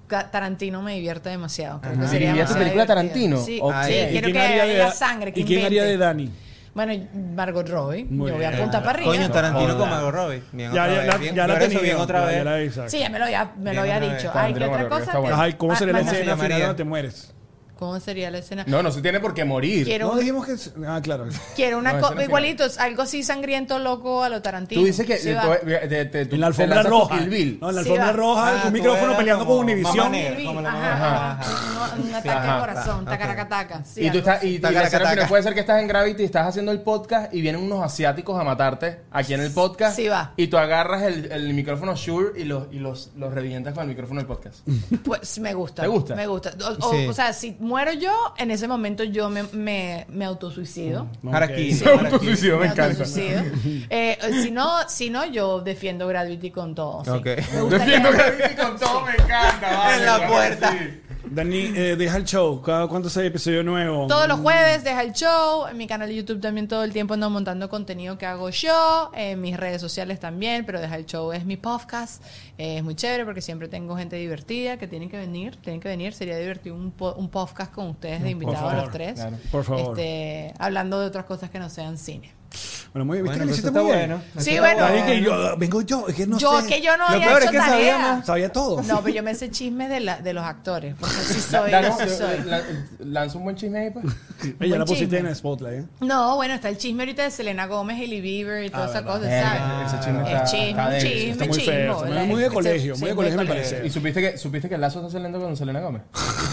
C: Ca- Tarantino me divierte demasiado. Creo que
A: Ajá.
C: sería
A: ¿Dirías tu
C: demasiado
A: película
C: divertido.
A: Tarantino?
C: Sí,
A: Ok.
C: sí,
A: ¿Y
C: quiero
D: quién
C: que
D: haría de-
C: haya sangre. Que
D: ¿Y quién haría de
C: invente.
D: Dani?
C: Bueno, Margot Robbie.
D: Muy
C: yo voy a
D: bien.
C: apuntar para arriba.
B: Coño, Tarantino
A: Joda.
B: con Margot Robbie. Bien,
D: Ya,
B: otra
D: ya,
B: vez.
D: la,
B: Bien,
D: ya la
B: Lorenzo,
D: tenía.
B: bien otra
D: ya,
B: vez.
D: Ya la exacto.
C: sí, ya me lo, ya, me
B: Bien,
C: lo había
B: otra vez.
C: dicho.
A: Está
C: Ay, ¿qué
A: Andrea
C: otra
A: Margot,
C: cosa?
A: está
C: Que-
A: bueno.
D: Ajá, ¿y ¿cómo
C: Ma-
D: sería la
C: manda-
B: se
D: escena
B: llamaría?
D: final donde te mueres?
C: ¿Cómo sería la escena?
A: No, no se tiene por qué morir.
C: Quiero,
D: No dijimos que. Ah, claro.
C: quiero una
A: No,
C: cosa.
A: escena final.
C: Igualito, algo así sangriento, loco a lo Tarantino.
A: Tú dices que
C: Sí,
A: te-
C: va.
A: te- te- te- tú
D: En la
A: te
D: alfombra
A: lanzas tu
D: roja.
A: Kill Bill.
D: No, en la
C: Sí,
D: alfombra
C: va.
D: roja,
B: Ah,
D: con
B: tú
D: micrófono
B: eras
D: peleando con
B: como eh. mamá
D: Univision.
B: negra.
C: Kill Bill,
B: como la
C: ajá,
A: mamá.
C: ajá. Un, un ataque
A: Ajá.
C: al corazón, tacaracataca. Sí,
A: y tú
C: algo
A: estás,
C: así.
A: y, y la
B: Taca,
A: escena
B: taca,
A: final
B: taca.
A: puede ser que estás en Gravity, estás haciendo el podcast y vienen unos asiáticos a matarte aquí en el podcast.
C: Sí, va.
A: Y tú agarras el, el micrófono Shure y los, y los, los revientas con el micrófono del podcast.
C: Pues me gusta.
A: ¿Te gusta?
C: Me gusta. O, o-
B: Sí.
C: o sea, si muero yo, en ese momento yo me, me, me autosuicido.
B: Harakiri,
D: [LAUGHS] Sí,
B: Harakiri.
A: autosuicidio, Mm. me
C: Me
A: encanta. [LAUGHS]
C: autosuicido. Eh, si, no, si no, yo defiendo Gravity con todo. sí.
B: Ok.
C: Me gusta
A: Defiendo
C: que-
A: Gravity con todo, me
C: [LAUGHS]
A: encanta. vale,
B: En la
A: vale,
B: puerta.
A: sí.
D: Dani, eh, deja el show. ¿Cada cuánto sale episodio nuevo?
C: Todos los jueves deja el show. En mi canal de YouTube también todo el tiempo ando montando contenido que hago yo. En mis redes sociales también, pero deja el show es mi podcast. Eh, es muy chévere porque siempre tengo gente divertida que tienen que venir. Tienen que venir. Sería divertido un, po- un podcast con ustedes de invitados a
D: favor,
C: los tres.
A: claro.
D: Por favor.
C: Este, hablando de otras cosas que no sean cine.
D: Bueno, muy bien. ¿Viste
B: Bueno,
D: que lo
B: pues
D: hiciste
B: está
D: muy bien?
B: bueno.
C: Sí, bueno.
D: Dani, que yo, vengo yo, es que no
C: yo
D: sé.
C: que yo no
B: Lo
C: había
B: peor es
C: hecho
B: que
C: tarea.
B: sabíamos-
D: Sabía todo.
C: No, pero yo me sé chismes de, la, de los actores. Porque
D: [LAUGHS]
C: sí soy,
A: Danos-
C: sí soy.
A: eh, la- Lanza un buen chisme ahí, pues.
D: Ella la
C: buen
D: pusiste
C: chisme.
D: en el spotlight, ¿eh?
C: No bueno, está el chisme ahorita de Selena Gómez, Hailey Bieber y toda esa cosa,
A: Verga,
C: ¿sabes?
A: ese chisme
C: es
A: está- está
C: chisme,
A: denso,
C: chisme,
D: está muy
C: chisme.
D: feo,
C: ¿verdad?
D: está muy de
C: Sí,
D: colegio,
C: sí,
D: muy de colegio me parece.
A: ¿Y supiste que, supiste que el lazo está saliendo con Selena Gómez?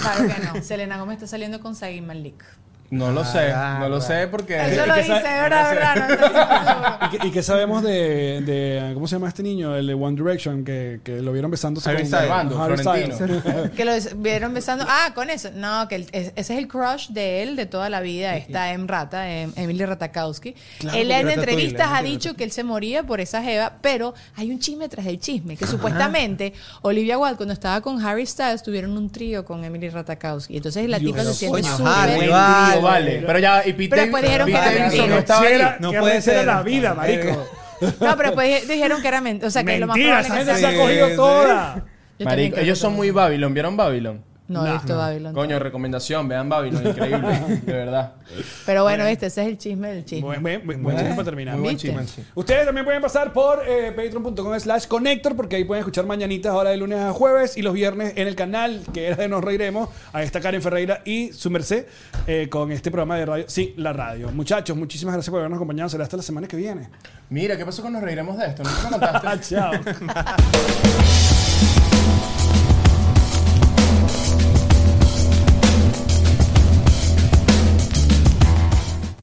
C: Claro que no. Selena Gómez está saliendo con Zayn Malik.
A: No lo sé, no lo
B: Caramba.
A: sé porque...
C: Eso lo
D: que
C: dice,
D: sabe-
C: ¿verdad? ¿verdad? No, no, no, no.
D: ¿Y qué, y qué sabemos de, de- ¿Cómo se llama este niño? El de One Direction, que, que lo vieron besándose
A: Harry
D: con
A: Styles.
D: Harry Styles.
A: Florentino.
C: Que lo des- vieron besando. Ah, con eso. No, que el- es- ese es el crush de él de toda la vida. Está en Rata, em- Emily Ratakowski.
B: Claro,
C: él en
B: porque Ratatouille,
C: entrevistas
B: la
C: ha
B: gente de
C: dicho que él se moría por esa jeva, pero hay un chisme tras el chisme. Que supuestamente Olivia Wilde, cuando estaba con Harry Styles, tuvieron un trío con Emily Ratakowski. Entonces la tipa se siente
B: Coño,
A: Buen
B: Harry,
C: súper.
A: trío, vale.
B: vale.
A: Pero ya, y Pete
C: Pero después dijeron que
A: Pete
C: era
A: Davidson
C: mentira.
A: no estaba
D: Sí,
A: ahí.
D: era-
B: No
D: que
B: puede
D: arrechera
B: ser.
D: la vida, marico.
B: Verga.
C: No, pero después dijeron que era mentira. O sea, que lo más
D: Mentira, esa
C: probable es
D: gente
C: que
D: se
C: sea.
D: ha cogido
B: Sí,
D: toda.
C: Yo también
A: Marico,
C: creo
A: ellos
C: que
A: son
C: no.
A: muy Babylon. ¿Vieron Babylon?
C: No, he visto Babylon.
A: Coño, recomendación, vean Babylon, increíble,
C: [LAUGHS]
A: de verdad.
C: Pero bueno, este, ese es el chisme del chisme.
D: Buen, buen- Pues, buen- buen chisme para terminar.
A: Muy buen
C: ¿Viste?
A: chisme.
D: Ustedes también pueden pasar por eh, patreon.com slash connector porque ahí pueden escuchar mañanitas ahora de lunes a jueves y los viernes en el canal que era de Nos Reiremos. Ahí está Karen Ferreira y su merced eh, con este programa de radio. Sí, la radio. Muchachos, muchísimas gracias por habernos acompañado. Será hasta la semana que viene. Ah,
A: Mira, ¿qué pasó cuando nos reiremos de esto? ¿No me
C: [LAUGHS]
A: contaste?
D: Chao.